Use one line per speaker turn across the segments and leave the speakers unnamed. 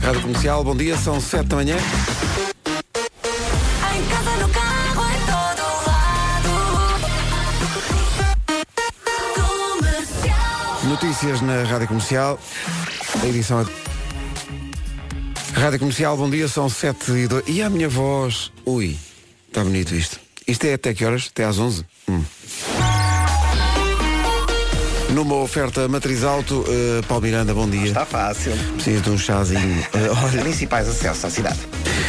Rádio Comercial, bom dia, são 7 da manhã.
Em casa, no carro, em todo lado. Comercial.
Notícias na Rádio Comercial. A edição é... Rádio Comercial, bom dia, são 7 e 2. E a minha voz. Ui, está bonito isto. Isto é até que horas? Até às 11? Hum. Numa oferta matriz alto, eh, Paulo Miranda, bom dia.
Está fácil.
Preciso de um chazinho. Eh, olha,
Principais acessos à cidade.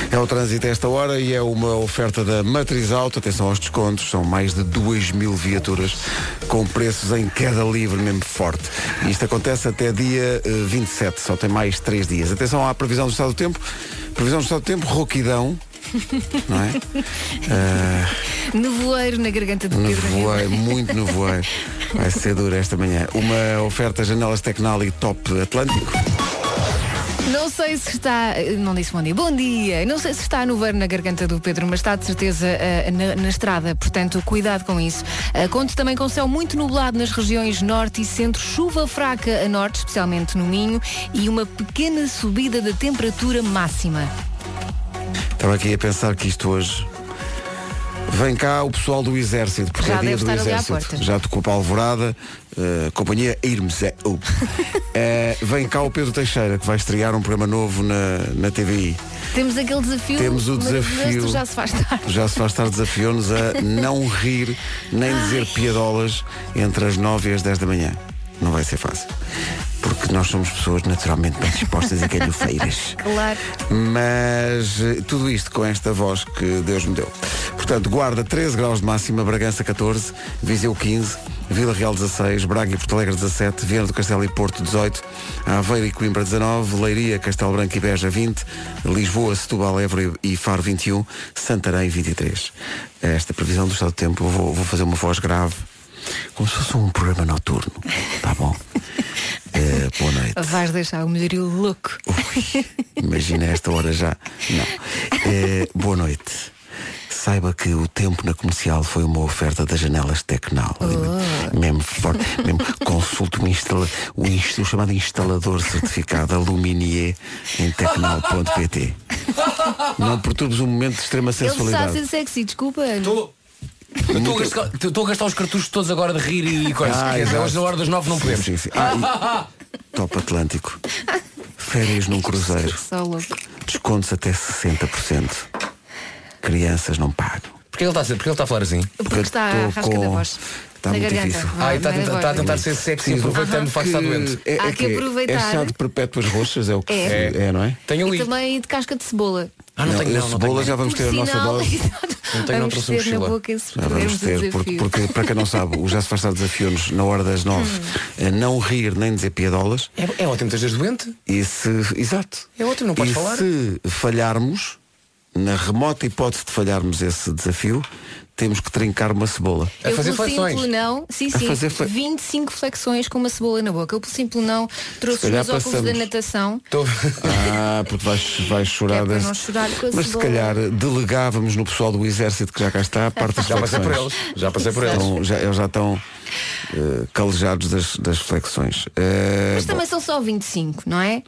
É o trânsito a esta hora e é uma oferta da Matriz Auto. Atenção aos descontos, são mais de 2 mil viaturas com preços em queda livre, mesmo forte. E Isto acontece até dia eh, 27, só tem mais 3 dias. Atenção à previsão do estado do tempo. Previsão do estado do tempo, roquidão. Não é? Eh,
Nevoeiro na garganta de Pedro
Nevoeiro,
Ribeiro.
muito nevoeiro. Vai ser duro esta manhã. Uma oferta janelas Tecnal e Top Atlântico.
Não sei se está, não disse bom dia, bom dia. Não sei se está nevoeiro na garganta do Pedro, mas está de certeza ah, na, na estrada, portanto, cuidado com isso. Ah, conto também com céu muito nublado nas regiões norte e centro, chuva fraca a norte, especialmente no Minho, e uma pequena subida da temperatura máxima.
Estava aqui a pensar que isto hoje. Vem cá o pessoal do Exército, porque
Já
é dia
deve
do
estar ali à
Exército.
porta.
Já tocou para a Alvorada, eh, companhia Irmes. é up. Eh, vem cá o Pedro Teixeira, que vai estrear um programa novo na, na TVI.
Temos aquele desafio.
Temos o
mas
desafio.
Já se faz tarde.
Já se faz tarde, desafiou-nos a não rir, nem dizer piadolas entre as 9 e as 10 da manhã. Não vai ser fácil. Porque nós somos pessoas naturalmente bem dispostas e galhofeiras.
Claro.
Mas eh, tudo isto com esta voz que Deus me deu. Portanto, Guarda 13 graus de máxima, Bragança 14, Viseu 15, Vila Real 16, Braga e Porto Alegre 17, Viana do Castelo e Porto 18, Aveiro e Coimbra 19, Leiria, Castelo Branco e Beja 20, Lisboa, Setúbal, Évora e e Faro 21, Santarém 23. Esta previsão do estado do tempo, eu vou, vou fazer uma voz grave, como se fosse um programa noturno, tá bom? Eh, boa noite.
Vais deixar o melhorio louco.
Ui, imagina esta hora já. Não. Eh, boa noite. Saiba que o tempo na comercial foi uma oferta das janelas Tecnal. Mesmo, for- mesmo consulte o, instala, o, ins- o chamado instalador certificado Aluminier em tecnal.pt. Não perturbes um momento de extrema
Ele está assim, a ser
sensualidade.
sexy, desculpa.
Estou. eu Estou a, gastar, estou a gastar os cartuchos todos agora de rir e coisas.
Ah,
Quer dizer,
exato.
hoje na hora das nove não podemos.
Sim, sim. Ah, e- Top Atlântico. Férias num cruzeiro.
Só louco.
Descontos até 60%. Crianças não pagam.
Porquê ele está a ser? Porque ele está a falar assim?
Porque está
tô
a rasca da voz.
Está
da
muito
garganta.
difícil.
Vá,
Ah, e está a
vai
tentar,
agora.
está a tentar ser sexy, aproveitando o facto de estar doente.
É,
Há
é
que
é?
aproveitar.
É chá de perpétuas roxas, é o que
É.
é, não é?
Tenho
E
ali.
também de casca de cebola.
Ah, não, tenho
esse
não, não
cebola
tenho.
já vamos ter a
Por
nossa
sinal, então,
dose.
Não tenho, não
Vamos
trouxe um
ter na
mochila.
boca esse
Já Ah, vamos
podermos o
ter,
desafio.
porque, porque, para quem não sabe, o Já se faz tarde desafiou-nos na hora das nove
Hum.
a não rir nem dizer piadolas.
É, é ótimo, estás doente?
E se, exato.
É ótimo, não podes
e
falar.
se falharmos, na remota hipótese de falharmos esse desafio, temos que trincar uma cebola.
A
eu
fazer
pelo
flexões.
simples não, sim,
A
sim,
fazer fle-
25 flexões com uma cebola na boca. Eu pelo simples não
Se
trouxe os
calhar
meus óculos
passamos.
da natação.
Estou.
Ah, porque vais, vais chorar
É para
desse-
não chorar com a
Mas se
cebola.
calhar delegávamos no pessoal do exército que já cá está a parte das
Já passei por
flexões.
eles. Já passei por eles.
Estão- já, eles já estão eh, calejados das, das flexões. Eh,
Mas
bom.
também são só 25, não é?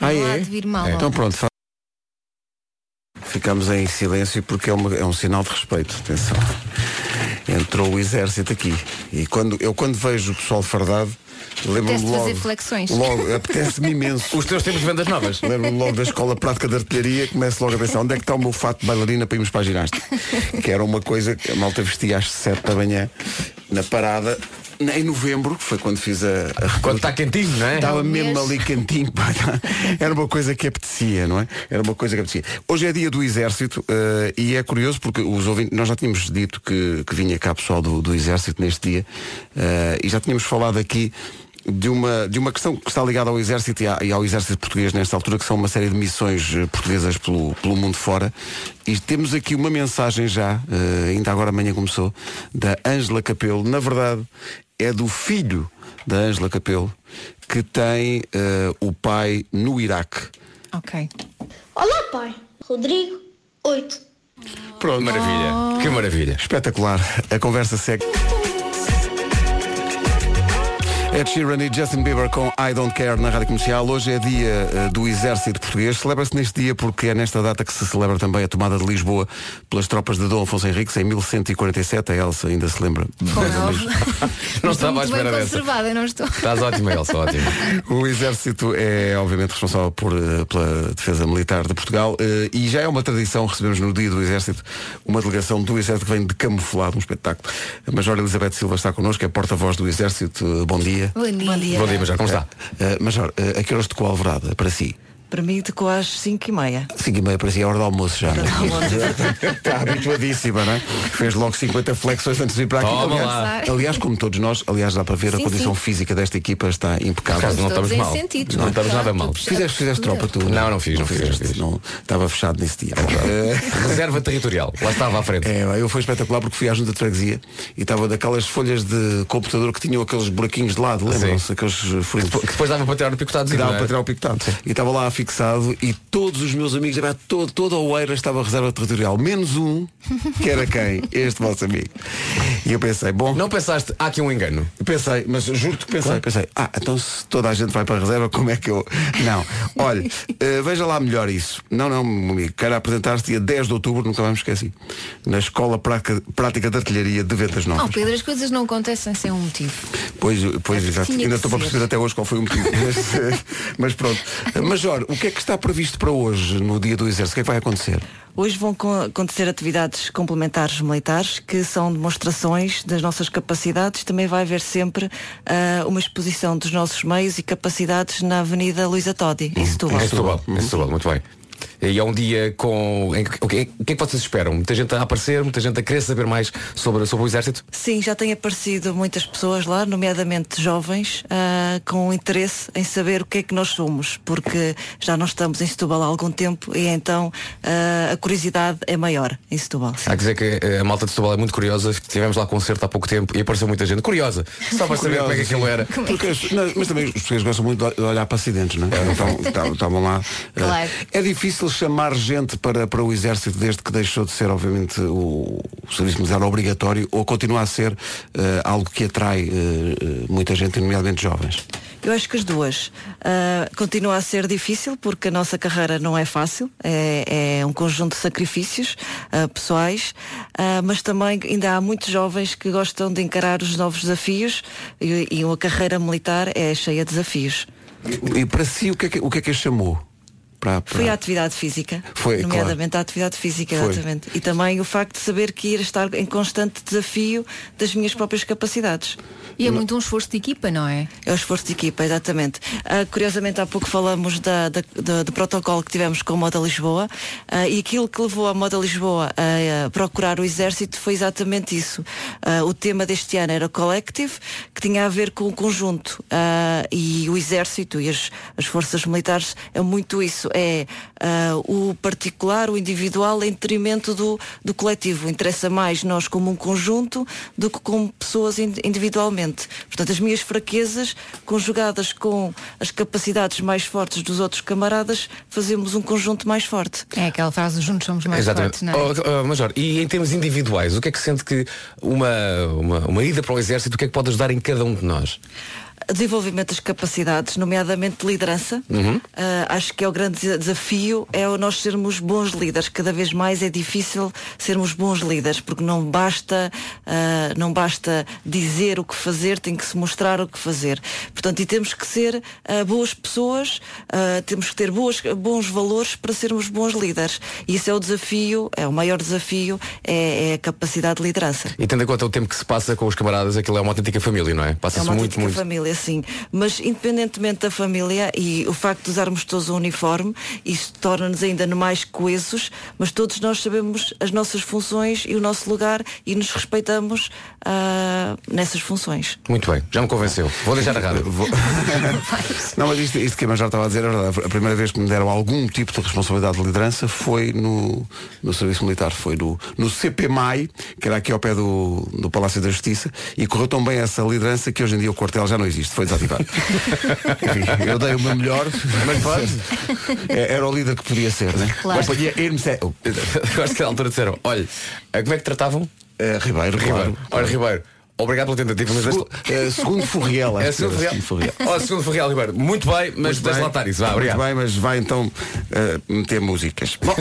Ah,
não há
é?
de vir mal.
É.
não.
Então pronto, fa- ficamos em silêncio porque é, uma- é um sinal de respeito. Atenção. Entrou o exército aqui. E quando, eu quando vejo o pessoal fardado, lembro-me
Apetece
logo.
fazer flexões.
Logo, apetece-me imenso.
Os teus tempos de vendas novas.
Lembro-me logo da escola prática de artilharia, começo logo a pensar onde é que está o meu fato de bailarina para irmos para a ginástica. Que era uma coisa que a malta vestia às 7 da manhã, na parada, em novembro, que foi quando fiz a, a
Quando
recruta.
está quentinho, não é?
Estava
um mês.
mesmo ali cantinho. pá, tá. Era uma coisa que apetecia, não é? Era uma coisa que apetecia. Hoje é dia do Exército eh, e é curioso porque os ouvintes, nós já tínhamos dito que, que vinha cá pessoal do, do Exército neste dia eh, e já tínhamos falado aqui de uma, de uma questão que está ligada ao Exército e, à- e ao Exército Português nesta altura, que são uma série de missões eh, portuguesas pelo, pelo mundo fora. E temos aqui uma mensagem já, eh, ainda agora amanhã começou, da Ângela Capelo. Na verdade, é do filho da Ângela Capelo, que tem eh, o pai no Iraque.
Ok.
Olá, pai. Rodrigo, 8.
Pronto. Ah.
Maravilha. Que maravilha.
Espetacular. A conversa segue. Ed Sheeran e Justin Bieber com I Don't Care na Rádio Comercial. Hoje é dia eh, do Exército Português. Celebra-se neste dia porque é nesta data que se celebra também a tomada de Lisboa pelas tropas de Dom Afonso Henriques em 1147. A Elsa ainda se lembra.
Como é
Não
óbvio.
Não
estou
estava à
muito bem
espera dessa.
conservada, não estou.
Estás ótima, Elsa, ótimo.
O Exército é, obviamente, responsável por, eh, pela defesa militar de Portugal eh, e já é uma tradição, recebemos no dia do Exército uma delegação do Exército que vem de camuflado, um espetáculo. A Major Elizabeth Silva está connosco, é porta-voz do Exército. Eh, Bom dia.
Bom dia.
Bom dia, Major, como está?
Eh, Major, eh, a que horas tocou a alvorada para si?
Para mim tocou às 5 e meia.
5 e meia para si, é hora do almoço já. não é? Está habituadíssima, não é? Fez logo 50 flexões antes de ir para aqui.
Toma
lá.
aliás, aliás, como todos nós, aliás, dá para ver a
Sim,
condição
sim.
física desta equipa está impecável.
Não estamos
Todos em
mal.
sentidos,
Não estamos nada mal.
Todos-
Fizeste, fizeste tropa tu?
Não, não fiz, não fiz, não fiz. É
Não, estava fechado nesse dia.
Reserva territorial. Lá estava à frente.
É, eu foi espetacular porque fui à junta de freguesia e estava daquelas folhas de computador que tinham aqueles buraquinhos de lado, lembram-se? Aqueles furinhos.
Que depois dava para tirar o picotado.
Que dava para tirar o picotado. E estava lá fixado e todos os meus amigos, epá, todo, toda a Oeira estava a reserva territorial, menos um, que era quem? Este vosso amigo. E eu pensei, bom,
Não pensaste, há aqui um engano.
Pensei, mas juro-te que pensei, pensei, ah, então se toda a gente vai para a reserva, como é que eu. Não. Olha, eh, veja lá melhor isso. Não, não, meu amigo, quero apresentar-te dia 10 de outubro, nunca mais me esqueci. Na Escola Prática, Prática de Artilharia de Ventas Novas.
Oh, Pedro, as coisas não acontecem sem um motivo.
Pois, pois
Acho É que
exato.
tinha
Ainda
que
estou para
ser.
perceber até hoje qual foi o motivo. Mas, eh, mas pronto. Major, o que é que está previsto para hoje, no dia do Exército? O que é que vai acontecer?
Hoje vão co- acontecer atividades complementares militares, que são demonstrações das nossas capacidades. Também vai haver sempre ah, uma exposição dos nossos meios e capacidades na Avenida Luísa Todi, em Setúbal.
Em é Setúbal, em Setúbal, muito bem. E é um dia com. em que- O que, o que é que vocês esperam? Muita gente a aparecer, muita gente a querer saber mais sobre, sobre o exército?
Sim, já têm aparecido muitas pessoas lá, nomeadamente jovens, ah, com interesse em saber o que é que nós somos, porque já não estamos em Setúbal há algum tempo e então ah, a curiosidade é maior em Setúbal.
Há que dizer que eh, a malta de Setúbal é muito curiosa. Tivemos lá concerto há pouco tempo e apareceu muita gente curiosa. Só para saber como é que aquilo era.
Porque as- não, mas também os portugueses gostam muito de olhar para acidentes, não é? Então tá- estavam lá. eh,
Claro.
É difícil chamar gente para, para o exército desde que deixou de ser, obviamente, o, o serviço militar obrigatório ou continua a ser eh, algo que atrai eh, eh, muita gente, nomeadamente jovens.
Eu acho que as duas. Ah, continua a ser difícil porque a nossa carreira não é fácil, é, é um conjunto de sacrifícios ah, pessoais, ah, mas também ainda há muitos jovens que gostam de encarar os novos desafios e, e a carreira militar é cheia de desafios.
E, e para si, o que é que, o que, é que a chamou? Para, para-
Foi a atividade física,
Foi,
nomeadamente a atividade física,
Foi.
exatamente. E também o facto de saber que ir estar em constante desafio das minhas próprias capacidades.
E é muito um esforço de equipa, não é?
É o esforço de equipa, exatamente. Ah, curiosamente, há pouco falamos da, da- do, do protocolo que tivemos com a Moda Lisboa ah, e aquilo que levou a Moda Lisboa a, ah, procurar o Exército foi exatamente isso. Ah, o tema deste ano era Collective, que tinha a ver com o conjunto ah, e o Exército e as, as forças militares é muito isso. É ah, o particular, o individual, em detrimento do, do coletivo. Interessa mais nós como um conjunto do que como pessoas in- individualmente. Portanto, as minhas fraquezas, conjugadas com as capacidades mais fortes dos outros camaradas, fazemos um conjunto mais forte.
É aquela frase, juntos somos mais fortes, não é?
Oh, oh, Major, e em termos individuais, o que é que sente que uma, uma, uma ida para o exército, o que é que pode ajudar em cada um de nós?
desenvolvimento das capacidades, nomeadamente de liderança.
Uhum.
Ah, acho que é o grande desa- desafio, é o nós sermos bons líderes. Cada vez mais é difícil sermos bons líderes, porque não basta, ah, não basta dizer o que fazer, tem que se mostrar o que fazer. Portanto, e temos que ser ah, boas pessoas, ah, temos que ter boas, bons valores para sermos bons líderes. E isso é o desafio, é o maior desafio, é, é a capacidade de liderança.
E tendo em conta o tempo que se passa com os camaradas, aquilo é uma autêntica família, não é?
É
Passa-se
uma
muito,
autêntica
muito.
família, sim. Mas independentemente da família e o facto de usarmos todos o uniforme, isso torna-nos ainda mais coesos, mas todos nós sabemos as nossas funções e o nosso lugar e nos respeitamos ah, nessas funções.
Muito bem, já me convenceu. Vou deixar a rádio.
Não, mas isto, isto que a Major estava a dizer é verdade. A primeira vez que me deram algum tipo de responsabilidade de liderança foi no, no Serviço Militar, foi no, no CPMAI, que era aqui ao pé do, do Palácio da Justiça, e correu tão bem essa liderança que hoje em dia o quartel já não existe, foi desativado. Enfim, eu dei o meu melhor, mas pronto, é- era o líder que podia ser, né?
Claro.
Companhia Hermes é- oh,
Gosto que à altura disseram, olha, eh, como é que tratavam?
eh, Ribeiro,
Ribeiro.
Ribeiro.
Olha, Ribeiro. Obrigado pela tentativa, mas
Segu- eh, segundo Forriel,
É
acho
o
que
segundo
era,
Ferreira.
Forriel.
Ó, segundo Ferreira Ribeiro. Muito bem, mas
Muito
deixa
bem.
lá estar isso. Vá,
Muito
obrigado.
bem, mas vai então eh, meter músicas. Bom,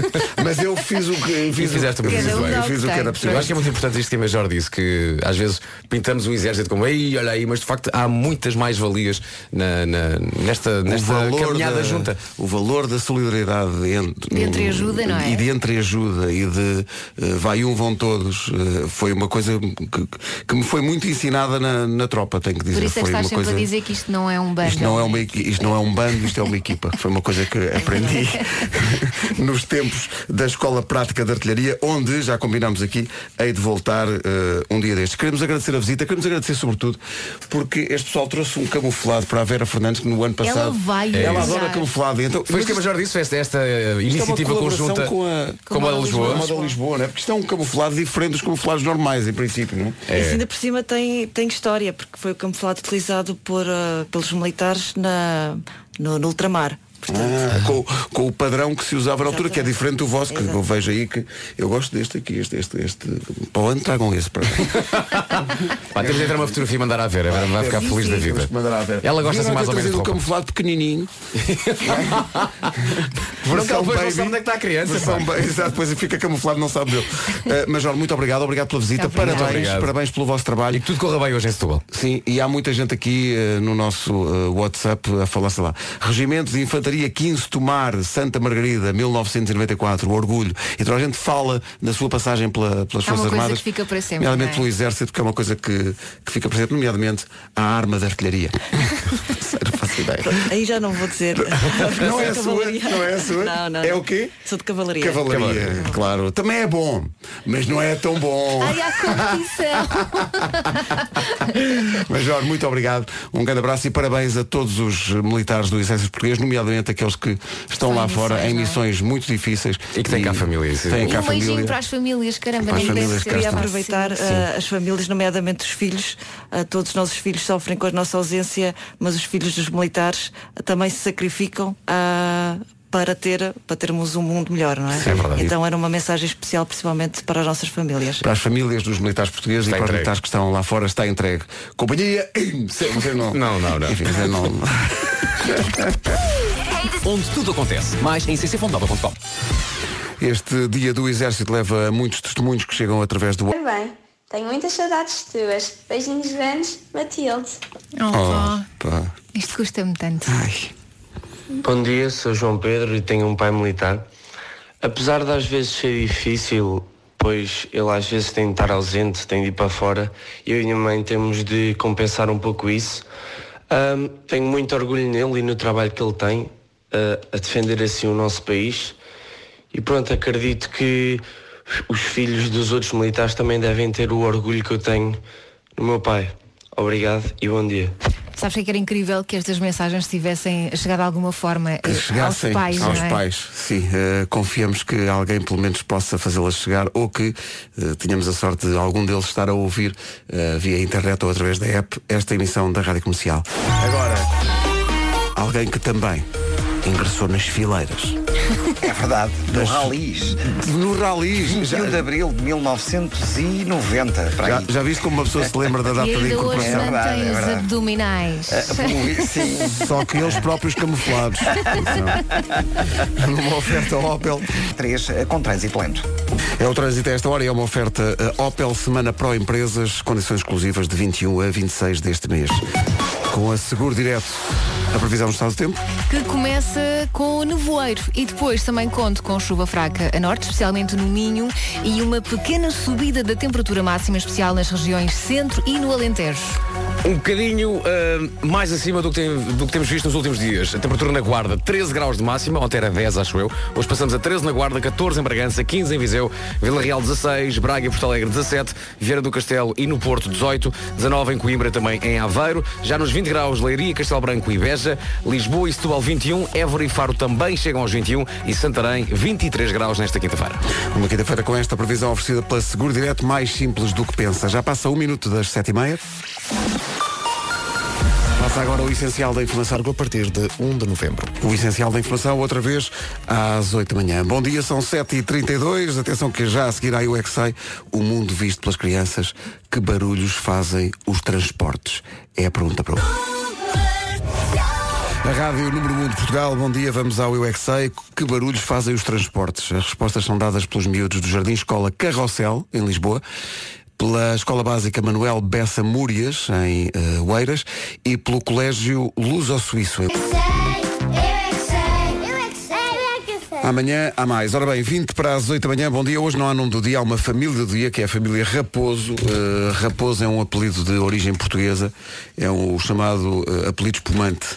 mas eu fiz o que fiz, o-
fizeste muito
fiz,
Cada um
o-
dá
eu
o
fiz
que
o que
tem.
era
Eu
possível.
acho que é muito importante isto que a Major disse, que às vezes pintamos um exército como ei, olha aí, mas de facto há muitas mais-valias na, na- nesta,
O
nesta
valor
caminhada
da,
junta.
O valor da solidariedade entre, um
De entreajuda, não é?
E de entreajuda e de eh, vai um, vão todos. eh, foi uma coisa que, que me foi muito ensinada na, na tropa, tenho que dizer.
Por isso é
foi
que estás
uma
sempre
coisa...
a dizer que isto não é É um banho.
Isto não, é uma, equi- isto não é um bando, isto é uma equipa. Foi uma coisa que aprendi nos tempos da Escola Prática de Artilharia, onde, já combinámos aqui, hei de voltar eh, um dia destes. Queremos agradecer a visita, queremos agradecer sobretudo porque este pessoal trouxe um camuflado para a Vera Fernandes que no ano passado.
Ela vai
Ela
adorar.
adora camuflado. e Então,
Foi isto que a
mas
Major disse, esta,
isto
esta
é uma
eh, iniciativa
colaboração
conjunta
com a.
com a Moda Lisboa.
com a moda Lisboa, não é? Porque isto é um camuflado diferente dos camuflados normais, em princípio, não é?
É.
Isso ainda por cima tem, tem história, porque foi o camuflado utilizado por, ah, pelos militares na, no, no ultramar. Portanto,
Ah, com, com o padrão que se usava na altura, que é
Exatamente.
diferente do vosso, que eu
Exato.
vejo aí que eu gosto deste aqui, este, este, este. Para onde tragam esse para
Pá, temos de entrar uma fotografia e mandar à Vera. A Vera vai ficar
Sim,
feliz
sim.
da vida.
Temos que É mandar à Vera.
Ela gosta
Devia
assim mais
ter
ou
trazido
menos de
um
roupa.
camuflado pequenininho.
Não, que
Versão
ela depois não
baby.
sabe onde é que está a criança.
Versão
pá.
ba- Exato, depois fica camuflado, não sabe dele. Uh, Major, muito obrigado, obrigado pela visita.
Obrigada.
Parabéns,
Obrigado.
parabéns pelo vosso
E
trabalho.
que tudo corra bem hoje em Setúbal.
Sim, e há muita gente aqui eh, no nosso eh, WhatsApp a falar, sei lá. Regimentos de Infantaria 15 Tomar, Santa Margarida, 1994, orgulho. Então a gente fala da sua passagem pela- pelas
Há uma
Forças
coisa
Armadas.
que fica para sempre,
Nomeadamente
não é?
pelo Exército, que é uma coisa que, que fica para sempre, nomeadamente a arma da artilharia. Não faço ideia.
aí já não vou dizer.
Não é a
Sou de
sua,
cavalaria.
não é a sua.
Não, não,
É
não.
o quê?
Sou de cavalaria.
Cavalaria, claro. Também é bom, mas não é tão bom.
Ai, há competição.
Major, muito obrigado. Um grande abraço e parabéns a todos os militares do Exército Português, nomeadamente aqueles que estão
Estão
lá
em
fora
missões,
em
não é?
missões muito difíceis.
E que têm cá a família, isso.
Têm
E
cá a
um beijinho para
família.
as famílias, caramba,
Para as
nem deve
famílias que
ser
cá
Queria
estão.
fácil.
aproveitar ah, as famílias, nomeadamente os filhos. Ah, todos os nossos filhos sofrem com a nossa ausência, mas os filhos dos militares ah, também se sacrificam ah, para, ter, para termos um mundo melhor, não é?
Sim, é verdade.
então era uma mensagem especial, principalmente para as nossas famílias.
Para as famílias dos militares portugueses
Está
e para os
entregue.
militares que estão lá fora está entregue. Companhia, Sei- sei não.
Não, não, não.
Enfim, sei não.
Onde tudo acontece. Mais em ccfondova.com.
Este dia do Exército leva a muitos testemunhos que chegam através do
Oi, bem. Tenho muitas saudades tuas. Beijinhos grandes, Matilde.
Oh,
Pá.
Isto custa-me tanto.
Ai.
Bom dia, sou João Pedro e tenho um pai militar. Apesar de às vezes ser difícil, pois ele às vezes tem de estar ausente, tem de ir para fora, eu e a minha mãe temos de compensar um pouco isso. Ahm, tenho muito orgulho nele e no trabalho que ele tem ah, a defender assim o nosso país. E pronto, acredito que os filhos dos outros militares também devem ter o orgulho que eu tenho no meu pai. Obrigado e bom dia.
Sabes que é que era incrível que estas mensagens tivessem chegado de alguma forma eh,
que chegassem
aos pais, não é?
pais. Sim, eh, confiamos que alguém pelo menos possa fazê-las chegar ou que eh, tenhamos a sorte de algum deles estar a ouvir eh, via internet ou através da app esta emissão da Rádio Comercial. Agora, alguém que também ingressou nas fileiras.
É verdade, no
Das-
Ralis,
No rally,
21 de Abril de 1990, para
já,
aí.
já viste como uma pessoa se lembra da
E
data de
ainda hoje
incorporação?
É verdade,
mantém
é
os
verdade.
abdominais.
É,
Pelo- Sim,
Só que eles próprios camuflados. Atenção. Numa oferta Opel.
3, eh, com trânsito lento.
É o trânsito a esta hora e é uma oferta eh, Opel Semana Pro Empresas, condições exclusivas de 21 a 26 deste mês. Com a Seguro Direto, a previsão do estado do tempo.
que começa com o nevoeiro e depois também conto com chuva fraca a norte, especialmente no Minho, e uma pequena subida da temperatura máxima, em especial nas regiões centro e no Alentejo.
Um bocadinho ah, mais acima do que, tem- do que temos visto nos últimos dias. A temperatura na Guarda, 13 graus de máxima, ontem era 10, acho eu. Hoje passamos a 13 na Guarda, 14 em Bragança, 15 em Viseu, Vila Real 16, Braga e Porto Alegre 17, Vieira do Castelo e no Porto 18, 19 em Coimbra também em Aveiro, já nos 20 graus Leiria, Castelo Branco e Beja, Lisboa e Setúbal 21, Évora e Faro também chegam aos 21 e Santarém 23 graus nesta quinta-feira.
Uma quinta-feira com esta previsão oferecida pela Seguro Direto, mais simples do que pensa. Já passa um minuto das sete e meia. Passa agora o essencial da informação.
Largo a partir de 1 de novembro.
O essencial da informação, outra vez, às 8 da manhã. Bom dia, são 7h32. Atenção que já a seguir aí o XAI, o mundo visto pelas crianças. Que barulhos fazem os transportes? É a pergunta para hoje. A Rádio Número 1 de Portugal, bom dia, vamos ao Eu É Que Sei. Que barulhos fazem os transportes? As respostas são dadas pelos miúdos do Jardim Escola Carrossel, em Lisboa, pela Escola Básica Manuel Bessa Múrias, em eh, Oeiras, e pelo Colégio Luso-Suíço. em- Amanhã há mais. Ora bem, 20 para as 8 da manhã, bom dia. Hoje não há nome do dia, há uma família do dia, que é a família Raposo. Eh, Raposo é um apelido de origem portuguesa, é o chamado eh, apelido espumante.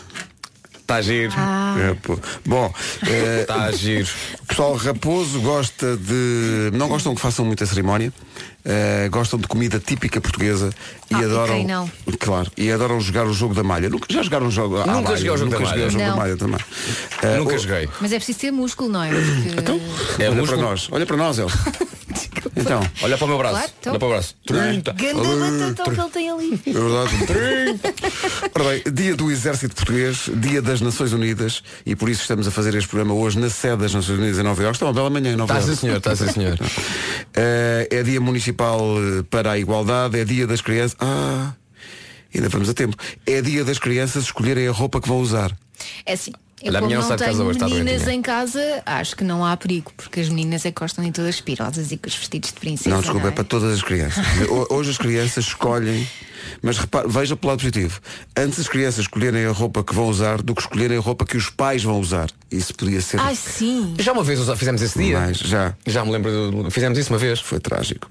Está a giro.
Ah.
É, pô. Bom, eh,
Está a Tá giro.
o pessoal raposo gosta de. Não gostam que façam muita cerimónia. eh, gostam de comida típica portuguesa e
Ah, e
adoram
quem não?
claro e adoram jogar o jogo da malha nunca já jogaram o jogo à
Nunca
malha?
joguei o jogo
Nunca
da
joguei o
malha.
jogo da
Não.
malha também Eh,
Nunca
o-
joguei.
Mas é preciso ter músculo, não é? Porque-
Então,
É
olha para
músculo.
nós olha para nós Elsa então
Olha para o meu braço.
Claro, então.
Olha para o braço. Trinta.
Ganda batatão que ele tem ali.
É verdade. Ora bem, dia do Exército Português, dia das Nações Unidas, e por isso estamos a fazer este programa hoje na sede das Nações Unidas em Nova Iorque. Está uma bela manhã em Nova
Está
Iorque.
sim senhor, está sim senhor.
Eh, é dia municipal eh, para a igualdade, é dia das crianças. Ah, ainda vamos a tempo. É dia das crianças escolherem a roupa que vão usar.
É assim. Eu
Olha, a
como
minha não
não
sai de
tenho
casa hoje, está
meninas
doentinha.
em casa, acho que não há perigo, porque as meninas é que gostam de todas pirosas e com os vestidos de princesa.
não, desculpa, é?
não
para todas as crianças. Ho- Hoje as crianças escolhem, mas repara, veja pelo lado positivo. Antes as crianças escolherem a roupa que vão usar do que escolherem a roupa que os pais vão usar. Isso podia ser
Ai, sim.
Já uma vez usa- fizemos esse dia.
mais já.
Já me lembro, de- fizemos isso uma vez.
Foi trágico.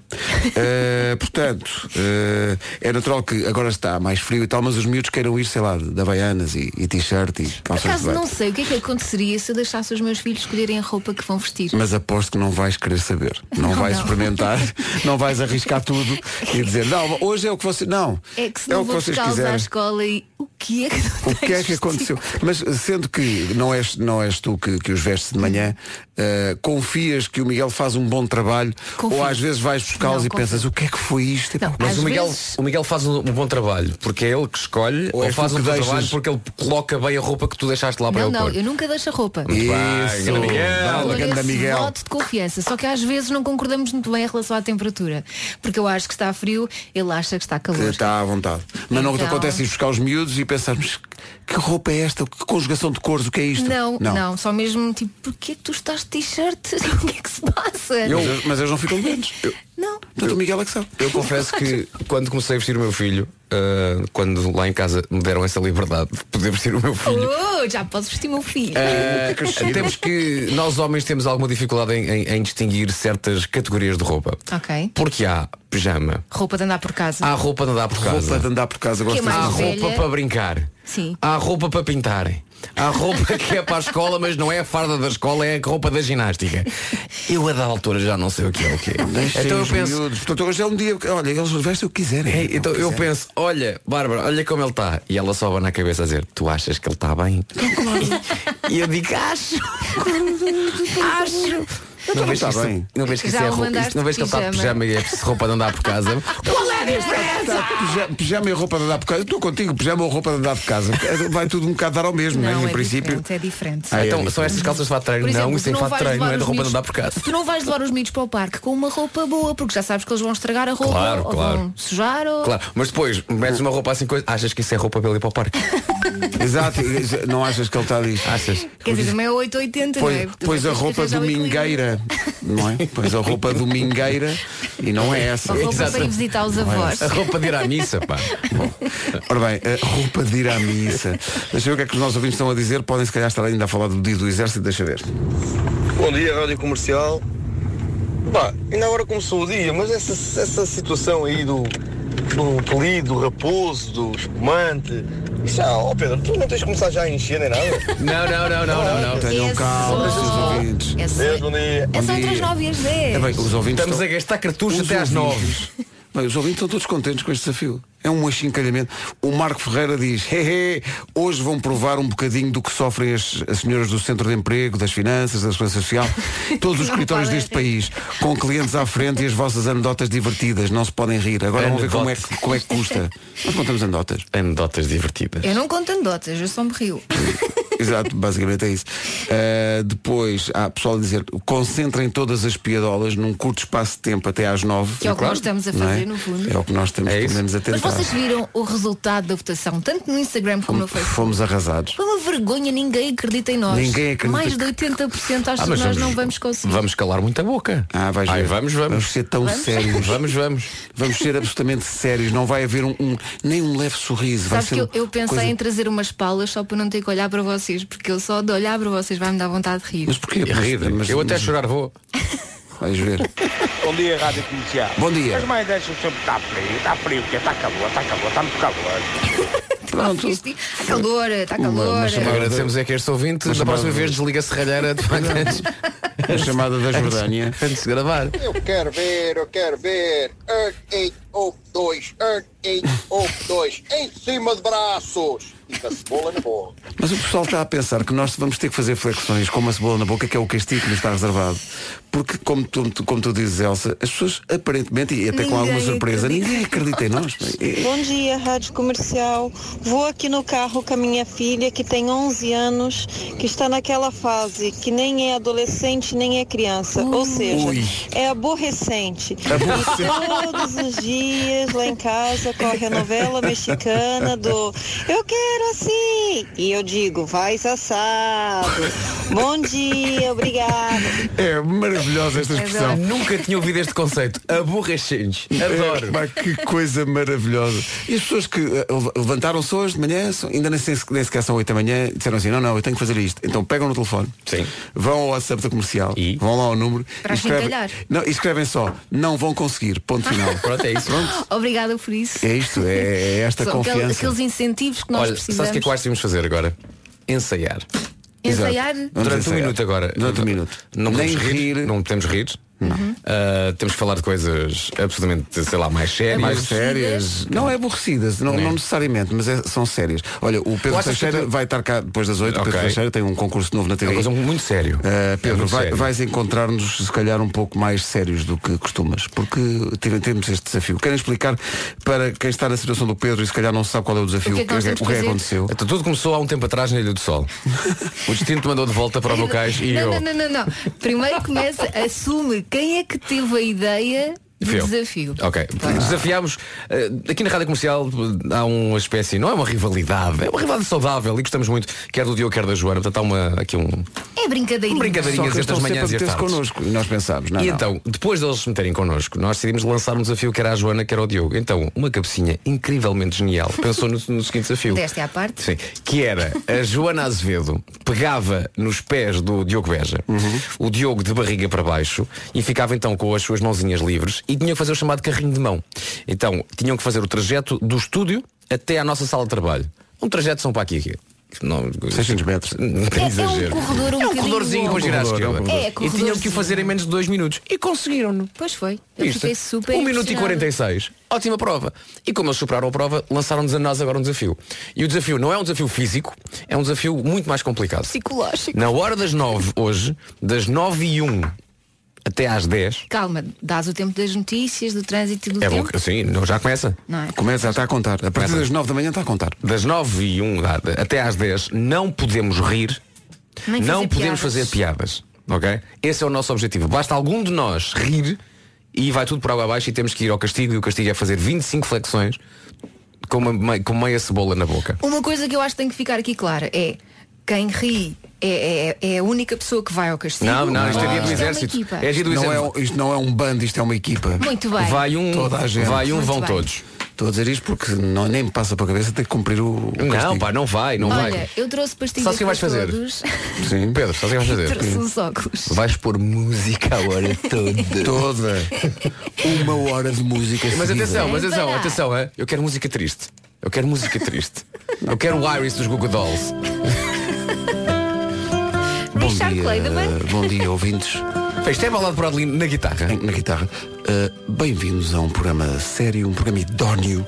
Eh, portanto, eh, é natural que agora está mais frio e tal, mas os miúdos queiram ir, sei lá, de Havaianas e, e t-shirt e
Por
calças de
acaso
leite.
não sei o que é que aconteceria se eu deixasse os meus filhos escolherem a roupa que vão
Hum.
vestir.
Mas aposto que não vais querer saber. Não,
Não,
vais
não.
experimentar, não vais arriscar tudo e dizer, não, hoje é o que você. Não,
É que se não
o que
vou
vocês
buscá-los
quiserem.
à escola e o que é que
O que é que aconteceu? Mas sendo que não és, não és tu que, que os vestes de manhã, eh, confias que o Miguel faz um bom trabalho
Confio.
ou às vezes vais buscá-los
Não,
e pensas o que é que foi isto?
Não,
Mas
Às
o Miguel,
vezes-
o Miguel faz um, um bom trabalho, porque é ele que escolhe, ou,
és tu
faz um
que
bom
deixas?
trabalho porque ele coloca bem a roupa que tu deixaste lá para
Não,
ele
não,
pôr.
eu nunca deixo a roupa.
Bem,
Isso,
grande Miguel.
Dá-lhe,
Dou
grande
esse
Miguel.
voto de confiança, só que às vezes não concordamos muito bem em relação à temperatura, porque eu acho que está frio, ele acha que está calor.
Está tá à vontade. Mas não te
Então-
acontece ir buscar os miúdos e pensarmos que roupa é esta? Que conjugação de cores? O que é isto?
Não, não, só mesmo tipo, porquê que tu estás de t-shirt? o que é que se passa?
Eu- mas, eles não ficam doentes. Eu-
Não.
Portanto, o Miguel é que sabe.
Eu confesso que quando comecei a vestir o meu filho, ah, quando lá em casa me deram essa liberdade de poder vestir o meu filho,
Oh, já posso vestir meu filho.
Eh, temos que nós homens temos alguma dificuldade em, em- em distinguir certas categorias de roupa
Ok.
porque há pijama
Roupa de andar por casa.
há roupa de andar por casa
Roupa de andar por casa,
Que
gosto
é mais
há
de-
velha?
roupa para brincar
Sim.
há roupa para pintarem há roupa que é para a escola mas não é a farda da escola é a roupa da ginástica eu a da altura já não sei o que é o que é.
Deixem
então eu
os
penso
miúdos. Portanto, hoje é um dia. que- Olha, eles vestem o que quiserem.
Ei, então
O que
eu
quiserem.
penso, olha, Bárbara, olha como ele está. E ela soba na cabeça a dizer, tu achas que ele está bem? e eu digo, acho.
Então
acho. Não vejo,
tá
que isto-
bem.
não vejo que isso
Já
é
o
roupa.
mandaste
Isto, não vejo que ele está de
de
pijama e é preciso roupa de andar por casa. Qual é a diferença?
Tá, pija- pijama e roupa de andar por casa. Estou contigo, pijama ou roupa de andar por casa. Vai tudo um bocado dar ao mesmo,
não,
mas, em
é
princípio.
diferente, é diferente.
Ah, é
então,
diferente.
são estas calças de fato de
Por
treino?
exemplo,
não,
tu
isso tem
não
fato de
vais
treino, não
levar
é de
os
roupa de
miúdos-
andar por casa.
Tu não vais levar os miúdos para o parque com uma roupa boa, porque já sabes que eles vão estragar a roupa,
Claro,
ou
claro.
vão sujar, ou...
Claro, mas depois metes uma roupa assim, coisa, achas que isso é roupa para ele ir para o parque?
Exato. Não achas que ele está a dizer?
Achas?
Quer dizer, também é 880, não é?
Pois,
Tu
pois a
tens que
roupa
arranjar o equilíbrio.
domingueira, não é? Pois a roupa domingueira e não é essa.
A roupa para ir
Exatamente.
visitar os
Não é
avós.
A roupa de ir à missa, pá.
Bom, ora bem, a roupa de ir à missa. Deixa eu ver o que é que os nossos ouvintes estão a dizer. Podem se calhar estar ainda a falar do dia do exército, deixa ver.
Bom dia, Rádio Comercial. Pá, ainda agora começou o dia, mas essa, essa situação aí do, do apelido, do raposo, do espumante. Isso já, ó Pedro, tu não tens de começar já a encher nem nada.
Não, não, não, não, não, não.
Tenham
É
calma,
só-
seus ouvintes.
É só-
Deus, bom dia.
é só
Bom
entre as
dia.
9 e as
É
10.
bem, os ouvintes
Estamos a
estão...
gastar cartuchos
os
até às
ouvintes-
nove.
Bem, Bem, os ouvintes estão todos contentes com este desafio. É um achincalhamento. O Marco Ferreira diz, hehe, hoje vão provar um bocadinho do que sofrem as, as senhoras do Centro de Emprego, das Finanças, da Segurança Social, todos os
Não
escritórios
podem
deste país, com clientes à frente e as vossas anedotas divertidas. Não se podem rir. Agora vamos ver como é, que- como é que custa. Nós contamos anedotas.
Anedotas divertidas.
Eu não conto anedotas, eu só me rio.
Exato, basicamente é isso. Uh, depois há pessoal a dizer, concentrem todas as piadolas num curto espaço de tempo até às nove.
Que é o que nós estamos a
não
fazer, no fundo.
É o que nós estamos, pelo menos, a tentar.
Mas vocês viram o resultado da votação, tanto no Instagram como no Facebook.
Fomos arrasados.
Foi uma vergonha, ninguém acredita em nós.
Ninguém acredita
Mais de 80% acho
Ah, mas
que nós
vamos-
não vamos conseguir.
Vamos calar muita boca.
Ah, vais
Ai,
ver.
vamos, vamos.
Vamos ser tão
Vamos?
sérios.
Vamos, vamos.
Vamos ser absolutamente sérios. Não vai haver um, um- nem um leve sorriso. vai
Sabes
ser
que eu,
uma
eu pensei
coisa-
em trazer umas palas só para não ter que olhar para vocês, porque eu só de olhar para vocês vai-me dar vontade de rir.
Mas porquê?
Rir. Eu até chorar vou.
Vais ver.
Bom dia, Rádio Comercial.
Bom dia.
As mães deixam sempre, está frio, está frio, porque está calor, está calor, está muito calor.
Pronto.
Está calor, está calor. eh,
Mas agradecemos é que este ouvinte, da próxima vez desliga-se ralheira antes.
A chamada da Jordânia.
Antes de gravar.
Eu quero ver, eu quero ver. Earn 8 ou 2, Earn 8 ou 2, em cima de braços. E com a cebola na boca.
Mas o pessoal está a pensar que nós vamos ter que fazer flexões com uma cebola na boca, que é o castigo que nos está reservado. Porque, como tu, como tu dizes, Elsa, as pessoas aparentemente, e até com
Ninguém
alguma surpresa,
acredita.
ninguém acredita em nós. É-
Bom dia, Rádio Comercial. Vou aqui no carro com a minha filha, que tem 11 anos, que está naquela fase que nem é adolescente, nem é criança. Ou seja,
Ui.
é aborrecente.
Aborrecente.
E todos os dias lá em casa corre a novela mexicana do Eu quero assim! E eu digo, vais assado. Bom dia, obrigada.
É maravilhosa esta expressão.
Nunca tinha ouvido este conceito. Aborrecentes. Adoro.
É, Pá, que coisa maravilhosa. E as pessoas que eh, leva- levantaram-se hoje de manhã, são- ainda nem, sei se- nem sequer são 8 da manhã, disseram assim, não, não, eu tenho que fazer isto. Então pegam no telefone, vão ao WhatsApp da comercial, vão lá ao número
Para
e escrevem,
achincalhar.
não, e escrevem só, não vão conseguir, ponto final. Pronto, é isso.
Obrigada por isso.
É isto, é, é esta
São aquel-
confiança.
aqueles incentivos que nós
Olha, sabes
precisamos.
o que é que quase temos fazer agora? Ensaiar.
Ensaiar? Vamos
Durante um
ensaiar.
minuto agora. Durante um minuto. Não podemos rir, Não podemos rir. Ah, temos que falar de coisas absolutamente, sei lá, É mais sérias.
mais sérias. Não é aborrecidas, não, não necessariamente, mas é- são sérias. Olha, o
Eu
Pedro
acho que
Teixeira
tu-
vai estar cá depois das 8. O Pedro
Ok.
Teixeira tem um concurso novo na TV.
É uma coisa muito sério.
eh, Pedro,
É muito
vai-
sério.
vais encontrar-nos, se calhar, um pouco mais sérios do que costumas, porque tive- temos este desafio. Querem explicar para quem está na situação do Pedro e se calhar não sabe qual é o desafio,
O que é que nós temos de fazer?
aconteceu?
Então, tudo começou há um tempo atrás na Ilha do Sol. O destino te mandou de volta para o Bocais e
não,
eu.
não, não, não, não. Primeiro começa, assume quem é que teve a ideia do
Fui eu.
desafio.
Ok. Desafiámos. eh, aqui na Rádio Comercial eh, há uma espécie, não é uma rivalidade, é uma rivalidade saudável e gostamos muito, quer do Diogo, quer da Joana. Portanto, há uma, aqui um.
É brincadeirinha.
Brincadeirinhas
Só que eles
entre as
estão
manhãs
sempre
e
a meter-se
as tardes.
connosco e nós pensámos, não, é?
e
não.
então, depois deles se meterem connosco, nós decidimos lançar um desafio que era à Joana, que era ao Diogo. Então, uma cabecinha incrivelmente genial pensou no, no seguinte desafio.
Desta é à parte.
Sim, que era a Joana Azevedo pegava nos pés do Diogo Beja,
Uhum.
o Diogo de barriga para baixo, e ficava então com as suas mãozinhas livres e tinha que fazer o chamado carrinho de mão. Então, tinham que fazer o trajeto do estúdio até à nossa sala de trabalho. Um trajeto são para aqui. aqui. Não,
600 metros.
Não tem
É- é um
exagero.
corredor um
é um
bocadinho
corredorzinho
longo.
para girar à
É um
esquerda.
corredor. É,
E tinham que o
corredorzinho.
fazer em menos de dois minutos. E conseguiram-no.
Pois foi. Eu
Isto.
fiquei super
1 minuto e
impressionada.
46. Ótima prova. E como eles superaram a prova, lançaram-nos a nós agora um desafio. E o desafio não é um desafio físico, é um desafio muito mais complicado.
Psicológico.
Na hora das 9, hoje, das 9 e 1 até às 10.
Calma, dás o tempo das notícias, do trânsito e do
É bom
tempo.
que assim, não, já começa?
Não é?
Começa, está a contar. A partir das 9 da manhã está a contar.
Das 9 e 1 da- até às 10, não podemos rir,
Nem
não
fazer
podemos
piadas.
fazer piadas. Ok? Esse é o nosso objetivo. Basta algum de nós rir e vai tudo por água abaixo e temos que ir ao castigo e o castigo é fazer 25 flexões com, uma, mei- com meia cebola na boca.
Uma coisa que eu acho que tem que ficar aqui clara é quem ri é, é- é a única pessoa que vai ao castigo.
Não, não, isto é dia do
uma
exército.
equipa.
É dia do
Isto não é
exército.
um- isto não é um bando, isto é uma equipa.
Muito bem.
Vai um,
Toda a gente.
vai um,
Muito
vão
bem.
todos.
Estou a dizer isto porque não, nem me passa para a cabeça ter que cumprir o. o
Não,
castigo.
pá, não vai, não
Olha,
vai.
eu trouxe pastilhas
Sabes o que vais
para
fazer?
todos.
Sim. Pedro, sabes o que vais
trouxe um
fazer?
uns óculos.
Vais pôr música a hora É toda.
toda. Uma hora de música.
Mas
seguida.
atenção, mas atenção,
Parar.
atenção, é? eu quero música triste. Eu quero música triste. Eu quero o Iris dos Google Dolls.
Bom
Richard
dia,
Clayderman.
bom dia, ouvintes.
Isto é balado por Adelino na guitarra.
Na guitarra. Uh, Bem-vindos a um programa sério, um programa idóneo.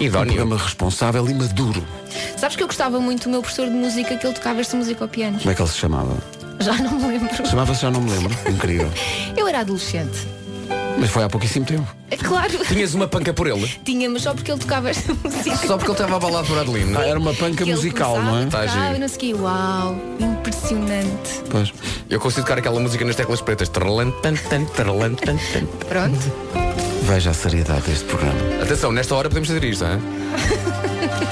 Idóneo. Um programa responsável e maduro.
Sabes que eu gostava muito do meu professor de música que ele tocava esta música ao piano.
Como é que ele se chamava?
Já não me lembro.
Chamava-se Já Não Me Lembro. Incrível.
Eu era adolescente.
Mas foi há pouquíssimo tempo.
É claro.
Tinhas uma panca por ele?
Tinha, mas só porque ele tocava esta música.
Só porque ele estava balado por é? Adelino.
Ah, era uma panca
Que ele
musical, não é?
Tá
começava, tocava, Ah, não sei o quê. Uau, impressionante.
Pois.
Eu consigo tocar aquela música nas teclas pretas. Trlan, tan, tan, trlan, tan, tan.
Pronto.
Veja a seriedade deste programa.
Atenção, nesta hora podemos fazer isto, é? hein?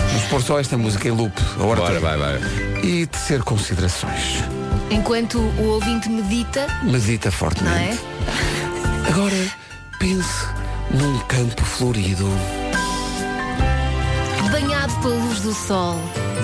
Vamos pôr só esta música em loop. A hora
Bora,
toda.
vai, vai.
E tecer considerações.
Enquanto o ouvinte medita,
Medita
não
fortemente.
é?
Agora pense num campo florido.
Banhado pela luz do sol,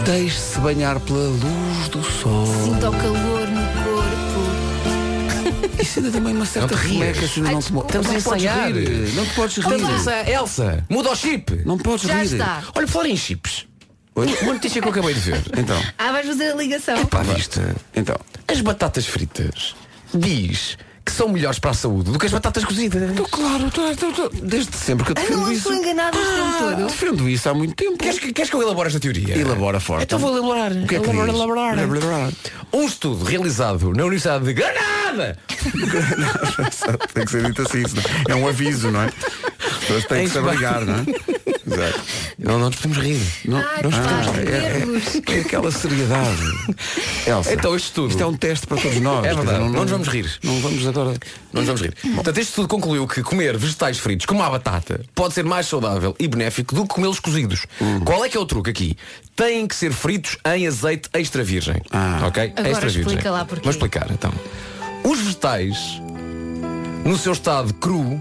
Deixe-se banhar pela luz do sol.
sinto o calor no corpo.
Isso ainda também uma certa
Não te rias.
remeca se ainda
Ai,
não te mo-
desculpa.
Não
Estamos a
podes
ensaiar.
rir. Não te podes
Estamos
rir.
a- Elsa, muda o chip.
Não podes
Já
rir.
está.
Olha, falar em chips.
Oi?
Uma notícia que eu acabei de ver.
Então,
Ah, vais fazer a ligação.
Pá,
vista. Então.
as batatas fritas diz que são melhores para a saúde do que as batatas cozidas.
Tô claro, tô- tô- tô- desde sempre que eu
Ah,
defendo
não eu
isso.
sou enganada este tempo
Ah,
todo.
defendo isso há muito tempo.
Queres que, queres que eu elabore esta teoria?
Elabora forte.
Então vou elaborar.
O que é que
Elabora,
diz?
elaborar.
Elaborar.
Um estudo realizado na Universidade de Granada
Exato, Tem que ser dito assim, senão é um aviso, não é? As pessoas têm que se abrigar, não é? Exato.
Não, não nos podemos rir.
Não,
Ai,
nós
pá,
temos-
que
é, é, é aquela seriedade. Elsa,
Então, este estudo.
Isto é um teste para todos nós.
É
quer
verdade,
dizer,
não nos vamos rir.
Não vamos agora.
Não nos vamos rir. Portanto, este estudo concluiu que comer vegetais fritos como a batata pode ser mais saudável e benéfico do que comê-los cozidos.
Hum.
Qual é que é o truque aqui? Têm que ser fritos em azeite extra virgem.
Ah.
Ok?
Agora
extra virgem.
explica lá porquê.
Vou explicar então. Os vegetais, no seu estado cru,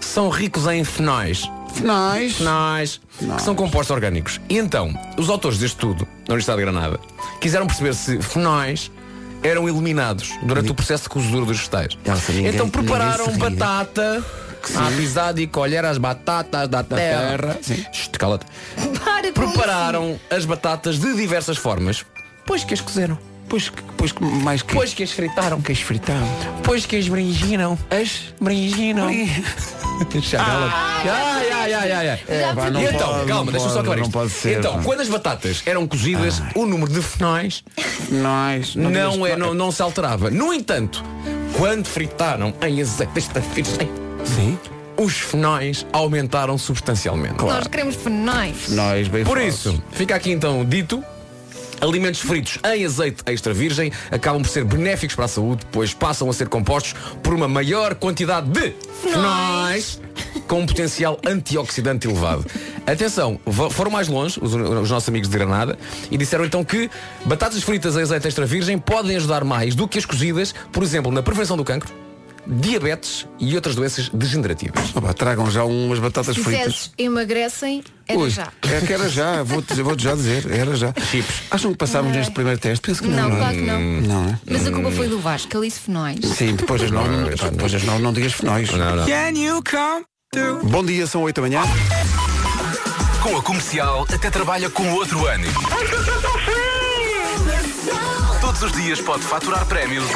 são ricos em fenóis.
Nós.
Nós, que são compostos orgânicos. E então, os autores deste estudo, na Universidade de Granada, quiseram perceber se fenóis eram eliminados durante o processo de cozedura dos vegetais.
Elsa, ninguém-
então prepararam
ninguém se ria.
batata à amizade e colher as batatas da, terra.
terra, sim. assim?
Shh, cala-te.
Para com
Prepararam as batatas de diversas formas, pois que as cozeram,
Pois, que- pois que mais que.
pois que as fritaram,
que esfritado.
pois que as bringiram, as bringiram. Chala-te. Ai, ai, ai, ai, ai.
Já
É, pá,
percebi.
não
E então,
pode, não
calma, deixa-me só
pode,
acabar
não
isto.
pode ser,
então,
não.
quando as batatas eram cozidas, o número de fenóis
Nós.
não,
temos-
é, não, não se alterava. No entanto, quando fritaram em azeite desta virgem,
Sim.
os fenóis aumentaram substancialmente.
Nós queremos fenóis.
Nós, bem
Por
fortes.
isso, fica aqui então dito. Alimentos fritos em azeite extra virgem acabam por ser benéficos para a saúde, pois passam a ser compostos por uma maior quantidade de fenóis com um potencial antioxidante elevado. Atenção, vo- foram mais longe os, os nossos amigos de Granada e disseram então que batatas fritas em azeite extra virgem podem ajudar mais do que as cozidas, por exemplo, na prevenção do cancro, diabetes e outras doenças degenerativas.
Opa, Ah, tragam já umas batatas
Se
fritas.
dizesses emagrecem, era
Ui,
já.
É que era já, vou-te dizer- vou-te já dizer, era já.
Chips.
Acham que passámos
Não.
neste primeiro teste? Penso que não.
Não,
não é?
claro que não.
Não, é?
Mas a culpa foi do Vasco, ele disse fenóis.
Sim, depois as nove, depois as nove não digas fenóis. Bom dia, são 8 da manhã.
Com a comercial, até trabalha com outro ano. Todos os dias pode faturar prémios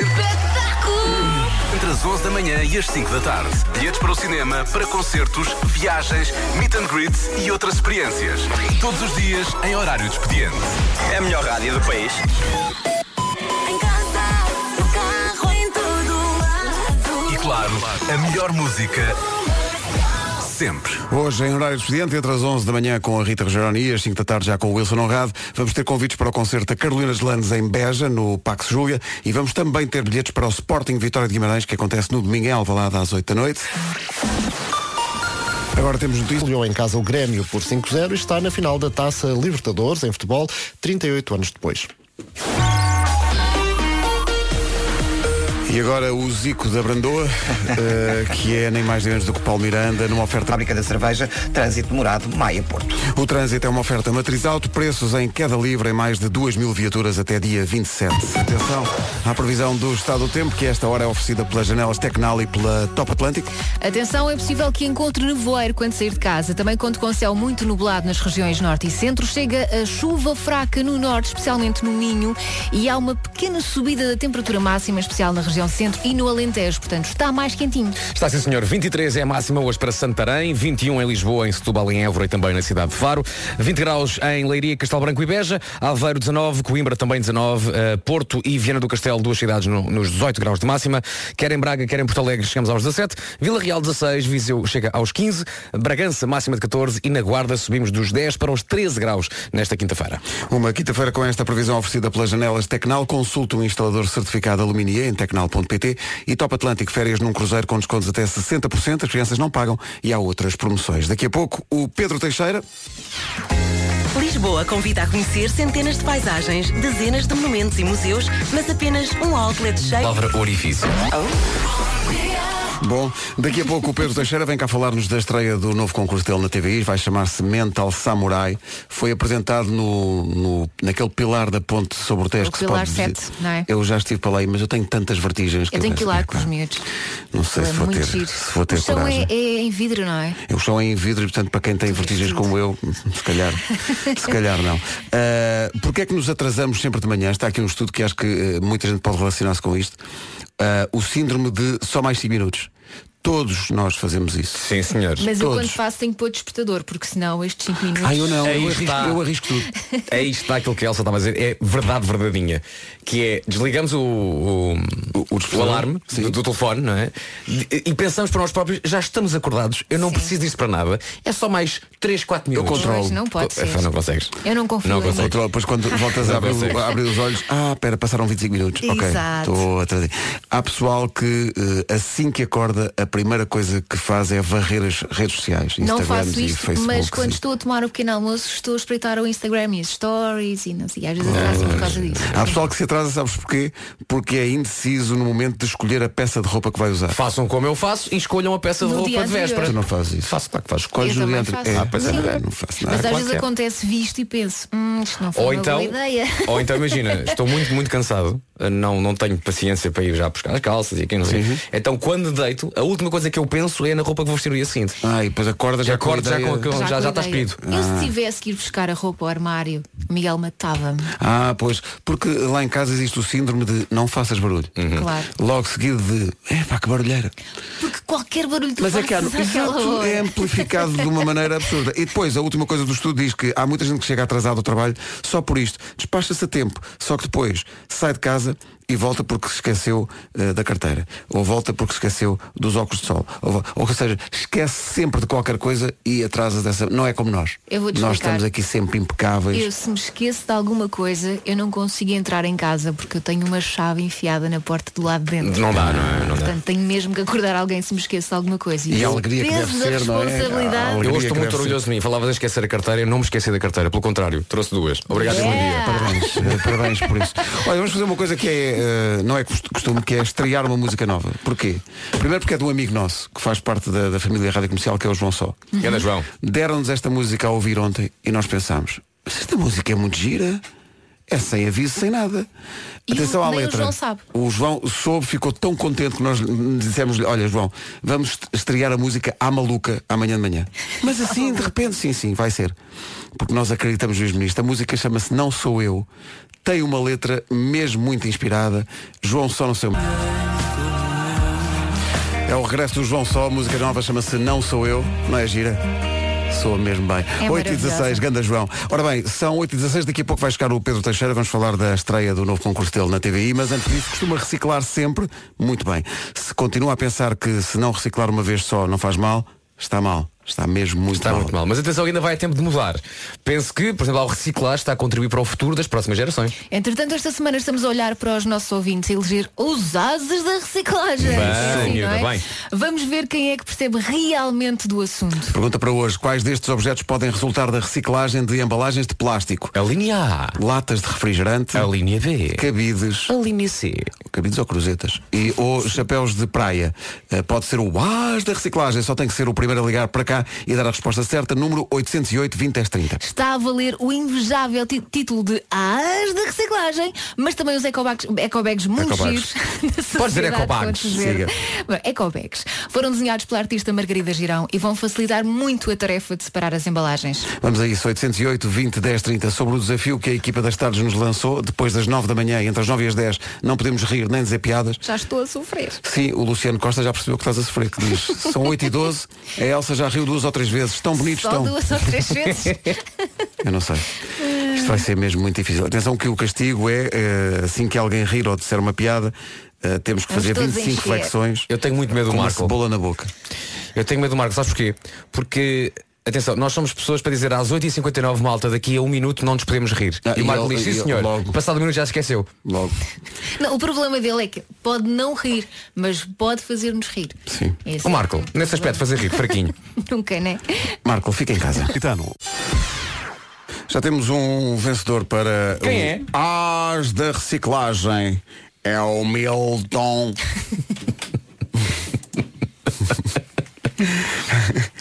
entre as 11 da manhã e as 5 da tarde. Bilhetes para o cinema, para concertos, viagens, meet and greets e outras experiências. Todos os dias em horário de expediente. É a melhor rádio do país.
Em casa, no carro, em todo lado.
E claro, a melhor música sempre.
Hoje, em horário de expediente, entre as 11 da manhã com a Rita Rogeroni e às 5 da tarde já com o Wilson Honrado, vamos ter convites para o concerto da Carolina de Landes em Beja, no Pax Júlia, e vamos também ter bilhetes para o Sporting Vitória de Guimarães, que acontece no domingo em Alvalade às 8 da noite. Agora temos notícias.
Goleou em casa o Grêmio por 5-0 e está na final da Taça Libertadores em futebol 38 anos depois.
E agora o Zico da Brandoa, eh, que é nem mais nem menos do que Paulo Miranda, numa oferta
Fábrica da cerveja, trânsito demorado, Maia Porto.
O trânsito é uma oferta matriz alto, preços em queda livre em mais de 2 mil viaturas até dia 27. Atenção à previsão do estado do tempo, que esta hora é oferecida pelas janelas Tecnal e pela Top Atlântico.
Atenção, é possível que encontre nevoeiro quando sair de casa. Também conto com céu muito nublado nas regiões norte e centro. Chega a chuva fraca no norte, especialmente no Minho. E há uma pequena subida da temperatura máxima, em especial na região região centro e no Alentejo. Portanto, está mais quentinho.
Está sim, senhor. 23 é a máxima hoje para Santarém, 21 em Lisboa, em Setúbal, em Évora e também na cidade de Faro, 20 graus em Leiria, Castelo Branco e Beja, Aveiro 19, Coimbra também 19, eh, Porto e Viana do Castelo, duas cidades no- nos 18 graus de máxima, quer em Braga, quer em Porto Alegre, chegamos aos 17, Vila Real 16, Viseu chega aos 15, Bragança máxima de 14 e na Guarda subimos dos 10 para os 13 graus nesta quinta-feira.
Uma quinta-feira com esta previsão oferecida pelas janelas Tecnal. Consulte um instalador certificado Aluminier em tecnal.pt e Top Atlântico férias num cruzeiro com descontos até 60%. As crianças não pagam e há outras promoções. Daqui a pouco, o Pedro Teixeira.
Lisboa convida a conhecer centenas de paisagens, dezenas de monumentos e museus, mas apenas um outlet cheio.
Palavra orifício.
Bom, daqui a pouco o Pedro Teixeira vem cá falar-nos da estreia do novo concurso dele na TVI, vai chamar-se Mental Samurai. Foi apresentado no, no- naquele pilar da ponte sobre o Tejo
O
que se
pilar
pode dizer-
7, não é?
Eu já estive para lá, mas eu tenho tantas vertigens que
Eu tenho
penso,
que ir lá com os miúdos.
não sei se
É
vou,
muito
ter,
giro.
se vou ter
o som
coragem.
é, é em vidro, não é?
O chão é em vidro e, portanto, para quem tem vertigens como eu, se calhar, se calhar não. Uh, Porquê é que nos atrasamos sempre de manhã? Está aqui um estudo que acho que uh, muita gente pode relacionar-se com isto. Uh, o síndrome de só mais 5 minutos. Todos nós fazemos isso.
Sim, senhores.
Mas eu quando
Todos.
faço tenho que pôr despertador, porque senão estes 5 minutos.
Ah, eu não, eu Aí arrisco- está. eu
arrisco tudo.
É isto está aquilo que a Elsa estava a dizer, é verdade verdadeinha. Que é, desligamos o, o, o alarme do, do telefone, não é? De- E pensamos para nós próprios, já estamos acordados, eu não preciso disso para nada. É só mais 3, 4 minutos.
Pois, não
Co-
pode ser.
Não consegues.
Eu não confio. em mim.
Controla, depois quando voltas a
Não
abrir,
consegues.
o- a abrir os olhos, ah, pera, passaram 25 minutos.
Exato.
Ok, estou atrasado. Há pessoal que eh, assim que acorda, a primeira coisa que faz é varrer as redes sociais,
Não
Instagrams
faço
e
isto,
Facebooks.
mas
e-
quando estou a tomar o pequeno almoço, estou a espreitar o Instagram e as stories e não sei, às vezes atraso por causa disso.
Há pessoal que se atrasa, sabes porquê? Porque é indeciso no momento de escolher a peça de roupa que vai usar.
Façam como eu faço e escolham a peça de
No
roupa
dia
de
anterior.
véspera.
Tu não fazes isso.
Faço, claro que faz.
Escolhes
Eu
o dia
também
anterior.
faço.
É, pois é,
Sim.
não faço nada.
Mas às
Claro
vezes
que é.
acontece visto e penso, hum, isto não foi
Ou
uma
então,
boa ideia.
ou então imagina, estou muito, muito cansado, não, não tenho paciência para ir já buscar as calças e aqui não sei. Então quando deito, a última coisa que eu penso é na roupa que vou vestir no dia seguinte.
Ah, e depois acorda
já acordo
com
já
ideia.
com aquilo, já, já, tá
com
está
ideia.
escrito.
Eu
Ah.
se tivesse que ir buscar a roupa ao armário, o Miguel matava-me.
Ah, pois, porque lá em casa existe o síndrome de não faças barulho.
Uhum.
Claro.
Logo seguido de, epá, que barulheira.
Porque qualquer barulho que
Mas é
faças
que há-
àquela
Exato,
hora.
é amplificado de uma maneira absurda. E depois, a última coisa do estudo diz que há muita gente que chega atrasado ao trabalho só por isto. Despacha-se a tempo, só que depois sai de casa e volta porque se esqueceu eh, da carteira. Ou volta porque se esqueceu dos óculos de sol. Ou, vo- ou seja, esquece sempre de qualquer coisa e atrasa dessa. Não é como nós.
Eu vou-te
nós
explicar.
estamos aqui sempre impecáveis.
Eu se me esqueço de alguma coisa, eu não consigo entrar em casa porque eu tenho uma chave enfiada na porta do lado de dentro.
Não dá, não é? Não dá.
Portanto, tenho mesmo que acordar alguém se me esqueço de alguma coisa.
E a
o
alegria que deve
peso da
ser, não é?
responsabilidade.
Eu hoje estou
que
muito
deve
orgulhoso de mim. Falava de esquecer a carteira, eu não me esqueci da carteira. Pelo contrário, trouxe duas. Obrigado e bom dia.
Parabéns, eh, parabéns por isso. Olha, vamos fazer uma coisa que é, eh, não é cost- costume, que é estrear uma música nova. Porquê? Primeiro porque é de um amigo nosso, que faz parte da, da família Rádio Comercial, que é o João Só.
Uhum. Ganda João.
Deram-nos esta música a ouvir ontem e nós pensámos, mas esta música é muito gira. É sem aviso, sem nada.
E
Atenção
o-
à
nem o
letra.
João sabe.
O João soube, ficou tão contente que nós lhe dissemos olha João, vamos estrear a música à maluca amanhã de manhã. Mas assim, de repente, sim, sim, vai ser. Porque nós acreditamos mesmo nisto. A música chama-se Não Sou Eu. Tem uma letra mesmo muito inspirada. João Só não sei o É o regresso do João Só, a música nova chama-se Não Sou Eu. Não é gira? Soa mesmo bem.
É
8 e 16, Ganda João. Ora bem, são 8 e 16 daqui a pouco vai chegar o Pedro Teixeira, vamos falar da estreia do novo concurso dele na TVI, mas antes disso costuma reciclar sempre muito bem. Se continua a pensar que se não reciclar uma vez só não faz mal, está mal. Está mesmo muito
Está
mal.
muito mal. Mas atenção, ainda vai a tempo de mudar. Penso que, por exemplo, ao reciclar está a contribuir para o futuro das próximas gerações.
Entretanto, esta semana estamos a olhar para os nossos ouvintes e eleger os ases da reciclagem.
Bem,
Sim, não é?
miúda, bem.
Vamos ver quem é que percebe realmente do assunto.
Pergunta para hoje, quais destes objetos podem resultar da reciclagem de embalagens de plástico?
A linha A.
Latas de refrigerante. A
linha B.
Cabides.
A linha C.
Cabides ou cruzetas. E, ou chapéus de praia. Eh, pode ser o AS da reciclagem, só tem que ser o primeiro a ligar para cá e dar a resposta certa, número 808 20 10 30.
Está a valer o invejável ti- título de As da Reciclagem, mas também os ecobags, ecobags muito
Ecobags.
giros. da
Pode dizer
sociedade,
ecobags,
pode dizer.
siga.
Bom, ecobags foram desenhados pela artista Margarida Girão e vão facilitar muito a tarefa de separar as embalagens.
Vamos a isso, 808 20 10 30, sobre o desafio que a equipa das tardes nos lançou, depois das 9 da manhã, entre as 9 e as 10, não podemos rir rir, nem dizer piadas.
Já estou a sofrer.
Sim, o Luciano Costa já percebeu que estás a sofrer, que diz são 8 e 12, a Elsa já riu duas ou três vezes, tão bonitos
Só
estão.
duas ou três vezes.
Eu não sei. Isto vai ser mesmo muito difícil. Atenção que o castigo é, eh, assim que alguém rir ou disser uma piada, eh, temos que
Vamos
fazer
todos
25
encher.
flexões.
Eu tenho muito medo do
com uma
Marco.
cebola na boca.
Eu tenho medo do Marco, sabes porquê? Porque, atenção, nós somos pessoas para dizer às 8h59, malta, daqui a um minuto não nos podemos rir.
Ah,
e o
e
Marco
ele-
diz,
e
sim
ele-
senhor,
logo.
passado um minuto já se esqueceu.
Logo.
Não, o problema dele é que pode não rir, mas pode fazer-nos rir.
Sim.
Esse
O
é
Marco, nesse aspecto, fazer rir, fraquinho.
Nunca, né?
Marco, fica em casa. Já temos um vencedor para
Quem
o
é?
As da Reciclagem. É o Milton.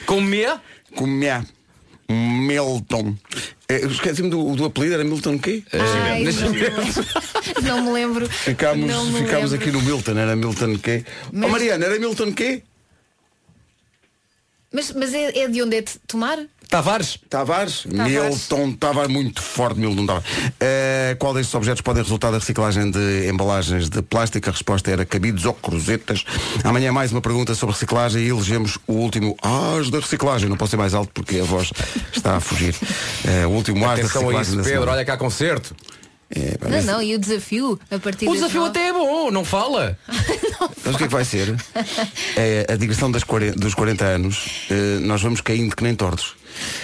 Comia?
Comia. Milton. Eh, Esqueci-me do, do apelido, era Milton o quê?
É
é,
Ai,
Nascimento.
não, me lembro. Não me lembro.
Ficámos,
Não me
ficámos
lembro.
aqui no Milton, era Milton quê?
Mas-
Oh, Mariana, era Milton quê?
Mas, mas é, é de onde é de tomar?
Tá
Tavares. Tavares? Milton estava muito forte, Milton Tavares. Eh, qual destes objetos podem resultar da reciclagem de embalagens de plástico? A resposta era cabidos ou cruzetas. Amanhã mais uma pergunta sobre reciclagem e elegemos o último as da reciclagem. Não posso ser mais alto porque a voz está a fugir. Eh, o último as da
Atenção
reciclagem
a isso,
da
Pedro,
semana.
olha cá concerto.
É, pá,
Não, não, e o desafio a partir
O
das
desafio
nove-
até é bom, não fala.
Sabes o que é que vai ser? É, a digressão das 40 dos 40 anos, eh, nós vamos caindo que nem tortos.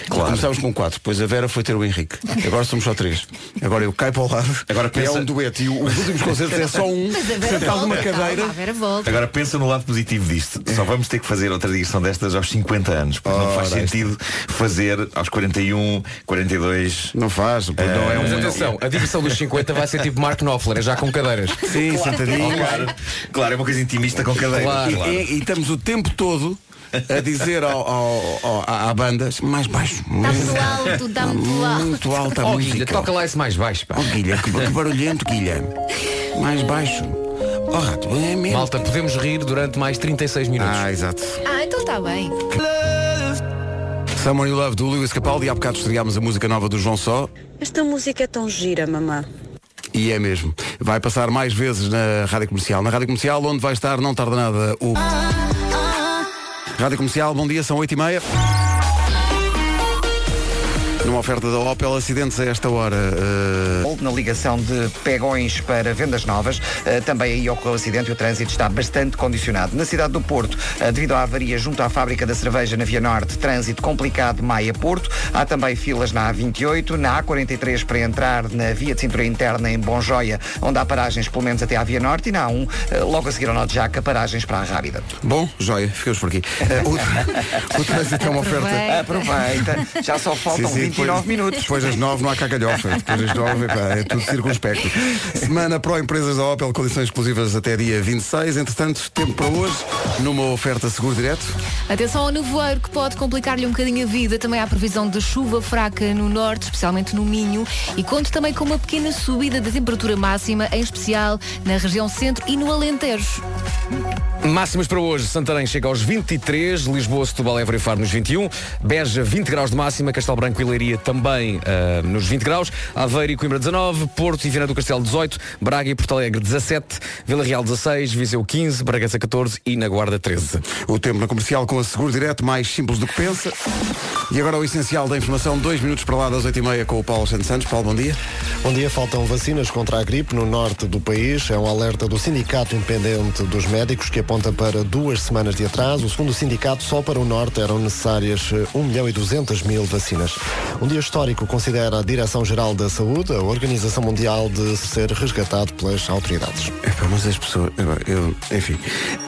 Começámos com 4, depois a Vera foi ter o Henrique. Agora somos só 3. Agora eu caio para o lado. Agora
pensa-
É um dueto. E o- os últimos concertos é só um
Mas a Vera
sentado
volta,
numa
calma,
cadeira.
a Vera volta.
Agora pensa no lado positivo disto. Só vamos ter que fazer outra digressão destas aos 50 anos. Porque não faz
Ora,
sentido fazer aos 41, 42.
Não um- faz,
Não
Eh,
é Mas atenção, a digressão dos 50 vai ser tipo Mark Knopfler, é já com cadeiras.
Sim, sentadinho.
claro, claro, é uma coisa intimista com cadeiras.
E-
claro.
E, e estamos o tempo todo a dizer ao, ao- ao- à, à banda mais baixo.
Dá
mais-
Tá muito alto, dá muito alto.
Muito alta a
Oh,
música.
Guilha, toca lá esse mais baixo. Pá.
Oh, Guilha, que, que barulhento, Guilha. Mais baixo. Oh, rato, é mesmo.
Malta, podemos rir durante mais 36 minutos.
Ah, exato.
Ah, então está bem. Oh.
Someone You Love do Lewis Capaldi. Há bocado estreámos a música nova do João Só
Esta música é tão gira, mamã.
e é mesmo. Vai passar mais vezes na Rádio Comercial. Na Rádio Comercial, onde vai estar, não tarda nada, o...
Ah,
Rádio Comercial, bom dia, são 8 e meia. Numa oferta da Opel, acidentes a esta hora. eh,
Houve Na ligação de pegões para vendas novas, eh, também aí ocorreu acidente e o trânsito está bastante condicionado. Na cidade do Porto, eh, devido à avaria junto à fábrica da cerveja na Via Norte, trânsito complicado Maia-Porto. Há também filas na A28, na A43 para entrar na via de cintura interna em Bonjoia, onde há paragens pelo menos até à Via Norte, e na A1, eh, logo a seguir ao Nó de Jaca, paragens para a Rábida.
Bom, joia, ficamos por aqui. Eh, o, o trânsito é uma oferta.
Aproveita. Aproveita. Já só faltam 29
depois,
minutos.
Depois das 9 não há cacalhofa. Depois das 9 epá, é tudo circunspecto. Semana Pro Empresas da Opel, condições exclusivas até dia 26. Entretanto, tempo para hoje, numa oferta seguro direto.
Atenção ao nevoeiro que pode complicar-lhe um bocadinho a vida. Também há previsão de chuva fraca no norte, especialmente no Minho. E conto também com uma pequena subida da temperatura máxima, em especial na região centro e no Alentejo.
Máximas para hoje. Santarém chega aos 23, Lisboa, Setúbal, Évora e Faro nos 21, Beja 20 graus de máxima, Castelo Branco e Leiria também ah, nos 20 graus, Aveiro e Coimbra 19, Porto e Viana do Castelo 18, Braga e Porto Alegre 17, Vila Real 16, Viseu 15, Bragança 14 e na Guarda 13.
O tempo na comercial com a seguro direto, mais simples do que pensa. E agora o essencial da informação, dois minutos para lá das 8h30 com o Paulo Santos Santos. Paulo, bom dia.
Bom dia, faltam vacinas contra a gripe no norte do país. É um alerta do Sindicato Independente dos Médicos que aponta para duas semanas de atraso. Segundo o sindicato, só para o norte eram necessárias eh, 1 milhão e 200 mil vacinas. Um dia histórico considera a Direção-Geral da Saúde, a Organização Mundial, de ser resgatado pelas autoridades.
Epá, Mas as pessoas. epá, eu- enfim.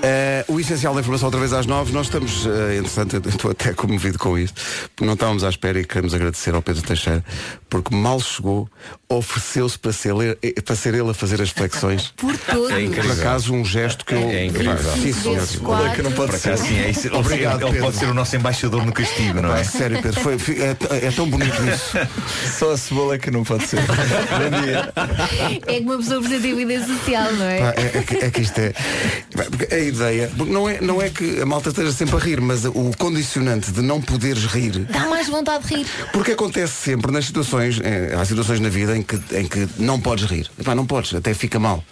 Eh, o essencial da informação outra vez às nove. Nós estamos, eh, entretanto, eu estou até comovido com isto, porque não estávamos à espera e queremos agradecer ao Pedro Teixeira, porque mal chegou, ofereceu-se para ser, ele- eh, para ser ele a fazer as flexões.
Por todo.
É incrível. Por acaso, um gesto que eu.
É incrível.
Pá, Sim, senhor.
Vezes quatro. Olha que não pode
Por
ser. Sim, é isso. Ele- ele pode ser o nosso embaixador no castigo, não
Pá,
é?
Sério, Pedro. foi- foi- é, t- é tão bonito isso.
Só a cebola que não pode ser.
É que uma pessoa precisa ter vida social, não é?
Pá, é, é que- é que isto é. pá, porque A ideia. porque não é, não é que a malta esteja sempre a rir, mas o condicionante de não poderes rir.
Dá mais vontade de rir.
Porque acontece sempre nas situações, eh, há situações na vida em que, em que não podes rir. Epá, não podes, até fica mal.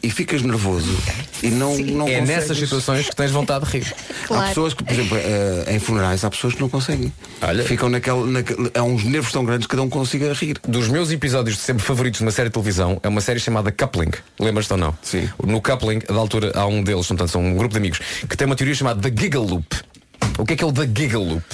e ficas nervoso e não, não
é
consegues.
nessas situações que tens vontade de rir.
Há pessoas que, por exemplo, eh, em funerais há pessoas que não conseguem. Ficam naquela, naquela. Há uns nervos tão grandes que cada um consiga rir.
Dos meus episódios de sempre favoritos de uma série de televisão é uma série chamada Coupling. Lembras-te ou não? Sim. No Coupling, da altura, há um deles, portanto, são um grupo de amigos, que tem uma teoria chamada The Giggle Loop. O que é que é o The Giggle Loop?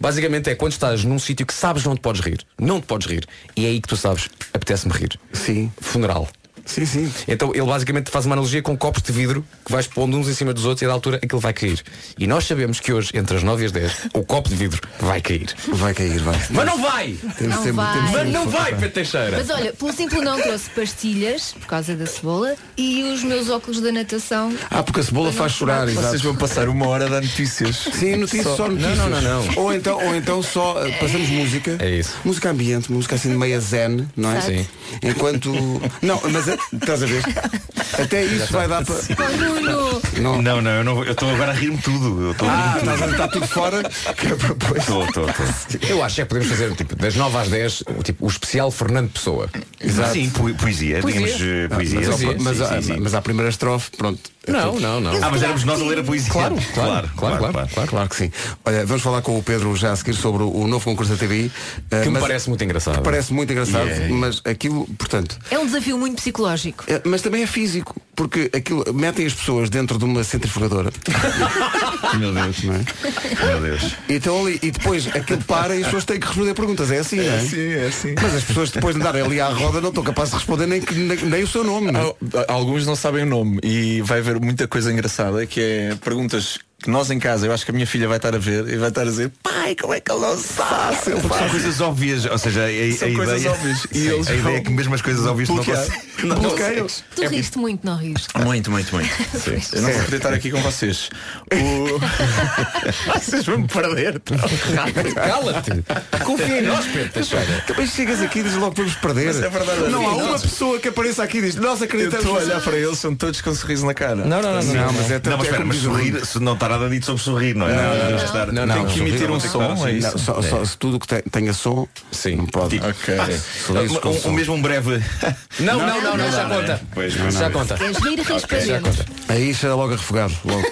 Basicamente é quando estás num sítio que sabes não te podes rir. Não te podes rir. E é aí que tu sabes, apetece-me rir.
Sim.
Funeral.
Sim, sim.
Então ele basicamente faz uma analogia com copos de vidro que vais pondo uns em cima dos outros e da altura aquilo vai cair. E nós sabemos que hoje, entre as 9 e as 10, o copo de vidro vai cair.
Vai cair, vai.
Mas não vai!
Temos Não sempre- vai. temos
Mas não
sempre-
vai, Pedro Teixeira!
Mas olha, pelo simples não trouxe pastilhas por causa da cebola e os meus óculos da natação.
Ah, porque a cebola faz chorar,
Vocês
exato.
vão passar uma hora a dar notícias.
Sim, notícias, só, notícias.
Não, não, não. não.
Ou então, ou então só eh, passamos música. É
isso.
Música ambiente, música assim de meia zen, não é?
Exato. Sim.
Enquanto. Não, mas eh, estás a ver? Até isso vai dar para.
Não, não, eu não vou- eu estou agora a rir-me tudo. Eu estou
Ah, estás a estar tudo fora.
Estou, estou, estou.
Eu acho é que podemos fazer tipo, das 9 às 10 o, tipo, o especial Fernando Pessoa.
Sim, po- poesia, digamos, eh,
Ah,
poesia.
mas, ao-
Sim,
mas,
sim,
a-
sim, sim.
mas à primeira estrofe, pronto. é
Não,
tudo.
não, não. Ah, mas éramos nós a ler a poesia.
Claro, claro,
Claro,
claro,
claro,
claro,
claro.
que sim. Olha, vamos falar com o Pedro já a seguir sobre o- o novo concurso da TVI. eh,
Que me
mas-
parece muito engraçado. é.
que parece muito engraçado,
Yeah.
mas aquilo, portanto,
É um desafio muito psicológico.
É, Mas também é físico, porque aquilo metem as pessoas dentro de uma centrifugadora. Meu Deus, não é? Meu Deus. E, estão ali, e depois aquilo para e as pessoas têm que responder perguntas. É assim, não é?
É assim, é assim.
Mas as pessoas depois de andarem ali à roda não estão capazes de responder nem, que- nem, nem o seu nome. Não é?
Al- Alguns não sabem o nome e vai haver muita coisa engraçada que é perguntas que nós em casa, eu acho que a minha filha vai estar a ver e vai estar a dizer pai, como é que ele não sabe? se ele
Porque são
faz?"
coisas óbvias, ou seja, a,
São
a
coisas
ideia,
óbvias. E
Sim,
eles
a ideia
vão
é que mesmo as coisas óbvias não
bloquear.
conseguem.
Não
É
Bloqueiam.
consegues.
Tu riste muito, não riste?
Muito, muito, muito. Eu não vou poder estar aqui com vocês. O... vocês vão me perder.
então.
Cala-te.
Confia em nós, Pedro Teixeira.
Também Então, chegas aqui e dizes logo que vamos perder.
Mas é verdade,
não há
afinal-
uma pessoa que apareça aqui e diz, nós
Eu
acreditamos.
estou a olhar para eles, são todos com um sorriso na cara.
Sim,
mas é tanto-
não,
é
mas espera,
como
mas
diz o
sorrir,
Nuno.
se não está nada dito sobre sorrir, não é? Temos que estar-
não, não,
tem que
não,
emitir
não,
um
não,
som, é
não,
isso?
Só, só se tudo que te- tenha som, sim. não pode.
Ok.
Sorriso com é som.
O mesmo um breve.
Não, não, não,
dá,
não, já
né?
conta.
Pois, não,
Já
não.
conta.
Queres rir, ris para
Já
dentro.
Aí cheira logo a refogado. Logo.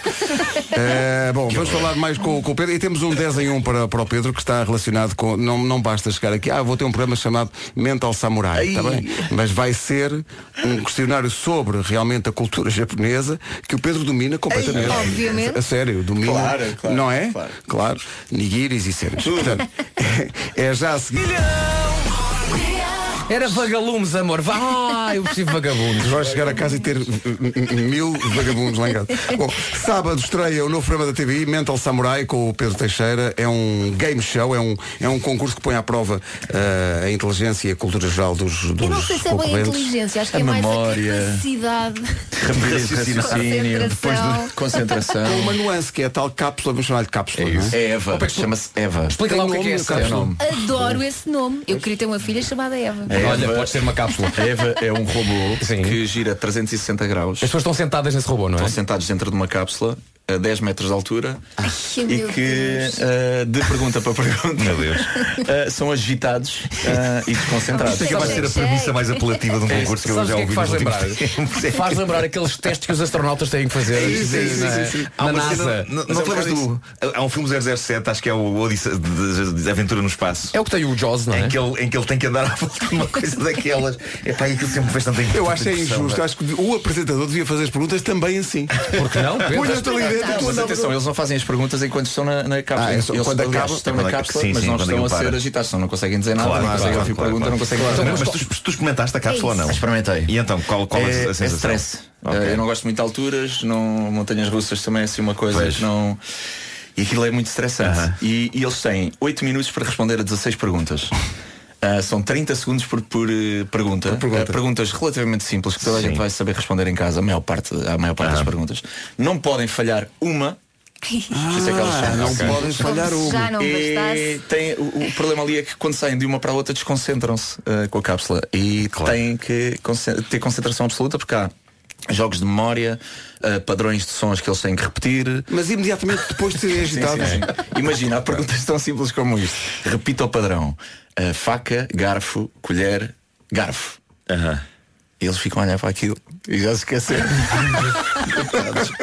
Eh, bom, vamos falar mais com, com o Pedro. E temos um 10 em 1 para, para o Pedro que está relacionado com. Não, não basta chegar aqui. Ah, vou ter um programa chamado Mental Samurai. Está bem? Mas vai ser um questionário sobre realmente a cultura japonesa que o Pedro domina completamente.
Ei, obviamente.
A sério, domina.
Claro, claro,
não é? Claro. Nigiris e cenas. Portanto, é já a seguir.
Era vagalumes, amor. Vá, eu preciso de vagabundos.
Vais chegar a casa e ter eh, mil vagabundos lá em casa. Bom, sábado estreia o novo programa da TVI, Mental Samurai, com o Pedro Teixeira. É um game show, é um, é um concurso que põe à prova eh, a inteligência e a cultura geral dos, dos
Eu não sei se é bem a
concorrentes.
inteligência, acho que
A
é mais
memória.
a capacidade.
Rapidez de raciocínio, depois de concentração.
Há uma nuance que é a tal cápsula, vamos chamar-lhe cápsula. não É,
É Eva, chama-se Eva.
Explica lá o que é que é esse nome. É
Adoro esse nome. Eu queria ter uma filha chamada Eva.
Olha, pode ser uma cápsula.
A É, Eva é um robô que gira 360 graus. As
pessoas estão sentadas nesse robô, não é?
Estão sentados dentro de uma cápsula a 10 metros de altura
Ah,
e
meu
que ah, de pergunta para pergunta ah, são agitados ah, e desconcentrados.
Isto acaba de ser a premissa mais apelativa de um concurso que eu
Sabes
já
o que é
ouvi
que faz
nos últimos
lembrar?
tempos.
Faz lembrar aqueles testes que os astronautas têm que fazer. não é?
Há uma
Na NASA. é
cena- Não não te lembras do. Há um filme 007, acho que é o Odisse de, de- de Aventura no Espaço.
É o que tem o Jaws, não é?
Em que ele, em que ele tem que andar à volta de uma coisa daquelas. É pá, aquilo sempre me fez tanta
Eu acho que é
tanta impressão,
injusto,
pá.
acho que o apresentador devia fazer as perguntas também assim. Porque Põe-te ali dentro e tu
Tá, Mas
andavas-
atenção, eles não fazem as perguntas enquanto estão na, na cápsula.
Ah, é só
eles,
quando
aliás,
acaba-
estão na
quando-
cápsula,
sim,
mas
sim,
não
quando é
estão a
aquilo
ser
para.
agitados, senão não conseguem dizer nada,
Claro,
não
claro,
conseguem ouvir
claro,
pergunta,
claro.
não conseguem
Mas,
fazer nada.
tu, tu experimentaste a
É
cápsula ou não?
Experimentei.
E então, qual, qual a,
é,
a sensação?
é stress.
Ok.
Eh, Eu não gosto muito de alturas, não, montanhas russas também é assim uma coisa
Pois.
que não. E aquilo é muito estressante. E, e eles têm 8 minutos para responder a 16 perguntas. Ah, são 30 segundos por, por, eh, pergunta. Ah, perguntas relativamente simples que toda a gente vai saber responder em casa, a maior parte, a maior parte das perguntas. Não podem falhar uma. Por isso é que elas
Ah,
são-
não
Ok.
podem falhar
Como se já
uma.
uma. não
E tem, o, o problema ali é que quando saem de uma para a outra desconcentram-se ah, com a cápsula e têm que concen- ter concentração absoluta porque há jogos de memória, ah, padrões de sons que eles têm que repetir.
Mas imediatamente depois de serem
Sim, sim,
agitados.
sim. Imagina, há perguntas tão simples como isto. Eh, Repita o padrão. Ah, faca, garfo, colher, garfo. E eles ficam a olhar para aquilo e já se esqueceram.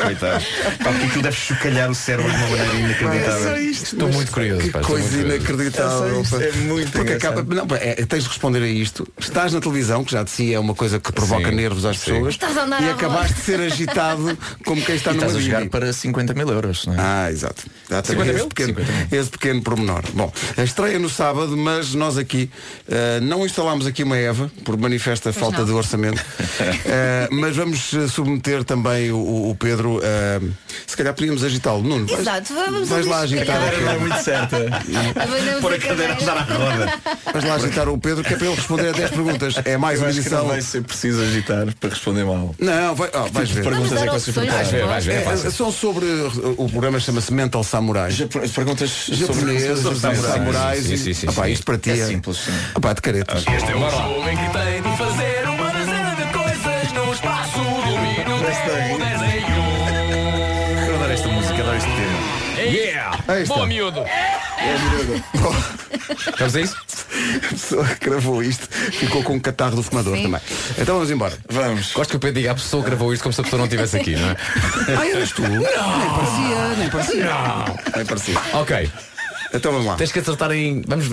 Coitado. Pá, porque aquilo deve chocalhar o cérebro de uma maneira
é
inacreditável.
Estou muito curioso.
Que
pá, estou
coisa
muito curioso.
inacreditável. pá.
é muito
Porque acaba,
engraçado.
não, pá, é- tens de responder a isto. Estás na televisão, que já de si é uma coisa que provoca
Sim,
nervos às
sim.
pessoas.
Estás a andar
e
à
acabaste
roda.
de ser agitado como quem está
E
numa
estás a jogar
bibi.
para 50 mil euros, não é?
Ah, exato. Exato.
50
esse,
mil?
pequeno, esse pequeno pormenor. Bom, a estreia no sábado, mas nós aqui eh, não instalámos aqui uma Eva, por manifesta
Pois
falta
não.
de orçamento, Eh, mas vamos eh, submeter também o, o Pedro. eh, se calhar podíamos agitá-lo. Nuno, vais-
Exato, vamos
vais lá
agir.
agitar.
A cadeira não é
muito certa.
Abanamos a cadeira.
Vais lá agitar o Pedro, que é para ele responder a 10 perguntas. É mais
Eu
uma
acho que
edição.
não vai ser preciso agitar para responder mal.
Não, vai, oh, vais
tipo de
ver.
perguntas Vamos é que dar vocês opções,
Vais ver,
procuram?
vais ver.
É fácil.
É, são sobre. O programa chama-se Mental Samurai.
Perguntas
Japoneses, sobre samurais.
Sim,
e-
sim, sim,
Ah pá,
sim.
isto para ti
É
é.
simples, sim.
Ah pá, de caretas.
Este é
um
o show em que tem de fazer uma dezena de coisas num espaço de um minuto.
Eu adoro esta música, adoro este tema.
Yeah!
Aí está.
Bom miúdo!
Vamos a isso? A pessoa que gravou isto ficou com um catarro do fumador
Sim.
também. Então vamos embora.
Vamos.
Gosto que o Pedro diga, a pessoa gravou isto como se a pessoa não estivesse aqui, não é?
Ah, eras tu? Nem parecia, nem parecia.
Não.
Nem parecia.
Ok.
Então vamos lá.
Tens que acertar em. Vamos.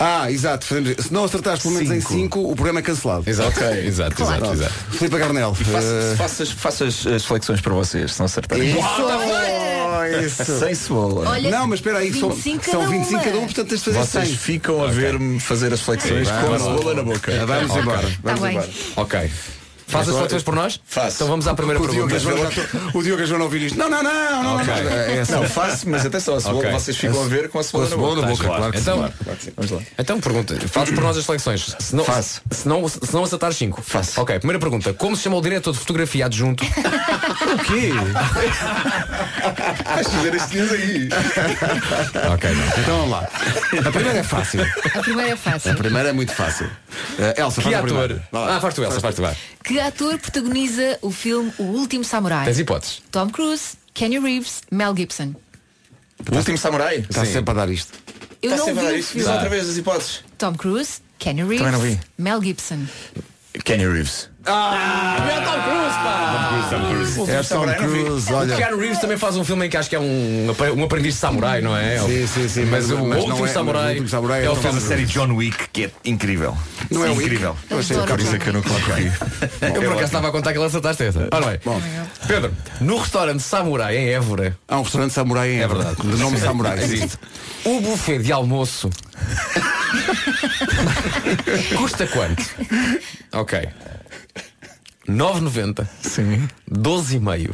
Ah, exato. fazemos- Se não acertares pelo menos em 5, o programa é cancelado.
Exato, exato, exato, exato.
Filipe Garnel.
Faço, faço, as- faço as, as flexões para vocês, se não acertarem.
Eh. Isso!
tá
Oh, Isso!
Sem cebola.
Olha, Não, mas espera aí, são- 25 cada são 25 cada uma. um, portanto, tens de fazer
Vocês
100.
ficam a ver-me fazer as flexões
Sim,
com a
vamos.
cebola na boca.
Vamos
Ok.
embora.
Tá
Vamos
bem.
embora.
Ok. Faz as
Agora-
fotos por nós?
Faço.
Então vamos à primeira
O Diogo,
pergunta.
e a Joana já estão- o Diogo é e a Joana ouvir isto. Não, não, não, não,
Ok.
não. É assim.
Não, faço, mas atenção, a cebola
Ok. É assim.
vocês ficam a ver com a cebola,
na boca,
Tá,
claro que
Então,
sim.
Vamos lá.
Então pergunta, fazes por nós as flexões. Se não, Faço. Se não, se não acertares 5. Faço. Ok, primeira pergunta. Como se chama o diretor de fotografia adjunto? o quê?
Vais fazer as tinhas aí.
ok, não.
Então vamos lá. A primeira é fácil.
A primeira é
A
fácil.
primeira é muito fácil. Eh, Elsa,
Que
faz a
ator?
primeira. Vai lá.
Ah, faz tu, Elsa, faz tu, vai.
Que ator protagoniza o filme O Último Samurai?
Tens hipóteses.
Tom Cruise, Kenny Reeves, Mel Gibson.
O último samurai?
Está sempre a dar isto.
Eu
Está
não
sempre a
vi
dar
o
isto. Diz
filme.
outra vez as hipóteses.
Tom Cruise, Kenny
Também não
Reeves,
vi.
Mel Gibson.
Kenny Reeves.
Ah, não é Tom Cruise, pá!
Tom Cruise.
É Tom Cruise,
O
olha.
Keanu Reeves também faz um filme em que acho que é um, apre- um aprendiz de samurai, não é?
Sim, sim, sim,
Mas,
mas- mas
o,
não é-
último
mas o
samurai
Último Samurai
é
é
o
Tom
filme
A série John Wick, que é incrível.
Não é o Wick?
incrível.
Eu achei
Eu adoro
Por isso é que eu não coloquei.
Eu por acaso estava a contar que ele acertaste essa. Ora bem, Pedro, no restaurante Samurai em Évora,
Há um restaurante samurai em
É
Évora,
verdade.
de nome samurai.
Existe. o buffet de almoço custa quanto? Ok. 9,90,
Sim.
12,5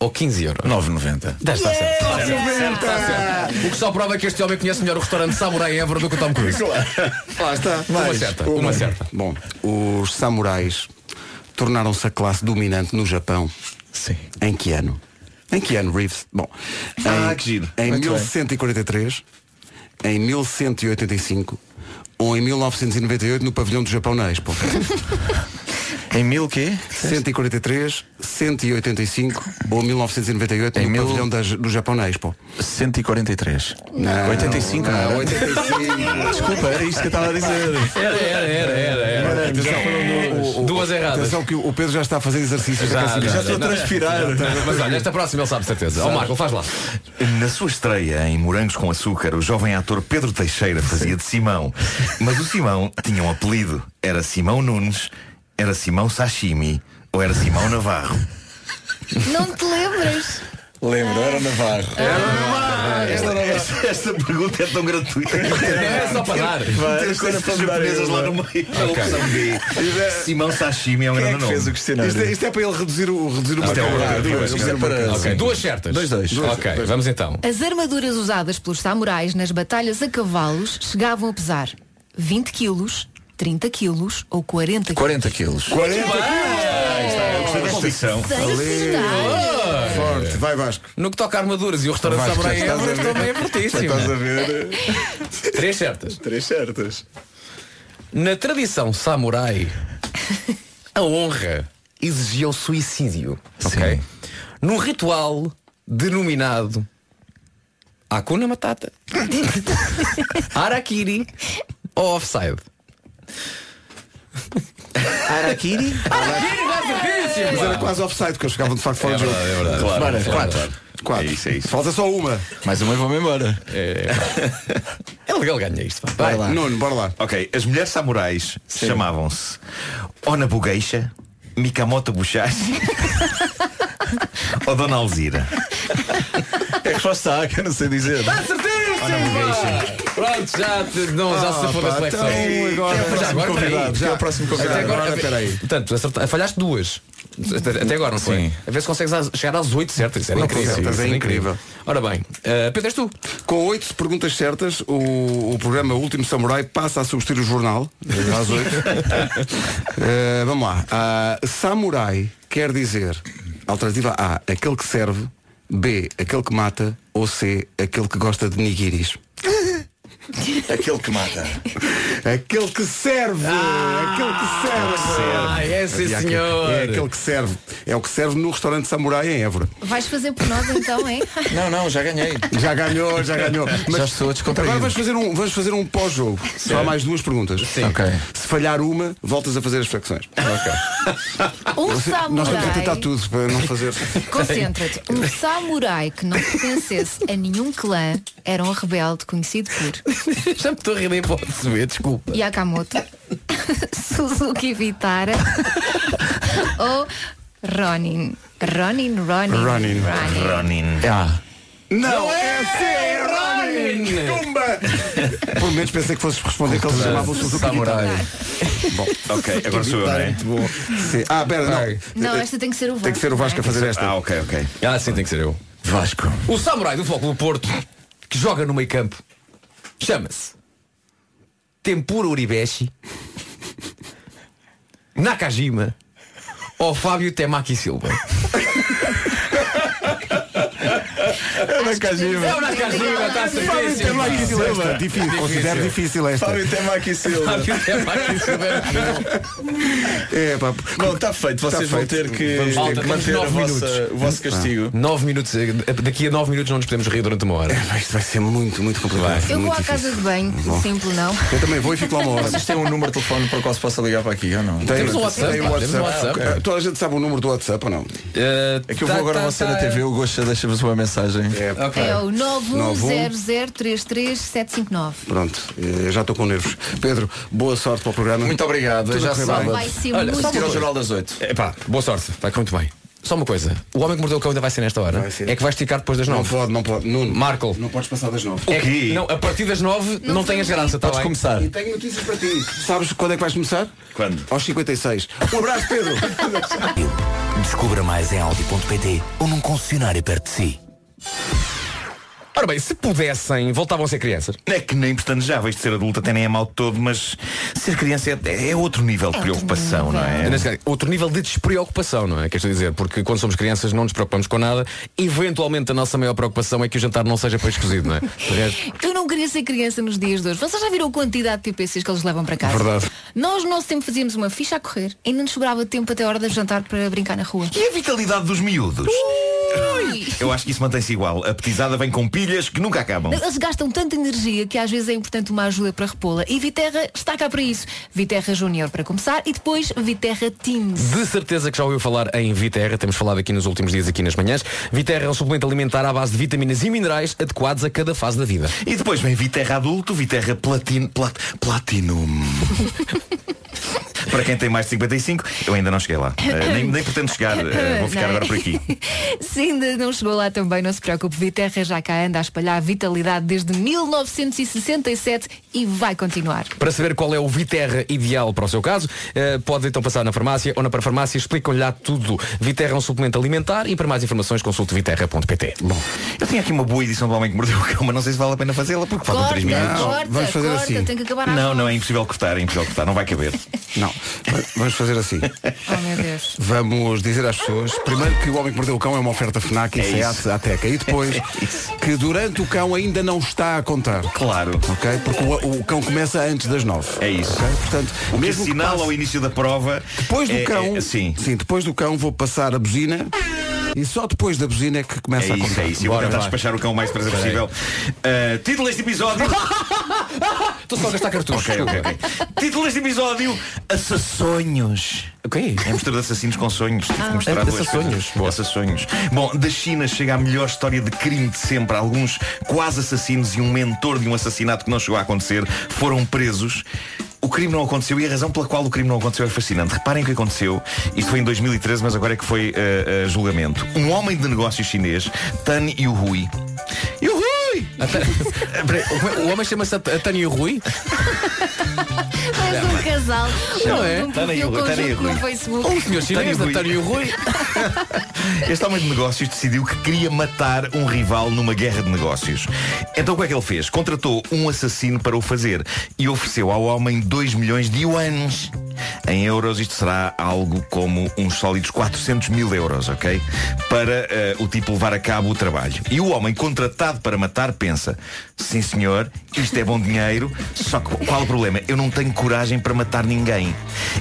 ou 15 euros.
9,90.
Deve estar certo. Está certo, está certo. O que só prova é que este homem conhece melhor o restaurante Samurai em Évora do que o Tom Cruise.
Lá está.
Uma
Mais
certa, uma certa.
Bom, os samurais tornaram-se a classe dominante no Japão.
Sim.
Em que ano? Em que ano, Reeves? Bom,
Ah,
em,
que giro.
em
Muito bem.
1143, em 1185 ou em 1998 no pavilhão do Japão na Expo.
Em mil quê?
143, 185 ou 1998
Em
no
mil-
pavilhão da- do Japão na Expo.
143.
Não.
85, não,
Não,
era?
85.
Desculpa, era isto que eu estava a dizer.
Era, era, era, era. era.
O- o-
Duas erradas.
Atenção que o Pedro já está a fazer exercícios
Já,
da cansada.
já,
Já estou a transpirar.
Mas olha, esta próxima ele sabe de certeza. Ó Marco, Então faz lá.
Na sua estreia em Morangos com Açúcar, o jovem ator Pedro Teixeira fazia de Simão. Mas o Simão tinha um apelido. Era Simão Nunes, era Simão Sashimi ou era Simão Navarro.
Não te lembras?
Lembro, era Navarro.
É
Esta, esta- esta pergunta é tão gratuita.
É só para dar.
Tem as coisas japonesas lá no meio. A opção B. Simão Sashimi é um
Quem é
grande
que
nome.
fez
Isto,
o
é-
questionário?
isto é para ele reduzir o reduzir o
Isto é
mercado.
horrível,
Digo,
isto é
reduzir o
para-
mercado.
Ok, duas certas.
Dois, dois.
Ok, vamos então.
As armaduras usadas pelos samurais nas batalhas a cavalos chegavam a pesar 20 quilos, 30 quilos ou 40 quilos.
40 quilos.
40
Eu gostei da explicação.
Forte, vai Vasco.
No que toca a armaduras e o restaurante
Vasco,
Samurai é
já
em
estás
Évora,
a ver.
estou bem
Já estás a
apertíssimo.
ver.
Três certas.
Três certas.
Na tradição samurai, a honra exigia o suicídio. Ok? Num ritual denominado Hakuna Matata, Harakiri ou Offside.
Araquiri? Mas era quase offside, porque eles ficavam de facto fora
É
do jogo.
verdade, é verdade. Claro,
Bora,
é
quatro.
verdade.
Quatro. Falta só uma.
Mais uma e vou-me embora. É, legal ganhar isto. Vai,
Bora lá. Nuno, bora lá.
Ok, as mulheres samurais chamavam-se Ona Bugueixa, Mikamoto Buchashi ou Dona Alzira. É a resposta A que eu não sei dizer.
Está certíssimo! Pronto, já, te- não, já se safou
pá,
da flexão.
então agora-
Quem é o próximo
agora,
convidado?
peraí,
Já.
quem é o próximo convidado?
Até agora,
Agora, peraí.
Portanto, acerta- falhaste duas. Até- Até agora, não foi?
Sim.
A ver se consegues às- chegar às oito certas. Isso era
Não
incrível.
consegues,
Isso era
é incrível.
Ora bem, eh, Pedro, és tu.
Com oito perguntas certas, o, o programa Último Samurai passa a substituir o jornal, eh, às oito. Eh, vamos lá. Ah, samurai quer dizer, alternativa A, aquele que serve, B, aquele que mata, ou C, aquele que gosta de nigiris.
Aquele que mata.
Aquele que serve! Ah, aquele que serve!
Ah, é sim,
Havia aqui-
senhor.
É aquele que serve. É o que serve no restaurante Samurai em Évora.
Vais fazer por nós então, hein?
Não, não, já ganhei. Já ganhou, já ganhou. Mas
Já estou descontraído.
Agora vamos fazer um, vamos fazer um pós-jogo. Só há mais duas perguntas. Sim. Se falhar uma, voltas a fazer as flexões.
Um
Você- Nós
samurai.
estamos a tentar tudo para não fazer.
Concentra-te. Um samurai que não pertencesse a nenhum clã era um rebelde conhecido por
Já me estou a rir da hipótese, vê, desculpa.
Yakamoto, Suzuki Vitara ou Ronin. Ronin, Ronin.
Ronin. Ronin. Ah.
Não,
é
C, é
Ronin!
Cumba! Pelo menos pensei que fosses responder que eles chamavam Suzuki
Samurai.
Vitara. Bom,
ok, agora sou eu, não é?
Sim. Ah, pera, não.
Não, esta tem que ser o Vasco. não é?
esta.
Ah, ok, ok.
Ah, sim, tem que ser eu.
Vasco.
O samurai do Foco do Porto, que joga no meio campo, chama-se Tempura Uribeshi, Nakajima ou Fábio Temaki Silva.
É o Nakajima.
É o Nakajima, está
Fábio
certíssimo.
Temaki Silva.
Difícil, considero difícil esta.
Fábio Temaki Silva.
Fábio Temaki Silva.
É, pá,
Não, está feito. Vocês
Tá
vão
feito.
ter que,
Vamos ter
ter que
que temos
manter a
nove
vossa,
minutos. Ah.
o vosso castigo.
Nove minutos, eh, daqui a nove minutos não nos podemos rir durante uma hora.
Isto vai ser muito, muito complicado.
Eu é vou à casa de banho,
Bom.
simples não.
Eu também vou e fico lá uma hora.
Vocês têm um número de telefone para o qual se possa ligar para aqui ou não?
Tem- Tem
Tem
um WhatsApp. Tá,
Ok.
Ah, Toda a gente sabe o número do WhatsApp ou não?
É que eu vou agora mostrar na TV, o Gosta deixa-vos uma mensagem.
É o
91.
910033759.
Pronto, eh, já estou com nervos. Pedro, boa sorte para o programa.
Muito obrigado,
Tudo a
já
correr
sabe.
bem.
Vai ser
Olha,
muito
só
bom.
uma coisa.
das oito.
Epá, boa sorte,
tá
vai correr muito bem. Só uma coisa, o homem que mordeu o cão ainda vai ser nesta hora. É que vai esticar depois das
Não
nove.
pode, não pode. Nuno,
Marco.
Não podes passar das nove.
É que, não, a partir das nove não, tenhas graça, tá bem?
E tenho notícias para ti. Sabes quando é que vais começar? Quando? Aos 56. Um abraço, Pedro.
Descubra mais em Audi.pt ou num concessionário perto de si.
Ora bem, se pudessem, voltavam a ser crianças.
É que nem pestanejáveis de ser adulto até nem é mal todo, mas ser criança é, é outro nível de preocupação, não é?
Nesse caso, outro nível de despreocupação, não é? Queres dizer? Porque quando somos crianças não nos preocupamos com nada. Eventualmente a nossa maior preocupação é que o jantar não seja peixe cozido, não é? De resto,
Eu não queria ser criança nos dias de hoje. Vocês já viram a quantidade de PPCs que eles levam para casa?
Verdade.
Nós, no nosso tempo, fazíamos uma ficha a correr. Ainda nos sobrava tempo até a hora de jantar para brincar na rua.
E a vitalidade dos miúdos? Eu acho que isso mantém-se igual. A petizada vem com pilhas que nunca acabam.
Eles gastam tanta energia que às vezes é importante uma ajuda para repô-la. E Viterra está cá para isso. Viterra Júnior para começar e depois Viterra Teens.
De certeza que já ouviu falar em Viterra, temos falado aqui nos últimos dias, aqui nas manhãs. Viterra é um suplemento alimentar à base de vitaminas e minerais adequados a cada fase da vida.
E depois vem Viterra adulto, Viterra platino, plat, platinum. Para quem tem mais de 55, eu ainda não cheguei lá. Eh, nem, nem pretendo chegar. eh, vou ficar
Não. é?
agora por aqui.
Se ainda não chegou lá também, não se preocupe. Viterra já cá anda a espalhar vitalidade desde 1967 e vai continuar.
Para saber qual é o Viterra ideal para o seu caso, eh, pode então passar na farmácia ou na parafarmácia, explicam-lhe lá tudo. Viterra é um suplemento alimentar e para mais informações consulte viterra.pt. Bom,
Eu tinha aqui uma boa edição do Homem que Mordeu o Cão, mas não sei se vale a pena fazê-la porque faltam
Corta,
3 minutos.
corta, Não, vamos fazer corta, assim. tem que acabar às
Não, não, é impossível cortar, é impossível cortar, não vai caber.
Não, vamos fazer assim.
Oh meu Deus.
Vamos dizer às pessoas, primeiro que o Homem que Mordeu o Cão é uma oferta FNAC e
É
SEAT
isso.
à Teca. E depois que durante o cão ainda não está a contar.
Claro.
Ok? Porque o, o cão começa antes das nove.
É isso.
Portanto,
O que
mesmo que
assinala
passe-
ao início da prova.
Depois do
é-
cão.
é- sim.
depois do cão vou passar a buzina e só depois da buzina é que começa
É
a
isso,
contar.
é isso. Eu vou tentar despachar o cão o mais depressa possível. Uh, título deste Ah, episódio.
Estou só a gastar cartuchos.
Ok, ok, ok. Título deste episódio: Assassonhos.
Ok.
É mistura de assassinos com sonhos. Tive
Ah.
que mostrar
É,
duas
assassonhos.
coisas. Assassonhos. Bom, da China chega a melhor história de crime de sempre. Alguns quase assassinos e um mentor de um assassinato que não chegou a acontecer foram presos. O crime não aconteceu e a razão pela qual o crime não aconteceu é fascinante. Reparem o que aconteceu. Isto foi em 2013, mas agora é que foi eh, eh, julgamento. Um homem de negócios chinês, Tan Yuhui. Yuhui!
O homem chama-se Tani Rui?
És um casal.
Não
Não
é?
é? Um
Tânia e
perfil
Rui, Tânia e
conjunto
Rui.
no Facebook.
Um senhor chinês, Tânia e Rui. António
Rui.
Este homem de negócios decidiu que queria matar um rival numa guerra de negócios. Então o que é que ele fez? Contratou um assassino para o fazer e ofereceu ao homem 2 milhões de yuans. Em euros isto será algo como uns sólidos 400 mil euros, ok? Para eh, o tipo levar a cabo o trabalho. E o homem contratado para matar pensa, sim senhor, isto é bom dinheiro, só que qual o problema? Eu não tenho coragem para matar ninguém.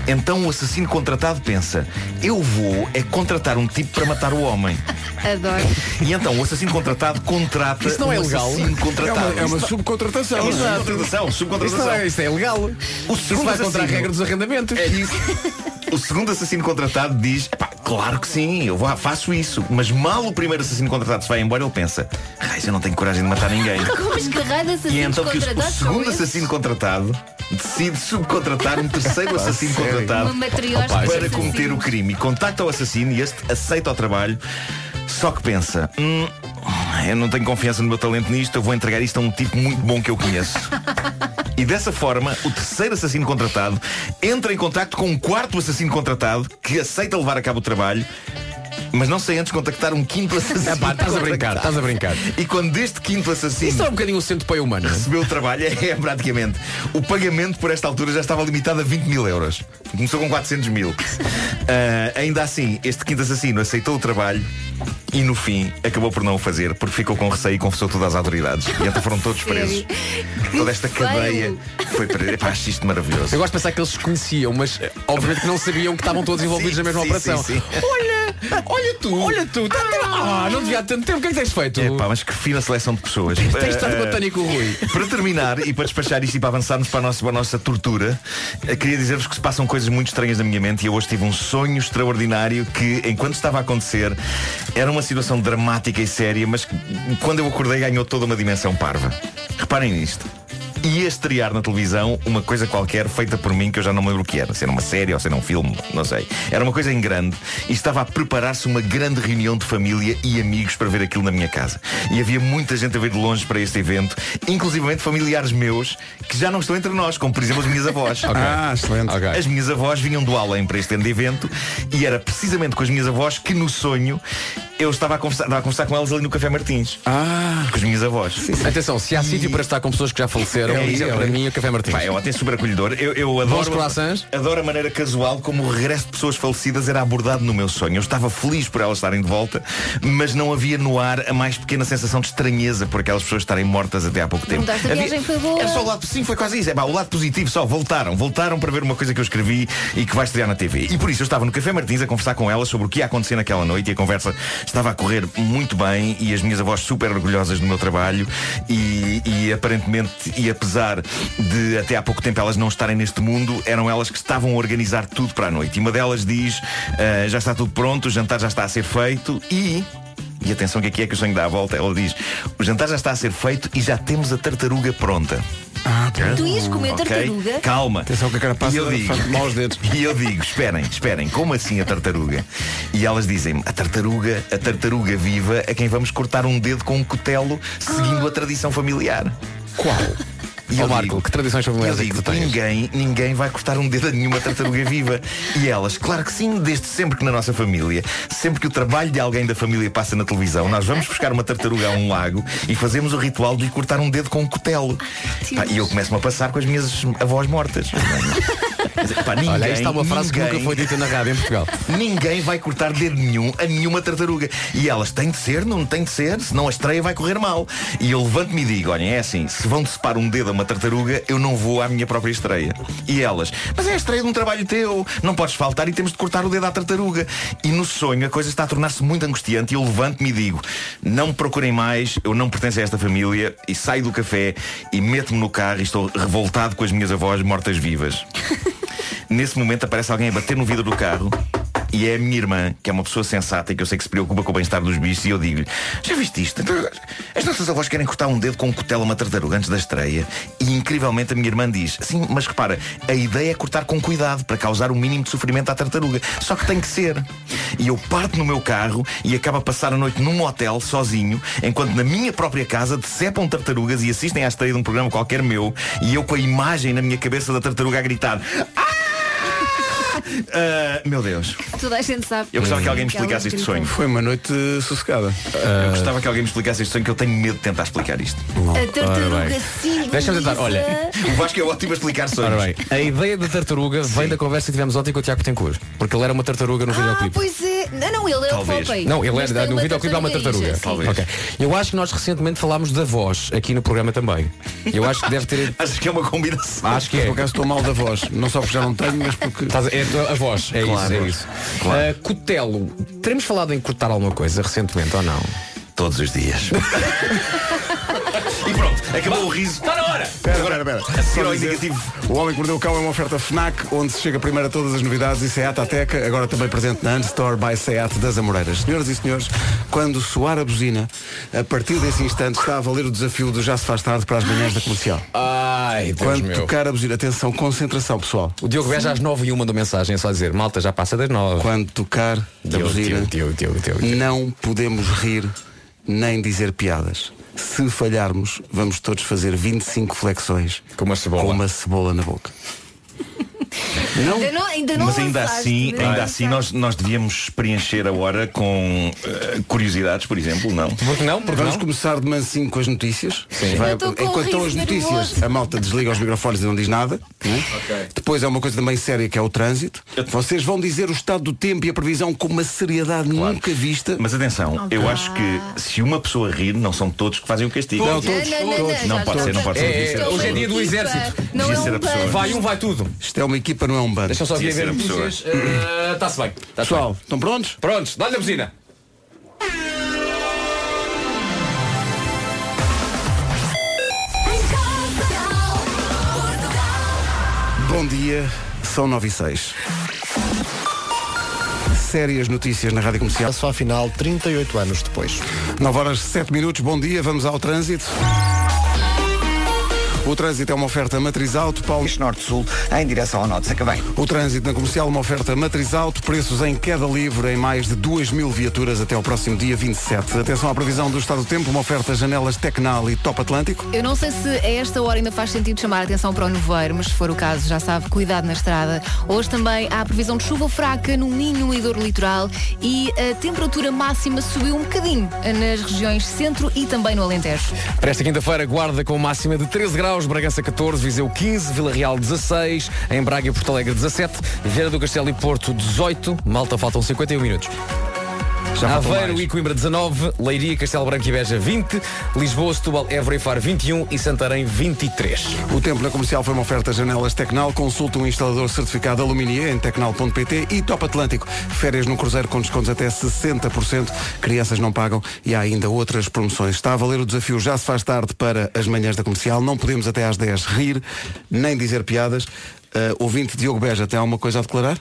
Então o assassino contratado pensa, eu vou é contratar um tipo para matar o homem.
Adoro.
E então o assassino contratado contrata
Isso não
um
é legal.
assassino contratado.
É uma- é uma
Isso não-
subcontratação.
É uma
Exato.
subcontratação, subcontratação.
Isso não é- isso é
legal.
O
Isso vai contra a regra dos
arrendamentos.
É isso. O segundo assassino contratado diz, "Epá, claro que sim, eu vou- faço isso. Mas mal o primeiro assassino contratado se vai embora, ele pensa, raiz, eu não tenho coragem de matar ninguém.
Como escarrada
E é
assassinos
então que o, o
contratados são
segundo
esses?
assassino contratado decide subcontratar um terceiro
Ah,
assassino
sério?
contratado
Uma matriosca de
para
assassinos.
cometer o crime. E Contacta o assassino e este aceita o trabalho, só que pensa, "Hum, eu não tenho confiança no meu talento nisto, eu vou entregar isto a um tipo muito bom que eu conheço. E dessa forma, o terceiro assassino contratado entra em contacto com um quarto assassino contratado que aceita levar a cabo o trabalho, mas não sem antes contactar um quinto assassino.
Epá, estás a brincar,
contratado.
estás a brincar.
E quando este quinto assassino.
Isso é um bocadinho o centro pai humano.
Recebeu o trabalho, é praticamente. O pagamento por esta altura já estava limitado a 20 mil euros. Começou com 400 mil. Ah, ainda assim, este quinto assassino aceitou o trabalho e no fim acabou por não o fazer porque ficou com receio e confessou tudo às autoridades. E então foram todos presos. Toda esta cadeia foi presa. Epá, acho isto maravilhoso.
Eu gosto de pensar que eles se conheciam, mas eh, obviamente que não sabiam que estavam todos envolvidos
Sim,
na mesma
sim,
operação.
sim, sim.
Olha, olha tu, olha tu, tá- tá- ah, não devia há tanto tempo, o que é que tens feito?
Epá, mas que fina seleção de pessoas.
Tens estado com a
Eh,
Tânia e com o Rui.
Para terminar e para despachar isto e para avançarmos para a nossa, para a nossa tortura, eh, queria dizer-vos que se passam coisas muito estranhas na minha mente e eu hoje tive um sonho extraordinário que, enquanto estava a acontecer, era uma situação dramática e séria, mas que, quando eu acordei ganhou toda uma dimensão parva. Reparem nisto. Ia estrear na televisão uma coisa qualquer feita por mim que eu já não me lembro o que era, se era uma série ou se era um filme, não sei. Era uma coisa em grande e estava a preparar-se uma grande reunião de família e amigos para ver aquilo na minha casa. E havia muita gente a ver de longe para este evento, inclusivamente familiares meus que já não estão entre nós, como por exemplo as minhas avós.
Ah, excelente.
As minhas avós vinham do além para este grande evento e era precisamente com as minhas avós que no sonho eu estava a conversar, estava a conversar com elas ali no Café Martins. Ah. Com as minhas avós.
Atenção, se há sítio para estar com pessoas que já faleceram,
É,
isso é
é,
para
é.
mim o Café Martins.
Pá, é ótimo, é super acolhedor. Eu, eu
Bons
adoro,
croissants.
adoro a maneira casual como o regresso de pessoas falecidas era abordado no meu sonho. Eu estava feliz por elas estarem de volta, mas não havia no ar a mais pequena sensação de estranheza por aquelas pessoas estarem mortas até há pouco tempo.
Mudaste a
Havia-
viagem, foi boa.
Era só o lado, sim, foi quase isso. É pá, o lado positivo só, voltaram. Voltaram para ver uma coisa que eu escrevi e que vai estrear na TV. E por isso eu estava no Café Martins a conversar com elas sobre o que ia acontecer naquela noite e a conversa estava a correr muito bem e as minhas avós super orgulhosas do meu trabalho e, e aparentemente, e apesar de até há pouco tempo elas não estarem neste mundo, eram elas que estavam a organizar tudo para a noite. E uma delas diz, "Ah, já está tudo pronto, o jantar já está a ser feito e... E atenção que aqui é que o sonho dá a volta. Ela diz, o jantar já está a ser feito e já temos a tartaruga pronta.
Tu ias comer
Ah, tá. Ok,
tartaruga?
Calma.
Atenção que a carapaça
e eu digo,
faz mal aos dedos.
E eu digo, esperem, esperem, como assim a tartaruga? E elas dizem a tartaruga, a tartaruga viva a quem vamos cortar um dedo com um cutelo
Ah.
seguindo a tradição familiar. Qual? E eu Marco, que
tradições
familiares eu digo, ninguém, ninguém vai cortar um dedo a nenhuma tartaruga viva. E elas, claro que sim, desde sempre que na nossa família, sempre que o trabalho de alguém da família passa na televisão, nós vamos buscar uma tartaruga a um lago e fazemos o ritual de lhe cortar um dedo com um cutelo. Pá, e eu começo-me a passar com as minhas avós mortas. Quer dizer, pá, ninguém,
Olha, isto é uma frase que
ninguém,
nunca foi dita na rádio em Portugal.
Ninguém vai cortar dedo nenhum a nenhuma tartaruga. E elas têm de ser, não têm de ser, senão a estreia vai correr mal. E eu levanto-me e digo, olhem, é assim, se vão decepar um dedo a uma tartaruga, eu não vou à minha própria estreia. E elas, mas é a estreia de um trabalho teu, não podes faltar e temos de cortar o dedo à tartaruga. E no sonho a coisa está a tornar-se muito angustiante e eu levanto-me e digo, não me procurem mais, eu não pertenço a esta família, e saio do café e meto-me no carro e estou revoltado com as minhas avós mortas-vivas. Nesse momento aparece alguém a bater no vidro do carro e é a minha irmã, que é uma pessoa sensata e que eu sei que se preocupa com o bem-estar dos bichos, e eu digo-lhe, já viste isto? Então, As nossas avós querem cortar um dedo com um cutelo a uma tartaruga antes da estreia. E incrivelmente a minha irmã diz, sim, mas repara, a ideia é cortar com cuidado para causar o mínimo de sofrimento à tartaruga. Só que tem que ser. E eu parto no meu carro e acabo a passar a noite num hotel sozinho, enquanto na minha própria casa decepam tartarugas e assistem à estreia de um programa qualquer meu, e eu com a imagem na minha cabeça da tartaruga a gritar. "Ah!" Ah, meu Deus.
Toda a gente sabe.
Eu gostava que alguém me explicasse este sonho.
Foi uma noite eh, sossegada.
Eu gostava que alguém me explicasse este sonho, que eu tenho medo de tentar explicar isto.
A tartaruga sim.
Deixa-me tentar, olha.
O Vasco é ótimo a explicar sonhos.
Ora bem, a ideia da tartaruga vem da conversa que tivemos ontem com o Tiago Tencourt. Porque ele era uma tartaruga no
Ah,
videoclipe.
pois é. Não, não, ele é o Popeye. é
Não, ele um
Mas
era
tem
no videoclipe há uma tartaruga.
sim.
Ok. Eu acho que nós recentemente falámos da voz aqui no programa também. Eu acho que deve ter.
acho que é uma combinação.
Acho que é.
Por acaso estou mal da voz. Não só porque já não tenho, mas porque.
Estás a- é a- a voz, é
Claro.
isso, é isso. Ah, cutelo, teremos falado em cortar alguma coisa recentemente ou não?
Todos os dias. E pronto, acabou o riso.
Tá
Está na hora!
Pera, pera, pera.
Só
Só
ao
dizer,
indicativo.
O Homem que Mordeu o Cão é uma oferta FNAC, onde se chega primeiro a todas as novidades e é Seat Ateca, agora também presente na Unstore by Seat das Amoreiras. Senhoras e senhores, quando soar a buzina, a partir desse instante está a valer o desafio do Já se faz tarde para as manhãs da comercial.
Ai, Deus
Quando
meu.
tocar a buzina, atenção, concentração pessoal.
O Diogo Beja às 9 e 1 mandou mensagem é só a dizer, malta, já passa das 9.
Quando tocar da
Diogo,
buzina,
Diogo, Diogo, Diogo, Diogo.
Não podemos rir nem dizer piadas. Se falharmos, vamos todos fazer 25 flexões com uma cebola, na boca. Não.
Ainda não, ainda não
Mas ainda
lançaste,
assim,
né?
ainda assim nós, nós devíamos preencher a hora com eh, curiosidades, por exemplo, não?
Porque não?
Vamos começar de mansinho com as notícias.
Sim.
Vai-
Eu tô com um
enquanto estão as
riso
notícias,
nervoso.
a malta desliga os microfones e não diz nada. né? Depois há uma coisa também séria que é o trânsito. Vocês vão dizer o estado do tempo e a previsão com uma seriedade nunca vista.
Mas atenção, eu acho que se uma pessoa rir, não são todos que fazem o castigo.
Não, todos, Não, não, não, todos.
tipo. Não
já,
pode
já.
ser, não pode ser.
É,
devia
é,
ser a
hoje é
pessoa.
dia do exército.
Não
Devia
é
ser
um
a pessoa.
bando.
Vai um, vai tudo.
Isto é uma equipa, não é um bando.
Deixa eu só aqui
Devia
ver
ser a pessoa.
notícias. Está-se bem.
Pessoal, estão prontos?
Prontos, dá-lhe a buzina.
Bom dia, são 9 e 6. Sérias notícias na Rádio Comercial.
Só afinal, 38 anos depois.
9 horas 7 minutos, bom dia, vamos ao trânsito. O trânsito é uma oferta matriz alto, Paulo.
Norte-Sul, em direção ao Norte, Sacavém.
O trânsito na comercial, uma oferta matriz alto, preços em queda livre em mais de 2 mil viaturas até ao próximo dia 27. Atenção à previsão do estado do tempo, uma oferta janelas Tecnal e Top Atlântico.
Eu não sei se a esta hora ainda faz sentido chamar a atenção para o nevoeiro, mas se for o caso, já sabe, cuidado na estrada. Hoje também há a previsão de chuva fraca no Minho e Douro Litoral e a temperatura máxima subiu um bocadinho nas regiões centro e também no Alentejo.
Para esta quinta-feira, guarda com máxima de 13 graus, Bragança 14, Viseu 15, Vila Real 16, em Braga e Porto Alegre 17, Vieira do Castelo e Porto 18, Malta faltam 51 minutos.
Já faltam
Aveiro
mais.
e Coimbra 19, Leiria, Castelo Branco e Beja 20, Lisboa, Setúbal, Évora e Faro 21 e Santarém 23.
O tempo na comercial foi uma oferta janelas Tecnal. Consulta um instalador certificado Aluminier em tecnal.pt e Top Atlântico. Férias no cruzeiro com descontos até 60%. Crianças não pagam e há ainda outras promoções. Está a valer o desafio. Já se faz tarde para as manhãs da comercial. Não podemos até às 10 rir nem dizer piadas. Uh, ouvinte Diogo Beja, tem alguma coisa a declarar?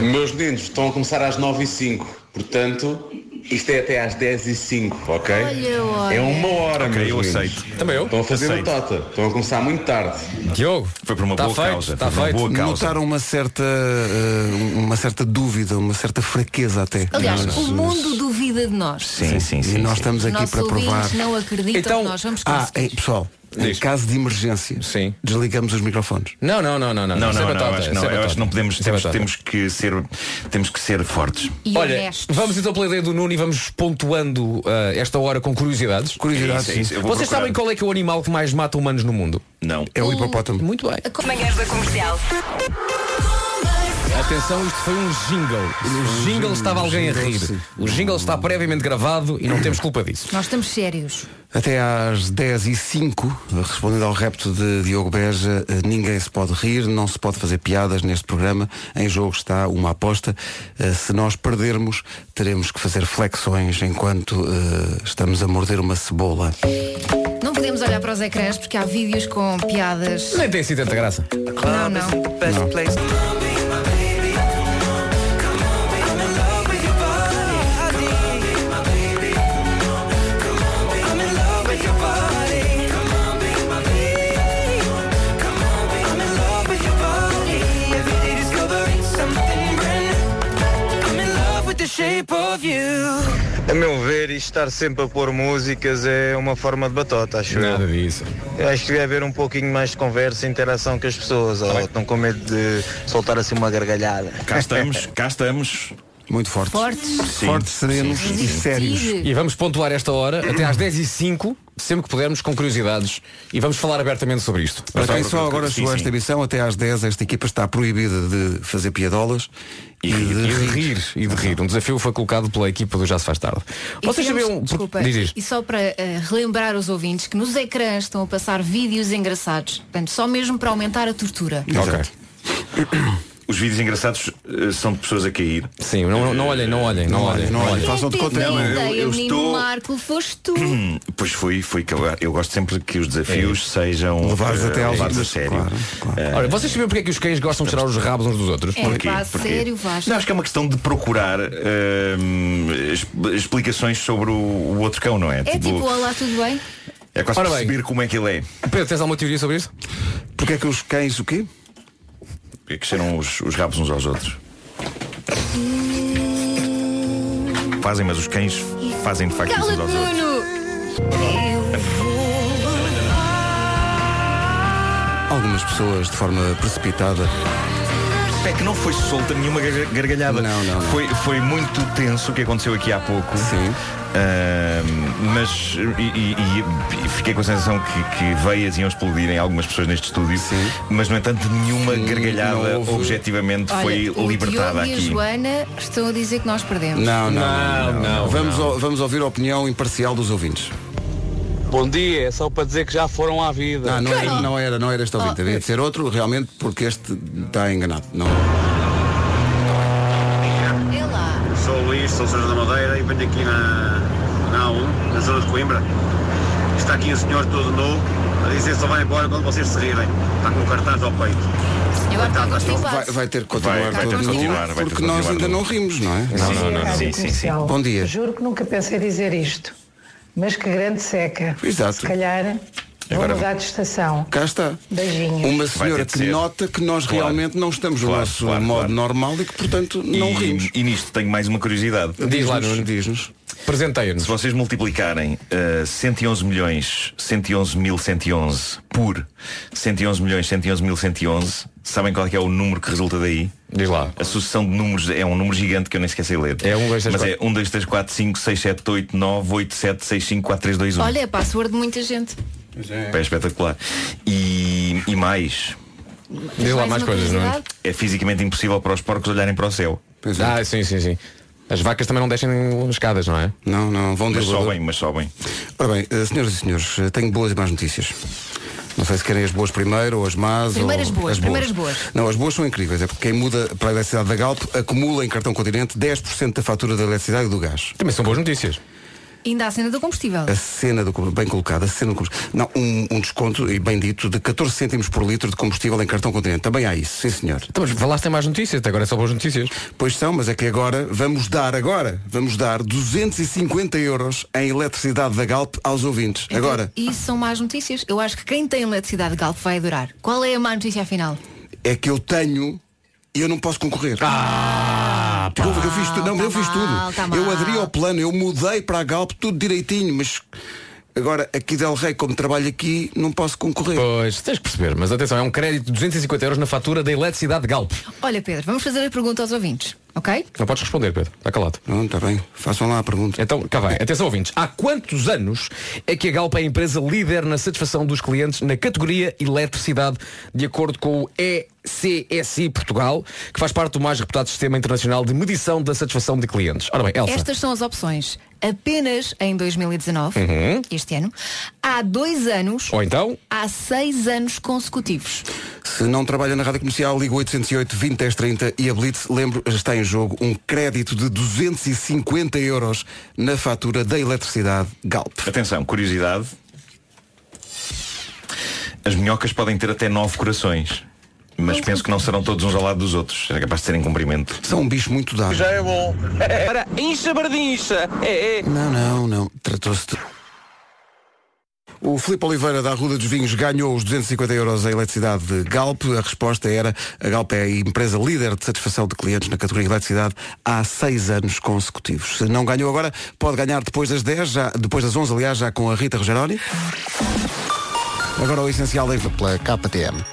Meus meninos, estão a começar às 9 e 05 portanto, isto é até às 10 e 05 ok?
Olha, olha.
É uma hora,
Ok,
meus
eu
meninos.
aceito. Também eu.
Estão a fazer
Aceito.
batota, estão a começar muito tarde.
Diogo,
foi por uma
Tá
boa
feito,
causa.
tá
foi uma
feito.
boa causa.
Notaram uma certa, uh, uma certa dúvida, uma certa fraqueza até.
Aliás,
Nós-
o mundo duvida de nós.
Sim, sim, sim. E nós estamos
Os
aqui
nossos
para provar.
ouvintes não acreditam que nós vamos
ah,
conseguir.
eh, pessoal, em caso de emergência, desligamos os microfones.
Não, não, não, não, não.
Não,
Isso
não,
é
não, eu
batota,
acho que
isso
não,
é
eu acho
batota.
que não podemos,
Isso é
temos,
batota.
temos que ser, temos que ser fortes.
E Olha, vamos então pela ideia do Nuno e vamos pontuando ah, esta hora com curiosidades.
Curiosidades. É isso, é isso, eu vou
Vocês
procurar.
sabem qual é que é o animal que mais mata humanos no mundo?
Não.
É o hipopótamo. Muito bem.
Manhãs é da comercial.
Atenção, isto foi um jingle. O jingle estava alguém a rir. O jingle está previamente gravado e não temos culpa disso.
Nós estamos sérios.
Até às 10 e 05 respondendo ao repto de Diogo Beja, eh, ninguém se pode rir, não se pode fazer piadas neste programa. Em jogo está uma aposta. Eh, Se nós perdermos, teremos que fazer flexões enquanto eh, estamos a morder uma cebola.
Não podemos olhar para os ecrãs porque há vídeos com piadas.
Nem tem sido tanta graça.
Não, não.
A meu ver, isto estar sempre a pôr músicas é uma forma de batota, acho
Nada
eu.
disso.
Eu acho que devia haver um pouquinho mais de conversa e interação com as pessoas, ou estão com medo de soltar assim uma gargalhada.
Cá estamos, cá estamos.
Muito fortes.
Fortes.
Sim.
Fortes, serenos
Sim. e sérios.
E vamos pontuar esta hora até às 10 e 05 sempre que pudermos, com curiosidades. E vamos falar abertamente sobre isto.
Para quem só agora chegou a esta emissão, até às 10 esta equipa está proibida de fazer piadolas e, de
E de
rir.
rir, e de rir. Um desafio foi colocado pela equipa do Já Se Faz Tarde.
E
Vocês
queremos-
sabiam.
Desculpa.
Diz, diz.
E só para eh, relembrar os ouvintes que nos ecrãs estão a passar vídeos engraçados. Portanto, só mesmo para aumentar a tortura.
Os vídeos engraçados eh, são de pessoas a cair.
Sim, não, não olhem, não olhem, não olhem, não olhem.
Façam de
Tive
conta.
a
Não, é? eu,
ideia,
eu
menino
estou.
Marco, foste tu.
Hum, Pois fui, fui que eu, eu gosto sempre que os desafios sejam
Levados
eh,
até ao
levados a
limite,
sério. Eh,
Olha, vocês sabiam porque é que os cães gostam de tirar os rabos uns dos outros?
É, pá, sério, Vasco.
Não, acho que é uma questão de procurar hum, es- explicações sobre o, o outro cão, não é?
É tipo, olá, tudo bem?
é quase
Ora bem.
perceber como é que ele é.
Pedro, tens alguma teoria sobre isso?
Porque é que os cães o quê?
Porque é que cheiram os, os rabos uns aos outros. Fazem, mas os cães fazem de facto isso uns
Cala-te,
aos outros.
Nuno!
Algumas pessoas de forma precipitada.
É que não foi solta nenhuma garga- gargalhada. Não, não. Foi, foi muito tenso o que aconteceu aqui há pouco. Sim. mas e, e- e- e fiquei com a sensação que, que veias iam explodir em algumas pessoas neste estúdio. Sim. Mas no entanto nenhuma gargalhada
houve.
objetivamente
Olha,
foi
o
libertada
Diogo e a
aqui.
Joana estão a dizer que nós perdemos.
Não, não, não. não, Vamos, ao- vamos ouvir a opinião imparcial dos ouvintes.
Bom dia, é só para dizer que já foram à vida.
Ah, não, era, não era, não era este ouvinte, havia de ser outro, realmente, porque este está enganado. Não.
Eu sou o Luís, sou Sérgio da Madeira e venho aqui na, na A1, na zona de Coimbra. Está aqui um senhor todo novo a dizer só vai embora quando vocês se rirem. Está com um cartaz ao peito. Coitado, acho que não-
Vai, vai ter que continuar,
Vai- vai ter
todo
que continuar,
nu,
vai ter que
porque nós
continuar
ainda
nu.
não rimos, não é?
Não, não, não, não. Sim, sim, sim.
Bom dia.
Juro que nunca pensei dizer isto, mas que grande seca.
Exato.
Se calhar vou
Agora-
mudar de estação.
Cá está.
Beijinhos.
Uma
Vai
senhora
ter de
que
ser.
nota que nós
Claro.
realmente não estamos no
Claro,
nosso
claro,
modo
claro.
normal e que, portanto, não
e,
rimos.
E nisto tenho mais uma curiosidade.
Diz lá, Nuno.
diz-nos.
Presenteia-nos.
Se vocês multiplicarem eh, 111 milhões, 111.111 por 111 milhões, 111.111, sabem qual é, que é o número que resulta daí?
Diz lá.
A sucessão de números é um número gigante que eu nem esqueci de ler. É 1, 2, 3, Mas é 1, 2, 3, 4, 5, 6, 7, 8, 9, 8, 7, 6, 5, 4, 3, 2, 1.
Olha, é password de muita gente.
É espetacular. E, e mais.
Diz lá Mais mais uma coisas, não é? curiosidade?
É fisicamente impossível para os porcos olharem para o céu.
Ah, sim, sim, sim. As vacas também não deixam escadas, não é?
Não, não, vão
Mas
de elevador.
sobem, mas sobem.
Ora bem, eh, senhoras e senhores, eh, tenho boas e más notícias. Não sei se querem as boas primeiro ou as más.
Primeiras
ou
boas,
oh, as
primeiras boas.
Não, as boas são incríveis. É porque quem muda para a eletricidade da Galp acumula em cartão continente 10% da fatura da eletricidade e do gás.
Também são boas notícias.
Ainda há a cena do combustível.
A cena do combustível, bem colocada, a cena do combustível. Não, um, um desconto, e bem dito, de 14 cêntimos por litro de combustível em cartão continente. Também há isso, sim senhor.
Então, mas falaste em mais notícias, até agora é só boas notícias.
Pois são, mas é que agora vamos dar, agora, vamos dar 250 euros em eletricidade da Galp aos ouvintes. Agora.
E isso são más notícias. Eu acho que quem tem eletricidade de Galp vai adorar. Qual é a má notícia afinal?
é que eu tenho e eu não posso concorrer.
Ah,
Desculpa, que eu fiz tudo. Não, mas eu fiz tudo.
mal, tá
eu
mal.
aderi ao plano, eu mudei para a Galp tudo direitinho, mas Agora, aqui Del Rey, como trabalho aqui, não posso concorrer.
Pois, tens que perceber, mas atenção, é um crédito de 250 euros na fatura da eletricidade de Galp.
Olha, Pedro, vamos fazer a pergunta aos ouvintes, ok?
Não podes responder, Pedro. Está calado.
Não, está bem. Façam lá a pergunta.
Então, cá vai. Atenção, ouvintes. Há quantos anos é que a Galp é a empresa líder na satisfação dos clientes na categoria eletricidade, de acordo com o ECSI Portugal, que faz parte do mais reputado sistema internacional de medição da satisfação de clientes? Ora bem, Elsa.
Estas são as opções. Apenas em 2019,
Uhum.
este ano, há dois anos,
Ou então,
há seis anos consecutivos.
Se não trabalha na rádio comercial, liga 808 20 10 30 e a Blitz, lembro, está em jogo um crédito de 250 euros na fatura da eletricidade Galp.
Atenção, curiosidade. As minhocas podem ter até nove corações. Mas penso que não serão todos uns ao lado dos outros. Será capaz de serem comprimento.
São um bicho muito dado.
Já
é
bom.
Para incha bardincha. É, é.
Não, não, não. Tratou-se de... O Filipe Oliveira da Arruda dos Vinhos ganhou os 250 euros a eletricidade de Galp. A resposta era, a Galp é a empresa líder de satisfação de clientes na categoria eletricidade há seis anos consecutivos. Se não ganhou agora, pode ganhar depois das 10, já, depois das 11, aliás, já com a Rita Rogeroni. Agora o essencial da inf- pela KTM.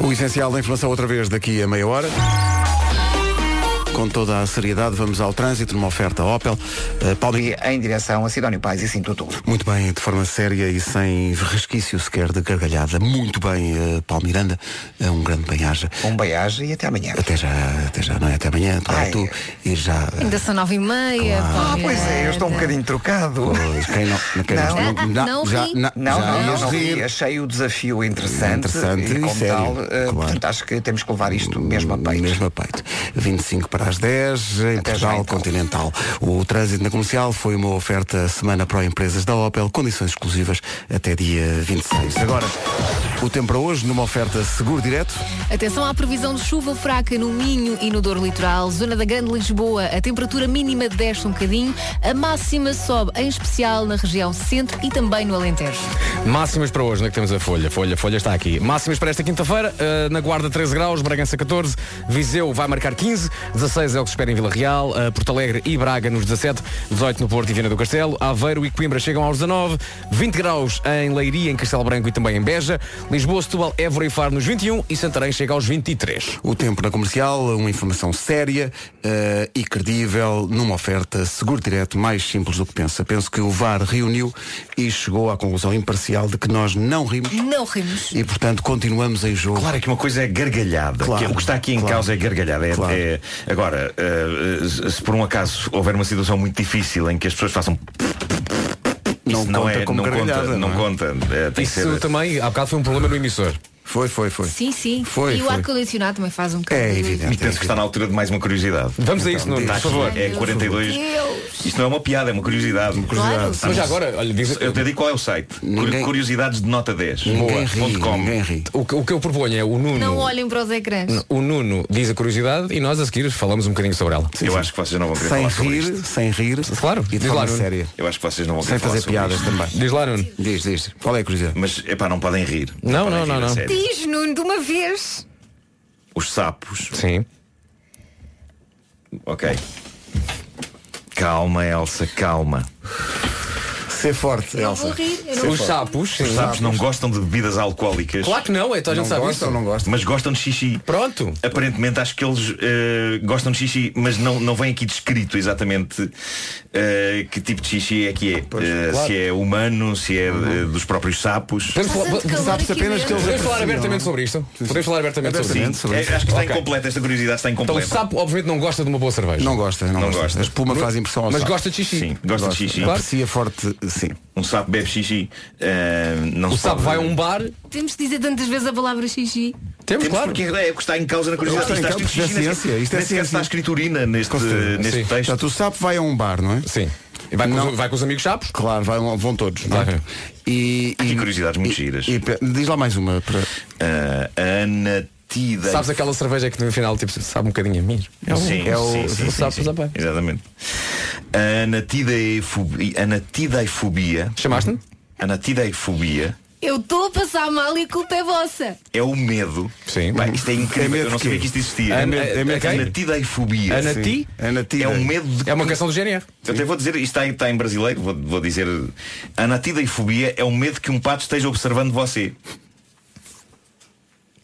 O essencial da informação outra vez daqui a meia hora. Com toda a seriedade, vamos ao trânsito numa oferta Opel. Uh, Paulo...
Em direção a Sidónio Pais e Cinto Tudo.
Muito bem, de forma séria e sem resquício sequer de gargalhada. Muito bem, eh, Paulo Miranda. É um grande banhaja.
Um banhaja e até amanhã.
Até já, até já, não é? Até amanhã, tu, vai tu e já. eh,
Ainda são nove e meia.
Ah,
pois é, eu estou um bocadinho trocado.
Pois, quem não, quem
Não,
não,
ah,
já-
não
já,
ri.
na-
Não,
já
não,
ias
não ri.
rir.
Achei o desafio é interessante.
Interessante
e
e
como
é sério, Hum,
tal, eh, portanto, acho que temos que levar isto mesmo a peito.
Mesmo a peito. 25 para as 10, em Portugal
então.
Continental. O trânsito na comercial foi uma oferta semana para empresas da Opel, condições exclusivas até dia 26. Agora, o tempo para hoje, numa oferta seguro direto.
Atenção à previsão de chuva fraca no Minho e no Douro Litoral, zona da Grande Lisboa. A temperatura mínima desce um bocadinho, a máxima sobe, em especial na região centro e também no Alentejo.
Máximas para hoje, onde é que temos a folha? Folha, folha está aqui. Máximas para esta quinta-feira, eh, na Guarda 13 graus, Bragança 14, Viseu vai marcar 15, 16 é o que se espera em Vila Real, eh, Porto Alegre e Braga nos 17, 18 no Porto e Viana do Castelo, Aveiro e Coimbra chegam aos 19, 20 graus em Leiria, em Castelo Branco e também em Beja, Lisboa, Setúbal, Évora e Faro nos 21 e Santarém chega aos 23.
O tempo na comercial, uma informação séria eh, e credível numa oferta seguro direto mais simples do que pensa. Penso que o VAR reuniu e chegou à conclusão imparcial de que nós não rimos.
Não rimos.
E portanto continuamos em jogo.
Claro que uma coisa é gargalhada.
Claro,
que o que está aqui em
claro.
causa é gargalhada. É- é- agora, eh, eh, se por um acaso houver uma situação muito difícil em que as pessoas façam.
Não
isso não
conta
é,
como
não conta,
gargalhada,
não,
não é?
conta. Eh, tem que
Isso
ser-
também, há bocado foi um problema no emissor.
Foi, foi, foi.
Sim, sim.
Foi,
e o
foi.
ar-condicionado também faz um bocadinho.
É evidente. E penso que está na altura de mais uma curiosidade.
Vamos a isso, Nuno,
está
por
aqui,
favor.
É 42. Isto não é uma piada, é uma curiosidade. Uma
curiosidade. Claro. Mas já agora, olha, diz-
Eu te digo qual é o site.
Ninguém-
Curiosidades de nota 10.
Ninguém
ri,
O que, o que eu proponho é o Nuno.
Não olhem para os ecrãs.
O Nuno diz a curiosidade e nós a seguir falamos um bocadinho sobre ela.
Eu acho que vocês não vão querer
Sem
falar sobre
rir, sem rir. Claro,
E
e de forma séria.
Eu acho que vocês não vão
Sem
querer falar
fazer
sobre
piadas
isto.
também.
Diz lá, Nuno.
Diz, diz. Qual é a curiosidade?
Mas, epá, não podem rir.
Não,
podem
não, não,
rir, a
não.
sério.
Diz, Nuno, de uma vez.
Os sapos.
Sim.
Ok. Calma, Elsa, calma.
Ser forte,
Elsa.
rir, eu não
Os
vou.
sapos, os
sim.
sapos não gostam de bebidas alcoólicas.
Claro que não, é, toda a gente sabe isso.
Mas gostam de xixi.
Pronto.
Aparentemente acho que eles eh, gostam de xixi, mas não, não vem aqui descrito exatamente eh, que tipo de xixi é que é. Eh,
claro.
Se é humano, se é eh, dos próprios sapos.
Podemos falar, sabes apenas que eles Podemos falar abertamente sobre isto? Podemos falar abertamente sobre
Sim,
isto?
é, acho que um está
Ok.
incompleta, esta curiosidade está
Então o
incompleta.
sapo obviamente não gosta de uma boa cerveja. é?
Não gosta, não, gosta. A espuma faz impressão ao
Mas
sapo.
gosta de xixi.
Sim, gosta de xixi.
Claro.
Aprecia forte, sim.
Um sapo bebe xixi. eh, não
O
se
sapo
pode-
vai a um bar.
Temos de dizer tantas vezes a palavra xixi.
Temos,
claro. porque é o que está em causa na curiosidade.
Está em
Está
campo, isto
escrito
é
xixi, nem sequer-
ciência, isto é
nem sequer
ciência.
está escrito urina neste,
Com certeza.
neste
Sim.
texto.
Portanto, o sapo vai a um bar, não é?
Sim. E vai com,
Não.
os, vai com os amigos sapos?
Claro, vai, vão todos. não é?
Vai.
E, e, curiosidades muito giras. diz lá mais uma. Para...
Ah, anatida.
Sabes aquela cerveja que no final tipo, sabe um bocadinho a mim? É o,
Sim,
é o,
sim,
o
sim, sim,
sapo
sim.
da pai.
Exatamente. Anatidaefobia. Anatidaefobia.
Chamaste-me?
Anatidaefobia.
Eu estou a passar mal e a culpa é vossa.
É o medo. Sim. isto é
É
incrível.
medo
eu não
de quê?
sabia que isto existia.
É medo- é medo de quê?
Anatidaifobia.
Anati?
Sim. É um medo de.
É uma canção do GNR.
Eu até vou dizer, isto está, em- está em brasileiro, vou, vou dizer. Anatidaifobia é o medo que um pato esteja observando você.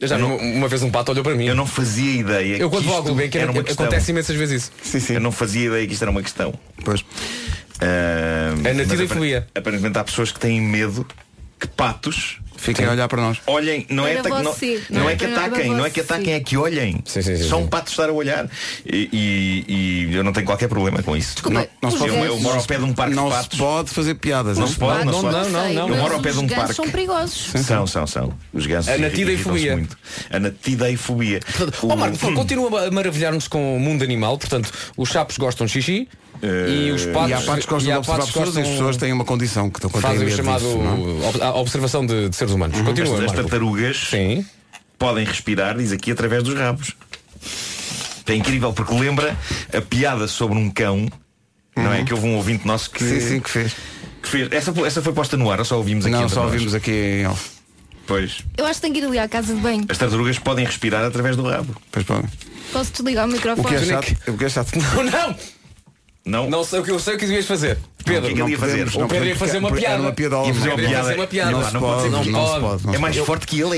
Eu já não- uma vez um pato olhou para mim.
Eu não fazia ideia.
Eu quando
que
vou ao
isto
clube, é que
era uma questão.
acontece imensas vezes isso.
Eu não fazia ideia que isto era uma questão.
Pois.
é
natidaifobia.
Aparentemente há pessoas que têm medo que patos
Fiquem a olhar para nós.
Olhem, não é,
Para
ataque- não,
você.
não
Não
é
é
que
para-
ataquem,
para
não é que
você.
ataquem, é que olhem. São patos estar a olhar. E, e- e eu não tenho qualquer problema com isso.
Desculpa,
não, não se pode- eu, eu moro ao pé de um parque
Não
de
se
patos.
pode fazer piadas.
Não se pode, não se pode. Eu moro ao pé de um
Os gansos
parque.
são perigosos.
São, são, são. Os gansos
Anatidaifobia.
irritam-se muito. é Anatidaifobia.
é Ó Marco, por favor,
Hum.
continua a maravilhar-nos com o mundo animal. Portanto, os chapos gostam de xixi e os
Eh,
patos.
e há patos que gostam
e há
de observar
patos
pessoas e as
gostam-
pessoas têm uma condição que estão quando têm
fazem o
medo
chamado
disso, não é?
ob- a observação de, de seres humanos. Continua.
As, as Uhum.
Marco.
tartarugas podem respirar, diz aqui, através dos rabos. É incrível porque lembra a piada sobre um cão, não é? Que houve um ouvinte nosso que,
Sim, sim, que fez.
que fez. Essa, essa foi posta no ar, ou só ouvimos aqui?
Não,
entre
só
nós?
ouvimos aqui em off.
Pois.
Eu acho que tenho que ir ali à casa de banho.
As tartarugas podem respirar através do rabo.
Pois podem.
Posso desligar o
O
microfone?
que é chato?
O que é chato?
Não, não!
Não.
Não sei o que eu sei o que devias fazer. Pedro,
o que é que ele ia fazer?
O Pedro ia fazer uma piada.
Era uma piada
Ia fazer
alemã.
uma piada. Ia fazer uma piada.
Não se pode, não se pode,
É
não se pode.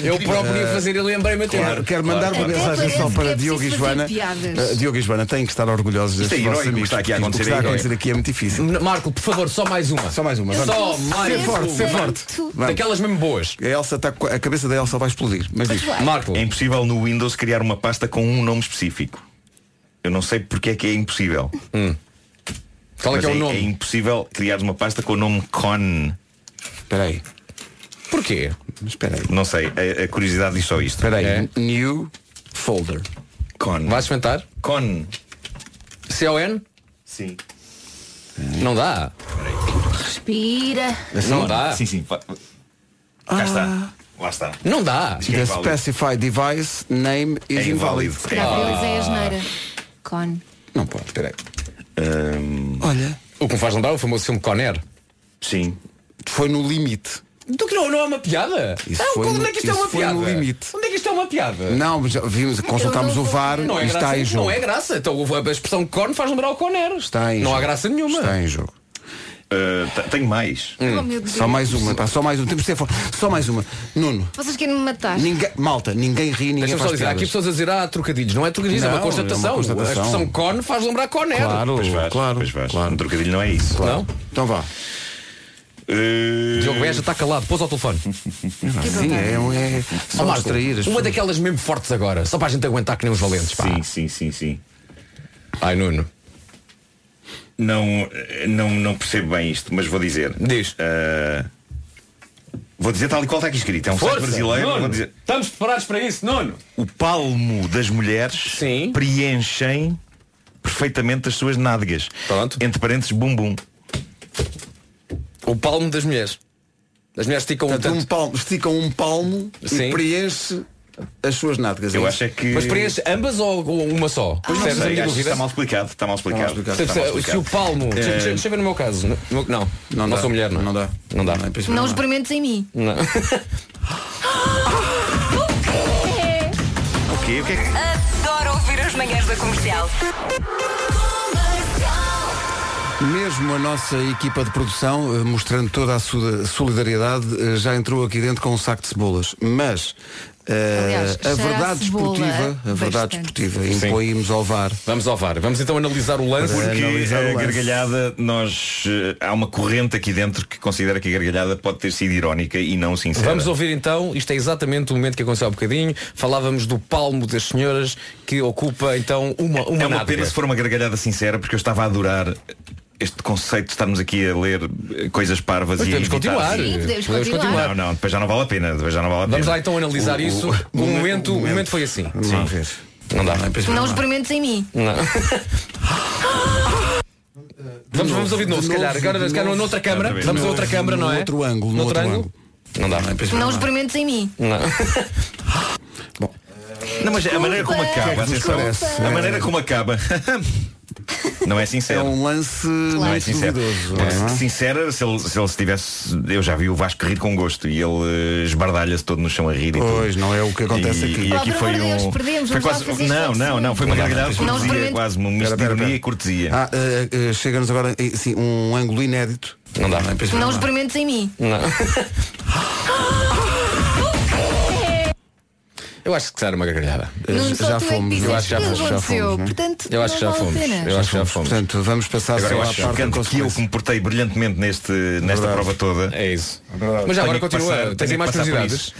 Eu próprio ia fazer e lembrei-me a
Quero, quero mandar uma mensagem só para Diogo e Joana. Uh, Diogo e Joana têm que estar orgulhosos
Isto é
destes nossos
heróico,
amigos.
está aqui a
porque
acontecer,
O que está a
é
acontecer aqui é muito difícil.
Marco, por favor, só mais uma.
Só mais uma.
Eu
vamos.
tô mais
ser forte,
uma.
ser forte.
Daquelas mesmo boas.
A, Elsa tá está, co- a cabeça da Elsa vai explodir. Mas diz.
Marco.
É impossível no Windows criar uma pasta com um nome específico. Eu não sei porque é que é impossível.
Hum.
Qual é
Mas
que é o nome?
É impossível criar uma pasta com o nome Con.
Espera aí.
Porquê?
Espera aí.
Não sei, a, a curiosidade diz só isto. É.
Espera aí. New folder.
Con.
Vais experimentar?
Con.
C-O-N?
Sim.
Não dá.
Respira.
Não dá.
Sim, sim. Cá
Ah.
está. Lá está.
Não dá.
Acho que é
The
válido.
specified device name is
É
invalid.
inválido.
Se calhar para eles é a geneira. Con.
Não pode, espera aí.
Olha.
O que me faz lembrar é o famoso filme Conner.
Sim.
Foi no limite.
Do que não, não é uma piada?
Isso
Não,
foi
onde
no-
é que isto é
isso
uma
foi
piada?
no limite.
Onde é que isto é uma piada?
Não, mas já vimos, consultámos o VAR
Não é
e está
graça,
em jogo.
Não é graça. Então a expressão corno faz lembrar o Conner.
Está em
não há
jogo.
graça nenhuma.
Está em jogo. Hum.
Uh, t- tenho mais.
Oh, meu Deus.
Só mais uma, pá, só mais uma. Temos que ser forte. Só mais uma. Nuno,
Vocês querem me matar?
ninguém, malta, ninguém ri, ninguém
Deixa-me só
faz
dizer, há aqui
piadas.
pessoas a dizer, ah, trocadilhos. Não é trocadilhos, é
Não,
uma constatação.
é uma constatação.
A expressão corno faz lembrar Conner.
Claro,
Pois vais,
claro.
pois vais. Um trocadilho não é isso.
Não?
Então vá.
Uh,
Diogo Beja está calado, pôs ao telefone. um-
Sim, é, é, é
Ó,
só
Marco,
distrair as
uma
pessoas.
daquelas mesmo fortes agora, só para a gente aguentar que nem os valentes. Pá.
Sim, sim, sim, sim.
Ai, Nuno.
Não, eh, não, não percebo bem isto, mas vou dizer.
Diz.
Uh, vou dizer tal e qual está aqui escrito. É um site brasileiro.
Nuno.
Vou dizer,
Estamos preparados para isso, Nuno.
o palmo das mulheres preenchem perfeitamente as suas nádegas.
Pronto.
Entre parênteses, bumbum.
O palmo das mulheres. As mulheres esticam um
Portanto,
tanto.
um palmo, esticam um palmo
Sim.
e preenche as suas nádegas.
Eu
é
acho é
isso?
que.
Mas preenche ambas ou ou uma só?
Pois não
Percebes a
sei,
minha
acho que
dúvida?
está mal explicado. Está mal explicado.
explicado.
está mal
Se, se
explicado.
o palmo.
Eh,
Deixa, deixa- deixa ver um- no meu caso. No- no- Não, não,
dá.
sou mulher, não. é?
Não dá.
Não dá.
Em princípio
Não
dá.
experimentes em mim.
Não.
o quê? O que é que-
Adoro ouvir as manhãs da comercial.
Mesmo a nossa equipa de produção, eh, mostrando toda a sua solidariedade, eh, já entrou aqui dentro com um saco de cebolas. Mas eh,
Aliás,
a
cheira a
verdade
cebola
esportiva, a verdade
bastante.
esportiva, impõe-nos ao VAR.
Vamos ao VAR. Vamos então analisar o lance.
Porque
analisar o
a
lance.
gargalhada, nós eh, há uma corrente aqui dentro que considera que a gargalhada pode ter sido irónica e não sincera.
Vamos ouvir então, isto é exatamente o momento que aconteceu há bocadinho. Falávamos do palmo das senhoras que ocupa então uma, uma
é uma
nádega.
pena se for uma gargalhada sincera, porque eu estava a adorar este conceito de estarmos aqui a ler eh, coisas parvas
Mas
e a
podemos
imitar.
continuar.
Sim, podemos continuar.
Não, não, depois já não vale a pena. Depois já não vale a
Vamos
pena.
lá então analisar isso. O, momento, o momento foi assim.
Vamos lá ver.
Não dá.
Não experimentes em mim.
Não. vamos, vamos ouvir de novo,
de
se calhar.
novo,
Agora,
de
se calhar,
novo.
noutra câmara.
Outra vez.
Vamos a outra
Num
câmara, não é?
outro ângulo, é num
Noutro
outro
ângulo. Não dá.
Em princípio
Não experimentes em mim.
Não.
Não, mas a maneira como
Desculpa.
acaba,
Desculpa.
atenção. A maneira como acaba. Não é sincero. É um
lance
não é
muito
sincero.
duvidoso,
Porque,
não é?
sincero, se ele, se ele estivesse. Eu já vi o Vasco rir com gosto e ele eh, esbardalha-se todo no chão a rir. Pois,
não é o que acontece
e,
aqui.
E
Oh,
aqui
por
foi
amor de Deus,
um.
perdemos,
foi
vamos lá
quase,
fazer
não,
isto
não,
assim.
não. Foi uma
Não,
gargalhada de
não, não.
cortesia,
Experimento.
quase um misto de
Espera, espera,
ironia
espera.
e cortesia.
Ah, ah, ah, chega-nos agora eh, sim, um ângulo inédito. Não dá.
Não experimentes em mim.
Eu acho que era uma gargalhada.
Nuno, só tu é que dizes
Eu acho que já
que
fomos. Já
aconteceu,
fomos.
portanto,
Eu acho que já
não vale a
fomos.
pena.
Eu acho que já fomos.
Portanto, vamos passar
Agora eu
só à
acho
parte da
chocante que eu
consequência.
que me portei brilhantemente neste, nesta
Verdade.
prova toda. É isso.
Mas já agora continua. Tens aí mais curiosidades?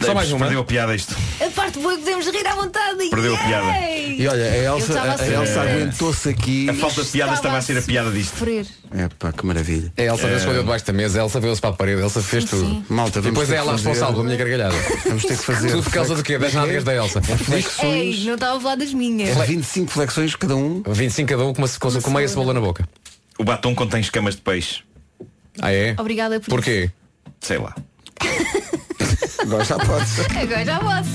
Só mais uma.
Perdeu a piada isto.
A parte boa é que podemos rir à vontade.
Perdeu a
Yay!
piada.
E olha, a
Eu
Elsa,
estava assim.
a,
a
a
sofrer.
Elsa aguentou-se aqui.
A falta de piada estava a ser a piada disto.
Sofrer.
É pá, que maravilha.
A Elsa veio-se escondeu debaixo da mesa, a Elsa veio-se para a parede, a Elsa fez tudo.
Eh, Malta,
E
vamos
depois
ter
é
que
ela a
fazer-
responsável da minha gargalhada.
Vamos ter que fazer.
Tudo por causa do quê? Das nádegas da Elsa.
Ei, não estava a falar das minhas.
É 25 flexões cada um.
25 cada um com, uma, com, com meia cebola na boca.
O batom contém escamas de peixe.
Ah é?
Obrigada por isso.
Porquê?
Sei lá.
Agora já podes.
Agora já posso.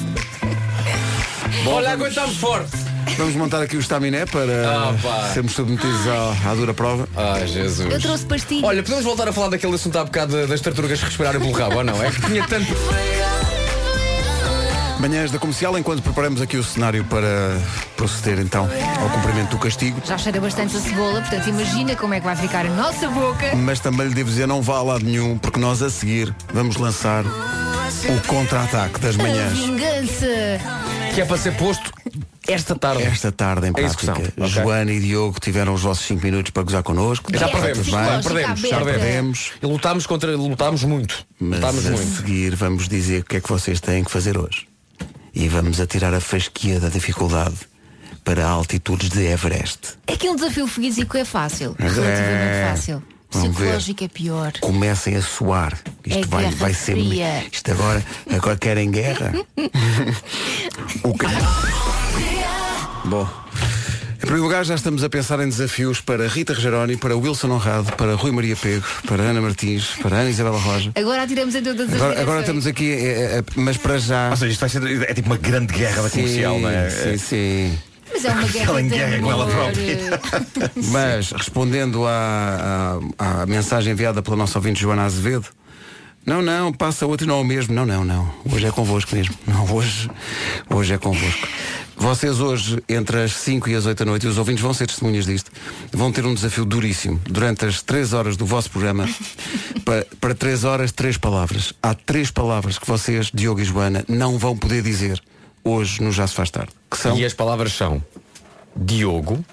Olha, aguentamos forte.
Vamos montar aqui o estaminé para
Ah, pá.
sermos submetidos à, à dura prova.
Ah, Jesus.
Eu trouxe pastilha.
Olha, podemos voltar a falar daquele assunto há bocado das tartarugas que respirarem pelo rabo, ou não? É que tinha tanto.
Manhãs da comercial, enquanto preparamos aqui o cenário para proceder então ao cumprimento do castigo.
Já cheira bastante a cebola, portanto imagina como é que vai ficar a nossa boca.
Mas também lhe devo dizer, não vá a lado nenhum, porque nós a seguir vamos lançar o contra-ataque das
A
manhãs.
vingança.
Que é para ser posto esta tarde.
Esta tarde, em
É isso que
prática,
são. Ok.
Joana e Diogo tiveram os vossos 5 minutos para gozar connosco.
Já
Está
perdemos,
tudo bem.
já perdemos, já
Já perdemos.
perdemos. E lutámos contra, lutámos muito.
Mas
lutámos
a
muito.
seguir vamos dizer o que é que vocês têm que fazer hoje. E vamos atirar a fasquia da dificuldade para altitudes de Everest.
É que um desafio físico é fácil,
Mas é.
relativamente fácil.
Vamos ver.
Psicológico é pior.
Comecem a suar. Isto
É
vai,
Guerra
vai ser.
Fria.
Isto agora, agora querem guerra. o que... Bom. Em primeiro lugar, já estamos a pensar em desafios para Rita Rogeroni, para Wilson Honrado, para Rui Maria Pego, para Ana Martins, para Ana Isabela Roja.
Agora atiramos em todas as
Agora, agora
direções.
estamos aqui, é, é, é, mas para já. Ou
seja, isto vai ser é tipo uma grande guerra da comercial, não é?
Sim, sim.
Mas é uma guerra,
Ela em
de
guerra com ela
amor.
própria.
Mas respondendo à, à- à mensagem enviada pela nossa ouvinte Joana Azevedo, não, não, passa outro e não é o mesmo. Não, não, não. Hoje é convosco mesmo. Não, hoje, hoje é convosco. Vocês hoje, entre as 5 e as 8 da noite, e os ouvintes vão ser testemunhas disto, vão ter um desafio duríssimo. Durante as 3 horas do vosso programa, para, para 3 horas, 3 palavras. Há 3 palavras que vocês, Diogo e Joana, não vão poder dizer hoje no Já Se Faz Tarde. Que são...
E as palavras são Diogo,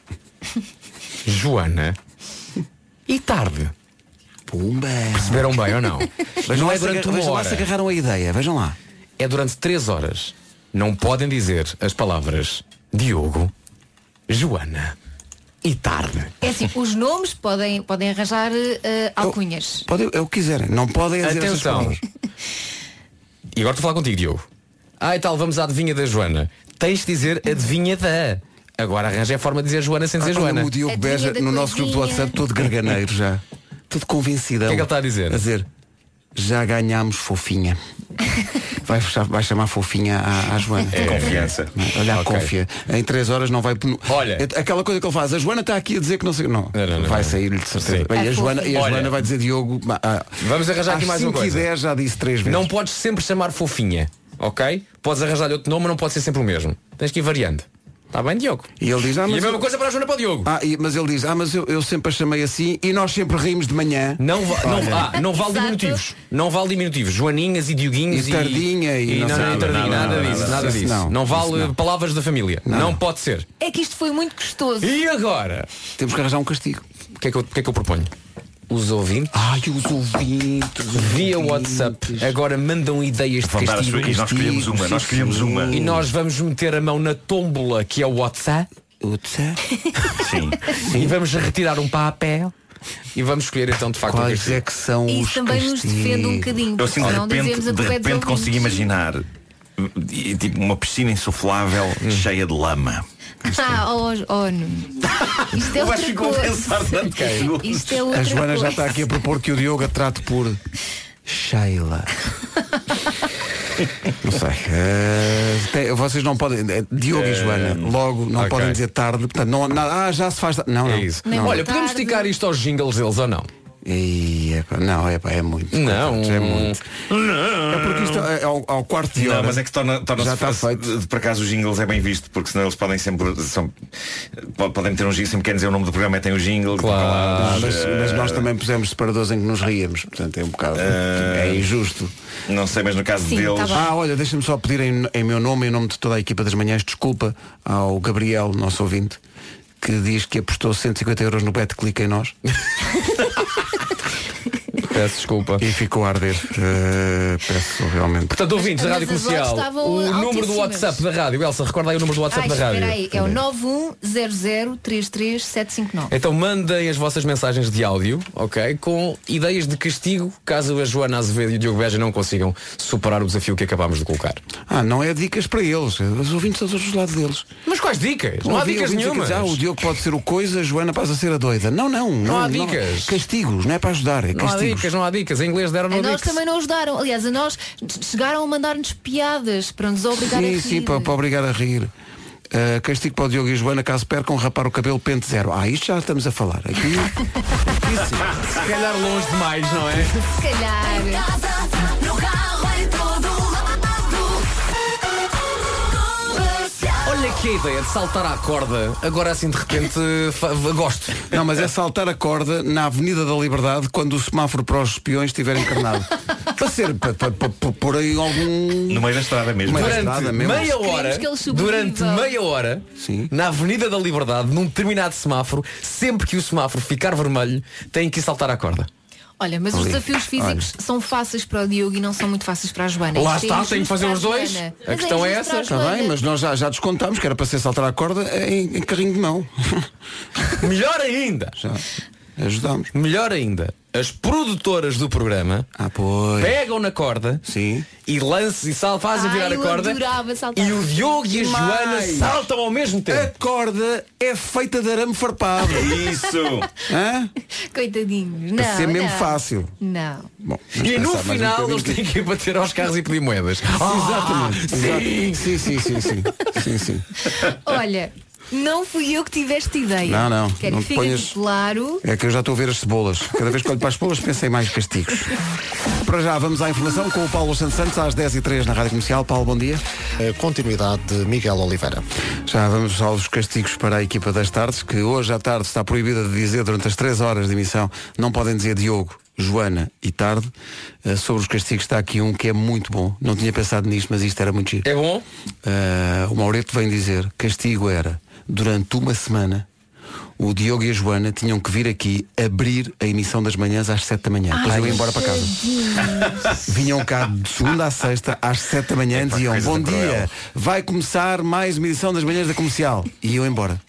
Joana e tarde.
Pumba!
Perceberam bem ou não?
Vejam
não
lá
é
se
durante
agarra-
uma
vejam lá
hora.
se agarraram a ideia, vejam lá.
É durante três horas. Não podem dizer as palavras Diogo, Joana e tarde.
É assim, os nomes podem, podem arranjar eh, alcunhas.
Podem, é o que quiserem. Não podem dizer essas
Atenção.
palavras.
E agora estou a falar contigo, Diogo. Ah, e tal, vamos à adivinha da Joana. Tens de dizer adivinha da. Agora arranja a forma de dizer Joana sem dizer
Ah, olha-me
Joana.
O Diogo Beja, no nosso grupo do WhatsApp, todo garganeiro já. Todo convencido. O que é que ele está a dizer? A dizer, já ganhámos fofinha. Vai, fechar- vai chamar fofinha à, à Joana.
É. Confiança.
Olha,
Ok.
confia. Em três horas não vai. Olha. Aquela coisa que ele faz, a Joana está aqui a dizer que não sei. Não, vai sair-lhe de certeza.
Sim.
Bem,
É
a Joana, e a
fofinha.
Joana vai dizer Diogo. ah,
Vamos arranjar
às
aqui mais uma
5 e
coisa.
10 já disse três vezes.
Não podes sempre chamar fofinha, ok? Podes arranjar-lhe outro nome, mas não pode ser sempre o mesmo. Tens que ir variando. Está bem, Diogo?
E ele diz, ah,
E
mas
a mesma
eu-
coisa para a Joana e para o Diogo.
Ah, e- mas ele diz, ah, mas eu, eu sempre a chamei assim e nós sempre rimos de manhã.
Não, va- não,
Olha.
ah, não vale diminutivos. Não vale diminutivos. Joaninhas e Dioguinhos
E tardinha e não
não,
sei
não,
nada,
tardinha,
nada,
nada,
nada,
disso,
nada.
nada
Isso
disso.
não,
Não,
isso
vale
não.
palavras da família. Não. pode ser.
É que isto foi muito gostoso.
E agora?
Temos que arranjar um castigo.
O que é que eu, o que é que eu proponho? Os ouvintes.
Ai, os ouvintes.
Via WhatsApp. Agora mandam ideias de
Vão dar as
castigo.
suas- e nós escolhemos uma, nós escolhemos uma.
E nós vamos meter a mão na tómbola que é o WhatsApp.
WhatsApp.
Sim.
E vamos retirar um papel. E vamos escolher então de facto
Quais
o castigo.
é que são
Isso também nos defende um bocadinho.
Eu
porque
assim de
não
repente,
dizemos a
de
culpa é dos
repente
ouvintes.
consigo imaginar e, tipo, uma piscina insuflável
Hum.
cheia de lama.
Ah, oh, oh, Nuno. Isto é
Eu acho
outra
que vou
coisa.
pensar tanto que-
Isto é outra
a Joana
coisa.
já está aqui a propor que o Diogo a trate por Sheila. Não sei. Eh, tem- vocês não podem. eh, Diogo e Joana, logo, não
ok.
podem dizer tarde. Portanto, não, nada- ah, já se faz. ta- Não, não.
É isso.
Não,
Olha,
não.
podemos esticar isto aos jingles deles ou não?
E, é, pá, não, é, pá, é muito. Não. É muito. É porque isto é ao, ao quarto de hora.
Não, mas é que torna, torna
Já tá está
Por acaso os jingles é bem visto, porque senão eles podem sempre. São, po- podem ter um jingle, sempre querem dizer o nome do programa, metem o jingle. eh,
Ah,
Claro,
mas, mas nós também pusemos separadores em que nos ríamos, portanto é um bocado.
eh,
é injusto.
Não sei, mas no caso deles.
tá
Ah, olha, deixa-me só pedir em, em meu nome, em nome de toda a equipa das manhãs, desculpa ao Gabriel, nosso ouvinte, que diz que apostou 150 euros no bet clica em nós.
peço desculpa.
E ficou a arder. Eh, peço realmente.
Portanto, ouvintes da
Mas
Rádio
as
Comercial,
vozes estavam
o número do
altíssimas.
WhatsApp da rádio, Elsa, recorda aí o número do WhatsApp
Ai,
da rádio.
espera aí, é o 910033759.
Então mandem as vossas mensagens de áudio, ok? Com ideias de castigo, caso a Joana Azevedo e o Diogo Beja não consigam superar o desafio que acabámos de colocar.
Ah, não é dicas para eles, é os ouvintes a todos os lados deles.
Mas quais dicas? Não há
Ouvi-
dicas
ouvintes a
nenhumas.
dizer, Ah, o Diogo pode ser o coisa, a Joana passa a ser a doida. Não, não.
Não há dicas.
castigos, não é para ajudar, é
Não há
castigos.
dicas, não há dicas. Em inglês deram
A
no
nós
Dix.
também não ajudaram. Aliás, a nós chegaram a mandar-nos piadas para nos obrigar a
Sim,
rir.
sim, para, para obrigar a rir. Ah, castigo para o Diogo e a Joana, caso percam, rapar o cabelo pente zero. Ah, isto já estamos a falar. Aqui,
Se calhar longe demais, não é?
Se calhar.
Olha que ideia de saltar à corda, agora assim de repente fa- gosto.
Não, mas é saltar a corda na Avenida da Liberdade quando o semáforo para os espiões estiver encarnado. para ser, para, para, para- para pôr aí algum.
No meio da estrada mesmo.
Meio da
Durante
estrada mesmo.
meia hora,
Queremos que eles sobrevivam.
durante meia hora, na Avenida da Liberdade, num determinado semáforo, sempre que o semáforo ficar vermelho, tem que saltar à corda.
Olha, mas os
Ali.
desafios físicos são fáceis para o Diogo e não são muito fáceis para a Joana.
Lá
Isto é
está,
injusto
tenho que fazer
para
os dois.
Joana.
A
Mas
questão é
injusto
essa.
para a
Está Tá bem,
Joana.
mas nós já, já descontámos que era para ser saltar a corda é em, em carrinho de mão.
Melhor ainda.
Já ajudámos.
Melhor ainda, as produtoras do programa
Ah,
pegam na corda e lançam e sal, fazem
Ai,
virar a
eu
corda.
adorava saltar.
E o Diogo e a Joana
Mais.
saltam ao Tá mesmo tempo. É
A corda é feita de arame farpado.
Isso!
Hã?
Coitadinhos.
Para
Não,
ser mesmo
não.
fácil.
Não.
Bom, vamos
E no
pensar mais um
final
bocadinho.
eles têm que ir bater aos carros e pedir moedas.
Exatamente.
Sim.
Exato. Sim, sim, sim, sim. sim, sim.
Olha, não fui eu que tiveste ideia.
Não, não,
Quero
não
que
te
fique
ponhas-
claro.
É que eu já estou a ver as cebolas. Cada vez que olho para as cebolas pensei mais castigos. Para já vamos à informação com o Paulo Santos Santos às 10 e 3 na Rádio Comercial. Paulo, bom dia.
A É, continuidade de Miguel Oliveira.
Já vamos aos castigos para a equipa das tardes, que hoje à tarde está proibida de dizer durante as 3 horas de emissão, não podem dizer Diogo, Joana e tarde. Eh, Sobre os castigos está aqui um que é muito bom. Não tinha pensado nisto, mas isto era muito giro.
É bom?
Eh, o Maureto vem dizer, castigo era, durante uma semana, o Diogo e a Joana tinham que vir aqui abrir a emissão das manhãs às 7 da manhã. Depois eu ia embora para casa. Vinham cá de segunda à sexta, às sete da
É
manhã, diziam
coisa
bom
de cruel."
dia, vai começar mais uma edição das manhãs da comercial. E eu embora.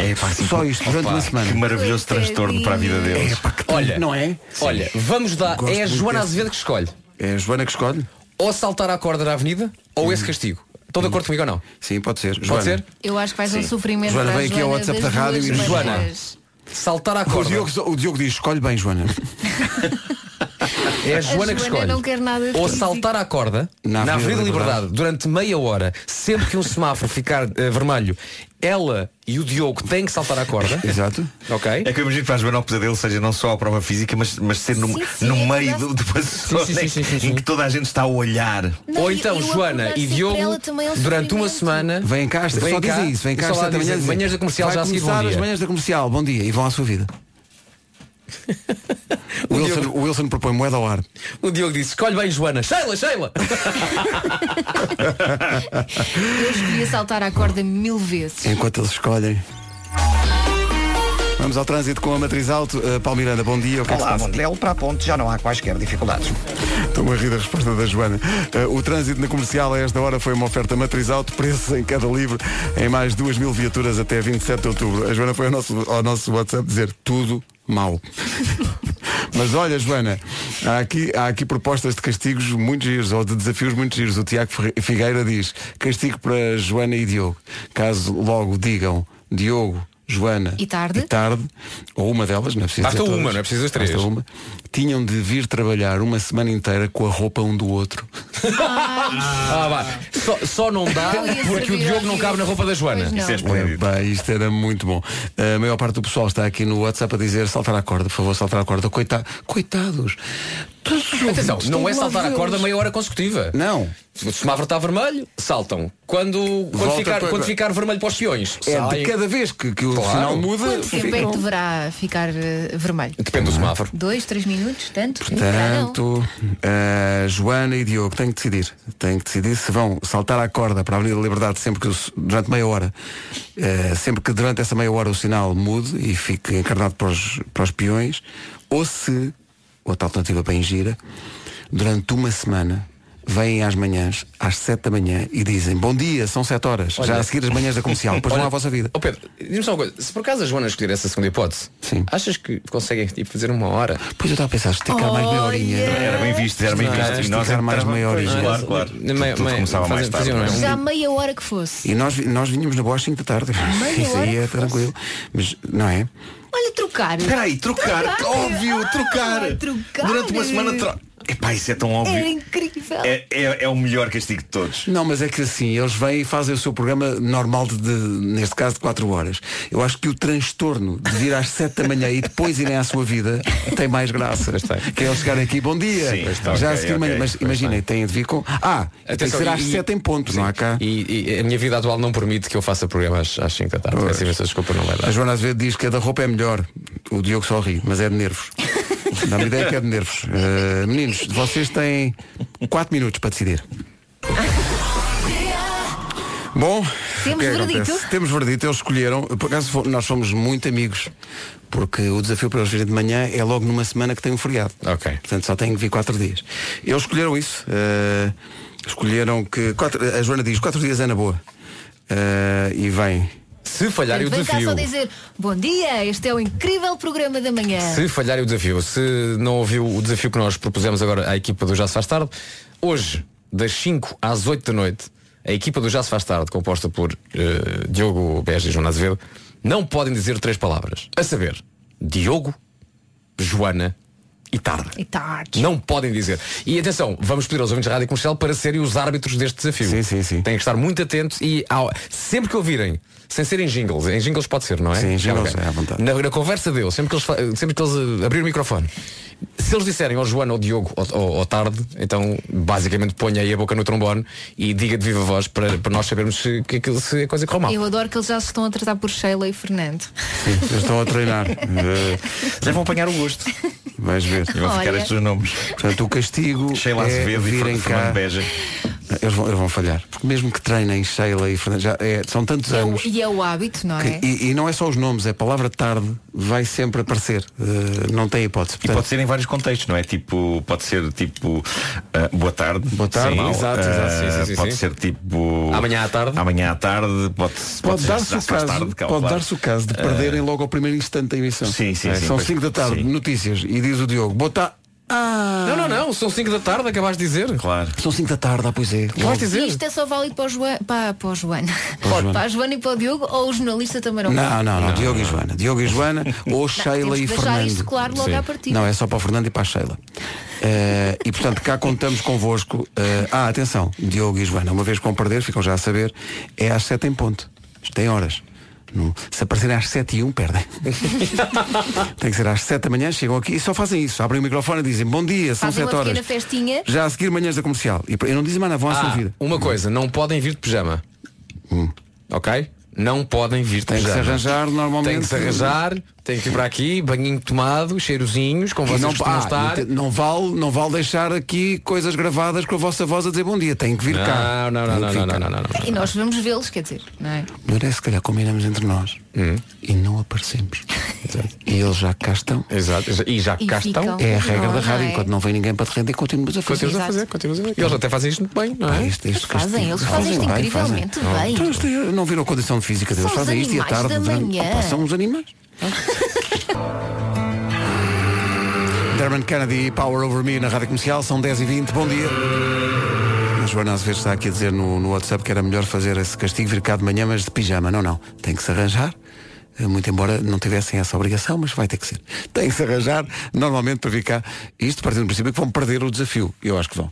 É, pá, assim,
Só isto, durante
opa,
uma semana.
Que maravilhoso transtorno para a vida deles.
Olha,
não é?
Olha, vamos dar.
Gosto
é a
muito
Joana
desse.
Azevedo que escolhe.
É a Joana que escolhe?
Ou saltar à corda na avenida, ou esse castigo. Estão de acordo comigo ou não?
Sim, pode ser.
Pode ser?
Eu acho que vais um
Sim.
sofrimento
Joana,
para a
vem aqui ao WhatsApp
das
da rádio
duas
e diz, Joana,
maneiras.
Saltar à
O
corda.
Diogo, o Diogo diz, escolhe bem, Joana.
É a Joana que escolhe.
não quer nada
Ou
físico.
saltar à corda na, Avenida Liberdade durante meia hora, sempre que um semáforo ficar eh, vermelho, ela e o Diogo têm que saltar à corda.
Exato.
Ok.
É que eu imagino que para a Joana o pesadelo seja não só a prova física, mas, mas ser no, no meio do, de uma zona
é sim, sim, sim, sim,
em que toda a gente está a olhar.
Não,
Ou
e-
então
e o
Joana
acordar
e
sempre
Diogo
ela também é um
durante uma semana
Vem cá, só dizem isso, vem cá
e
às
só lá
7 da manhã.
dizem,
dizer,
manhãs da comercial
vai
já a seguir bom
começar as
dia."
manhãs da comercial, bom dia, e vão à sua vida. o, Wilson, o Wilson propõe moeda ao ar.
O Diogo disse, escolhe bem Joana, Sheila, Sheila!
Eu escolhi saltar à corda mil vezes.
Enquanto eles escolhem. Vamos ao trânsito com a Matriz Alto. Uh, Paulo Miranda, bom dia. O que é que se
Olá,
passa?
bom dia. Para a ponte já não há quaisquer dificuldades.
Estou a rir da resposta da Joana. Uh, o trânsito na comercial a esta hora foi uma oferta matriz alto, preço em cada livro, em mais duas mil viaturas até 27 de outubro. A Joana foi ao nosso, ao nosso WhatsApp dizer tudo mal. Mas olha, Joana, há aqui, há aqui propostas de castigos muito giros, ou de desafios muito giros. O Tiago Ferre- Figueira diz, castigo para Joana e Diogo. Caso logo digam Diogo, Joana
E tarde?
tarde, ou uma delas, não é preciso
Basta
dizer
uma,
todas.
não é preciso as três.
Basta uma. Tinham de vir trabalhar uma semana inteira com a roupa um do outro.
Ah, vá. Só, só não dá
Ah, Eu ia
porque o
servir
Diogo
ao
não
fim.
cabe na roupa da Joana. é
Pois não. Epá, isto era muito bom. A maior parte do pessoal está aqui no WhatsApp a dizer saltar a corda, por favor, saltar a corda. Coita- Coitados.
Atenção,
ouvintes,
não é
estão
saltar a
lá
corda
eles.
meia hora consecutiva.
Não.
Se o mavro está vermelho, saltam. Quando, quando,
Volta
ficar,
para-
quando ficar vermelho para os peões,
É,
saem.
de cada vez que, que o
Claro.
sinal muda.
Quanto tempo é que deverá ficar eh, vermelho?
Depende do semáforo.
Dois, três minutos? Tanto? Ah, não.
Portanto, eh, Joana e Diogo têm que decidir. Têm que decidir se vão saltar à corda para a Avenida da Liberdade sempre que o s- durante meia hora. eh, sempre que durante essa meia hora o sinal mude e fique encarnado para os, para os peões, ou se, outra alternativa bem gira, durante uma semana vêm às manhãs, às sete da manhã, e dizem bom dia, são sete horas, já a seguir as manhãs da comercial, depois vão
Olha,
à vossa vida.
Ó Pedro, diz-me só uma coisa. Se por acaso a Joana escolher essa segunda hipótese, achas que conseguem tipo, fazer uma hora?
Pois eu estava a pensar, esticar mais meia horinha.
Era bem visto, era bem
Não,
visto. E nós
esticar mais
entrava-
meia horinha.
Claro, claro.
Na meia-
Tudo
meia-
começava mais
fazem-
tarde.
faziam, não é?
Já meia hora que fosse.
E nós, vi- nós vinhamos na boa às 5 da tarde.
Meia
Isso aí
hora
é tranquilo. Mas não é?
Olha, trocar.
Peraí, trocar, óbvio, trocar.
Ah, trocar.
Durante uma semana tro... Epá, isso é tão
Era
óbvio.
incrível.
É, é, é o melhor castigo de todos.
Não, mas é que assim, eles vêm e fazem o seu programa normal de, de- neste caso, de 4 horas. Eu acho que o transtorno de vir às 7 da manhã e depois irem à sua vida tem mais graça. Que é eles chegarem aqui, bom dia.
Sim, pois
Já a
tá, ok,
seguir
ok,
manhã. Mas
pois
imaginem, têm de vir com. Ah, tem que ser às
e-
7 em ponto, não é? há cá.
E, e a minha vida atual não permite que eu faça programas às 5 da tarde. Peço imensa desculpa, não vai dar.
A Joana às vezes diz que a da roupa é melhor. O Diogo só ri, mas é de nervos. Dá-me ideia que é de nervos. Eh, meninos, vocês têm 4 minutos para decidir. Bom, o
Temos
que é que
verdito?
acontece? Temos verdito, eles escolheram. Por acaso fo- nós somos muito amigos, porque o desafio para eles virem de manhã é logo numa semana que tem um feriado. Ok. Portanto, só têm que vir quatro dias. Eles escolheram isso. eh, escolheram que. quatro- a Joana diz, quatro dias é na boa. Eh, e vem.
Se falhar
Vem cá só dizer bom dia, este é o incrível programa da manhã.
Se falhar o desafio, se não ouviu o desafio que nós propusemos agora à equipa do Já Se Faz Tarde, hoje, das 5 às 8 da noite, a equipa do Já Se Faz Tarde, composta por eh, Diogo Beja e Joana Azevedo, não podem dizer três palavras. A saber, Diogo, Joana e Tarde.
E tá tarde.
Não podem dizer. E atenção, vamos pedir aos ouvintes da Rádio Comercial para serem os árbitros deste desafio. Sim, sim, sim. Têm que estar muito atentos e ao- sempre que ouvirem, sem serem jingles, em jingles pode ser, não é?
Sim, jingles,
Ok.
é à vontade.
Na, na conversa deles, sempre que eles, fa- sempre que eles eh, abrirem o microfone, se eles disserem ao Joana ou Diogo ou, ou- ou tarde, então basicamente ponha aí a boca no trombone e diga de viva voz para, para nós sabermos se, que, aquilo- se a coisa correu mal.
Eu adoro que eles já se estão a tratar por Sheila e Fernando.
Eles estão a treinar.
Já vão apanhar o gosto.
Vais ver.
E vão ficar Olha. estes
nomes.
Portanto, o castigo.
Sheila
é
Azevedo e
virem
Fer-
cá.
Fernando Beja.
Eles vão, eles vão falhar. Porque mesmo que treinem Sheila e Fernando, já é- são tantos anos.
E é o hábito, não é?
que- e, e não é só os nomes, é a palavra tarde vai sempre aparecer. Eh, não tem hipótese.
E pode ser em vários contextos, não é? Tipo, pode ser tipo ah, boa tarde. Boa
tarde, exato, exato, sim, sim, sim,
pode
sim.
ser tipo.
Amanhã à tarde.
Amanhã à tarde, pode,
Pode
ser
dar-se
já
o
se faz
caso,
tarde, cá,
pode
claro.
dar-se o caso de
Ah,
perderem logo ao primeiro instante da emissão.
Sim, sim,
Eh,
sim,
São
pois-
5 da tarde, notícias, e diz o Diogo, boa tarde. Ah.
Não, não, não, são 5 da tarde, acabaste de dizer.
Claro.
São 5 da tarde, ah, pois é. Logo.
E isto é só válido para, o Joa- para, para o Joana.
Para o Joana.
Para a Joana e para o Diogo ou o jornalista também não
Não, não, não,
pode?
Diogo e Joana. Diogo e Joana ou Sheila
temos
e
que deixar
Fernando.
isto claro logo à partida.
Não, é só para o Fernando e para a Sheila. Eh, e portanto cá contamos convosco. eh, ah, atenção, Diogo e Joana, uma vez que vão perder, ficam já a saber, é às 7 em ponto. Isto Tem horas. No- se aparecerem às 7 e 1, perdem. Tem que ser às 7 da manhã, chegam aqui e só fazem isso. Abrem o microfone e dizem bom dia, são
Fazem
7
uma
horas.
pequena festinha.
Já a seguir manhãs da comercial. E eu não dizem mais nada, vão à sua
Ah,
vida.
uma coisa, não podem vir de pijama. Ok? Não podem vir
Hum.
de
Tem que se
pijama.
arranjar normalmente.
Tem que se arranjar, tem que ir para aqui, banhinho tomado, cheirozinhos, com
E
vocês
não,
costumam
ah,
estar.
te- não vale, não vale deixar aqui coisas gravadas com a vossa voz a dizer bom dia. Tem que vir cá.
Não,
Tem
não, não, não,
que vir
não,
cá.
não, não, não.
E nós vamos vê-los, quer dizer, não é?
Mas é, se calhar combinamos entre nós Hum. e não aparecemos. E eles já cá estão.
Exato. E já
E cá ficam. estão.
É a regra
Não,
da rádio.
não é?
Enquanto não vem ninguém para te render, continuamos a fazer.
Continuas a fazer, continuas a fazer. Eles até fazem isto muito bem, não é?
Fazem, eles fazem Ah, isto incrivelmente bem.
Então, isto é- não viram a condição física deles.
São os
Fazem isto e à
animais
tarde.
da
durante-
manhã.
Opa, são os animais. Dermot Kennedy, Power Over Me na Rádio Comercial, são 10h20, bom dia. A Joana às vezes está aqui a dizer no, no WhatsApp que era melhor fazer esse castigo vir cá de manhã, mas de pijama. Não, não. Tem que se arranjar. eh, muito embora não tivessem essa obrigação, mas vai ter que ser. Tem que se arranjar, normalmente, para vir cá. Isto partindo do princípio que vão perder o desafio. Eu acho que vão.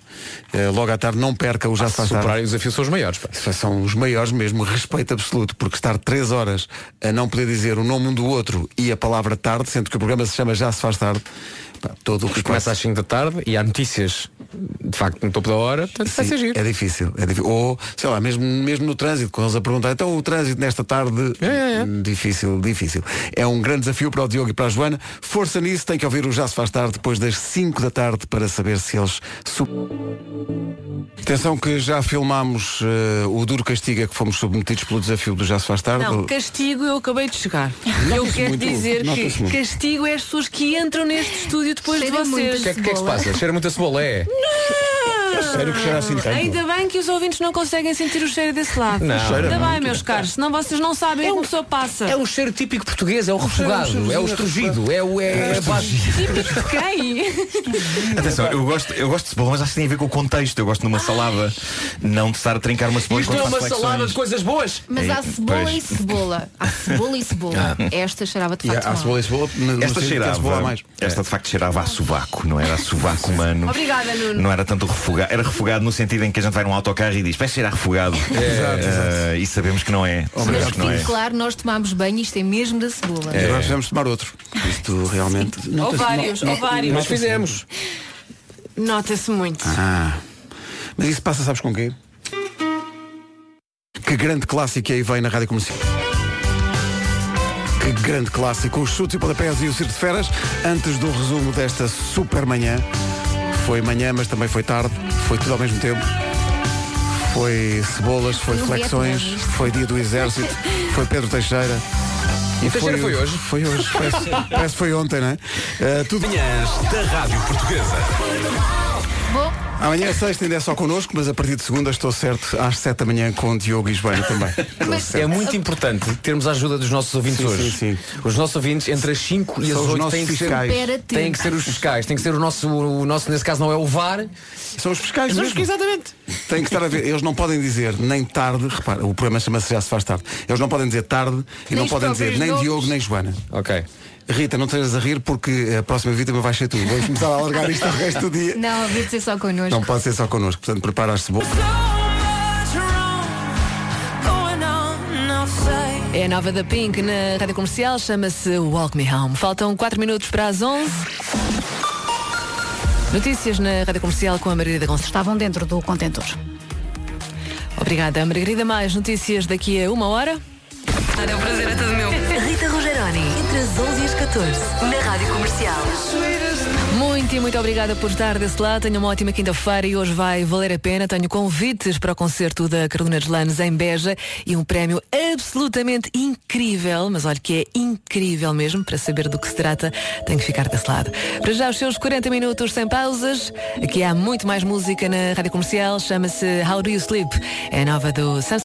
Eh, logo à tarde não perca o já
Ah,
se faz
se
tarde.
superarem os desafios são os maiores.
Isso São os maiores mesmo, respeito absoluto, porque estar três horas a não poder dizer o nome um do outro e a palavra tarde, sendo que o programa se chama Já se faz tarde, pá, todo o
E
respeito.
começa às 5 da tarde e há notícias, de facto, no topo da hora. Portanto, vai
Sim,
ser giro.
É difícil, é difícil. Ou, sei lá, mesmo, mesmo no trânsito, quando eles a perguntar, então o trânsito nesta tarde. Difícil, difícil. É um grande desafio para o Diogo e para a Joana. Força nisso, tem que ouvir o Já Se Faz Tarde depois das 5 da tarde para saber se eles. su- Atenção que já filmámos eh, o duro castigo a que fomos submetidos pelo desafio do Já Se Faz
Tá
Tarde.
Não, castigo eu acabei de chegar.
Nota-se
eu quero
muito,
dizer
nota-se
que
muito.
castigo é as pessoas que entram neste estúdio depois
Cheira
de
muito
vocês.
a O que é que- o que é que se cebola. passa? Cheira muito a cebola, é?
Não!
A sério que cheira assim tanto?
Ainda bem que os ouvintes não conseguem sentir o cheiro desse lado.
Não. Cheira
Ainda bem,
muito.
meus caros, senão vocês não sabem como a pessoa passa. Um
É um cheiro típico português, é o refogado,
cheiro-
é o estrugido, é o é, é a base. é
Típico de quem?
Ah, Atenção, eu gosto, eu gosto de cebola, mas acho que tem a ver com o contexto. Eu gosto de uma salada, não de estar a trincar uma cebola
Isto
enquanto
é uma
faço flexões.
salada de coisas boas.
Mas
É,
há cebola
pois.
e cebola. Há cebola e cebola.
Ah.
Esta cheirava de
E há-
facto
há
mal.
cebola
e cebola, no- no sentido que
Esta
há
cheirava,
cebola a mais.
esta de facto cheirava a sovaco, não era a sovaco humano.
Obrigada, Nuno.
Não era tanto refogado, era refogado no sentido em que a gente vai num autocarro e diz, vai cheirar
É,
refogado.
Exato,
Eh, E sabemos que não é. Sabemos
Mas
que não é.
fique claro, nós tomámos banho, isto é mesmo da cebola.
E agora precisamos tomar outro. Isto realmente.
Ou
Nota-se-
vários,
no-
ou
no-
vários.
nota-se-
Nota-se muito.
Ah. Mas isso passa, sabes com quê? Que grande clássico aí vem na Rádio Comercial. Que grande clássico. Os chutes e pontapés e o circo de feras. Antes do resumo desta super manhã. Foi manhã, mas também foi tarde. Foi tudo ao mesmo tempo. Foi cebolas, foi
Não vi a
flexões,
tomar
foi dia do exército, foi Pedro Teixeira.
O Teixeira foi hoje?
Foi hoje. Parece, parece que foi ontem, não é? Ah, tudo...
Manhãs da Rádio Portuguesa.
Bom,
Amanhã é sexta, ainda é só connosco, mas a partir de segunda estou certo às sete da manhã com o Diogo e Joana também. Estou certo.
É muito importante termos a ajuda dos nossos ouvintes
Sim,
hoje.
sim,
Os nossos ouvintes entre as 5 e
São os
as 8
nossos
têm que ser
fiscais.
Têm que ser os fiscais, tem que ser o nosso, o nosso, nesse caso não é o VAR.
São os fiscais.
São os
mesmo.
fiscais, exatamente.
Tem que estar a ver. Eles não podem dizer nem tarde, repara, o programa chama-se Já se faz tarde. Eles não podem dizer tarde e
Nem
não
os
podem dizer
próprios
nem
nomes.
Diogo nem Joana.
Ok.
Rita, não estejas a rir porque a próxima vítima vai ser tu. Vamos começar a alargar isto o resto do dia.
não, havia de ser só connosco.
Não pode ser só connosco, portanto prepara as cebolas.
É a nova da Pink na rádio comercial, chama-se Walk Me Home. Faltam 4 minutos para as 11. Notícias na rádio comercial com a Margarida Gonçalves.
Estavam dentro do contentor.
Obrigada, Margarida. Mais notícias daqui a uma hora.
Olha, o prazer é todo meu. Rita Rogeroni, entre as 11 e as 14, na Rádio Comercial.
Muito e muito obrigada por estar desse lado. Tenha uma ótima quinta-feira e hoje vai valer a pena. Tenho convites para o concerto da Carolina de Lanes em Beja e um prémio absolutamente incrível, mas olha que é incrível mesmo. Para saber do que se trata, tenho que ficar desse lado. Para já os seus 40 minutos sem pausas. Aqui há muito mais música na rádio comercial. Chama-se How Do You Sleep? É a nova do Samsung.